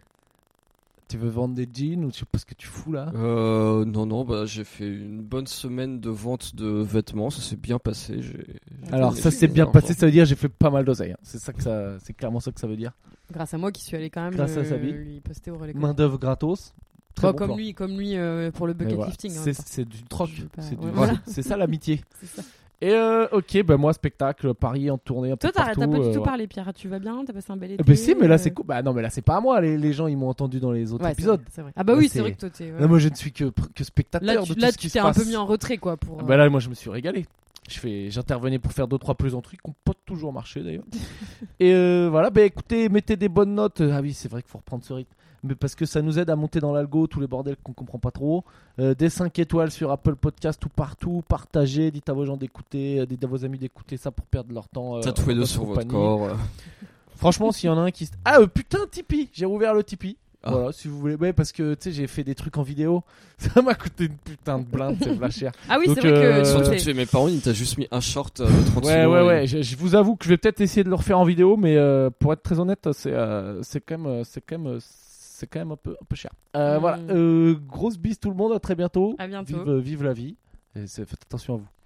Speaker 1: tu veux vendre des jeans ou je sais pas ce que tu fous là
Speaker 3: Euh, non, non, bah j'ai fait une bonne semaine de vente de vêtements. Ça s'est bien passé. j'ai- j'ai
Speaker 1: Ah, Alors
Speaker 3: donné
Speaker 1: ça
Speaker 3: des
Speaker 1: s'est bien
Speaker 3: infos.
Speaker 1: passé, ça veut dire j'ai fait pas mal d'oseille. hein. C'est ça que ça, c'est clairement ça que ça veut dire.
Speaker 2: Grâce à moi qui suis allé quand même
Speaker 1: Grâce à
Speaker 2: euh,
Speaker 1: Sabi.
Speaker 2: lui poster au relais.
Speaker 1: Main d'œuvre gratos. Très
Speaker 2: Quoi,
Speaker 1: bon
Speaker 2: comme
Speaker 1: plan.
Speaker 2: lui, comme lui euh, pour le
Speaker 1: Mais
Speaker 2: bucket
Speaker 1: voilà.
Speaker 2: lifting. hein,
Speaker 1: C'est-
Speaker 2: attends,
Speaker 1: C'est du troc.
Speaker 2: Je veux pas-
Speaker 1: C'est du-
Speaker 2: ouais,
Speaker 1: voilà.
Speaker 2: voilà.
Speaker 1: C'est ça l'amitié.
Speaker 2: c'est ça.
Speaker 1: Et euh, ok, ben moi spectacle, Paris en tournée un peu
Speaker 2: Toi, t'as
Speaker 1: partout.
Speaker 2: t'as pas du
Speaker 1: euh,
Speaker 2: tout
Speaker 1: ouais.
Speaker 2: parlé, Pierre. Tu vas bien T'as passé un bel été
Speaker 1: Eh ben si, mais là c'est
Speaker 2: euh,
Speaker 1: cool. Bah non, mais là c'est pas à moi. Les, les gens ils m'ont entendu dans les autres
Speaker 2: Ouais, c'est
Speaker 1: épisodes.
Speaker 2: vrai, c'est vrai. Ah bah
Speaker 1: Là,
Speaker 2: oui,
Speaker 1: c'est-
Speaker 2: c'est vrai que toi t'es. ouais.
Speaker 1: Là, moi je ne suis que, que spectateur
Speaker 2: Là,
Speaker 1: de
Speaker 2: tu
Speaker 1: tout
Speaker 2: là,
Speaker 1: ce
Speaker 2: tu
Speaker 1: qui
Speaker 2: t'es
Speaker 1: se
Speaker 2: un
Speaker 1: passe.
Speaker 2: peu mis en retrait quoi pour. euh,
Speaker 1: Bah là, moi, je me suis régalé. Je fais, j'intervenais pour faire deux trois plaisanteries qui ont pas toujours marché d'ailleurs. et euh, voilà, bah écoutez, mettez des bonnes notes. Ah oui, c'est vrai qu'il faut reprendre ce rythme, mais parce que ça nous aide à monter dans l'algo tous les bordels qu'on comprend pas trop. Euh, des 5 étoiles sur Apple Podcast ou partout, partagez, dites à vos gens d'écouter, euh, dites à vos amis d'écouter ça pour perdre leur temps. euh, en
Speaker 3: Tatouez-le
Speaker 1: notre
Speaker 3: sur votre
Speaker 1: compagnie.
Speaker 3: corps. euh.
Speaker 1: Franchement, s'il y en a un qui se... ah euh, putain Tipeee, j'ai ouvert le Tipeee.
Speaker 3: Ah.
Speaker 1: Voilà, si vous voulez. Ouais, parce que tu sais, j'ai fait des trucs en vidéo. Ça m'a coûté une putain de blinde, c'est pas cher.
Speaker 2: Ah oui,
Speaker 1: Donc,
Speaker 2: c'est vrai
Speaker 1: euh,
Speaker 2: que.
Speaker 3: Surtout
Speaker 2: c'est-
Speaker 3: que tu es mes parents, il t'a juste mis un short euh, de 30
Speaker 1: Ouais,
Speaker 3: secondes
Speaker 1: ouais,
Speaker 3: et-
Speaker 1: ouais. Je, je vous avoue que je vais peut-être essayer de le refaire en vidéo, mais euh, pour être très honnête, c'est euh, c'est quand même euh, c'est quand même euh, c'est quand même un peu un peu cher. Euh,
Speaker 2: Mm.
Speaker 1: Voilà. Euh, grosse bise tout le monde. À très bientôt.
Speaker 2: À bientôt.
Speaker 1: Vive, vive la vie. Et c'est- faites attention à vous.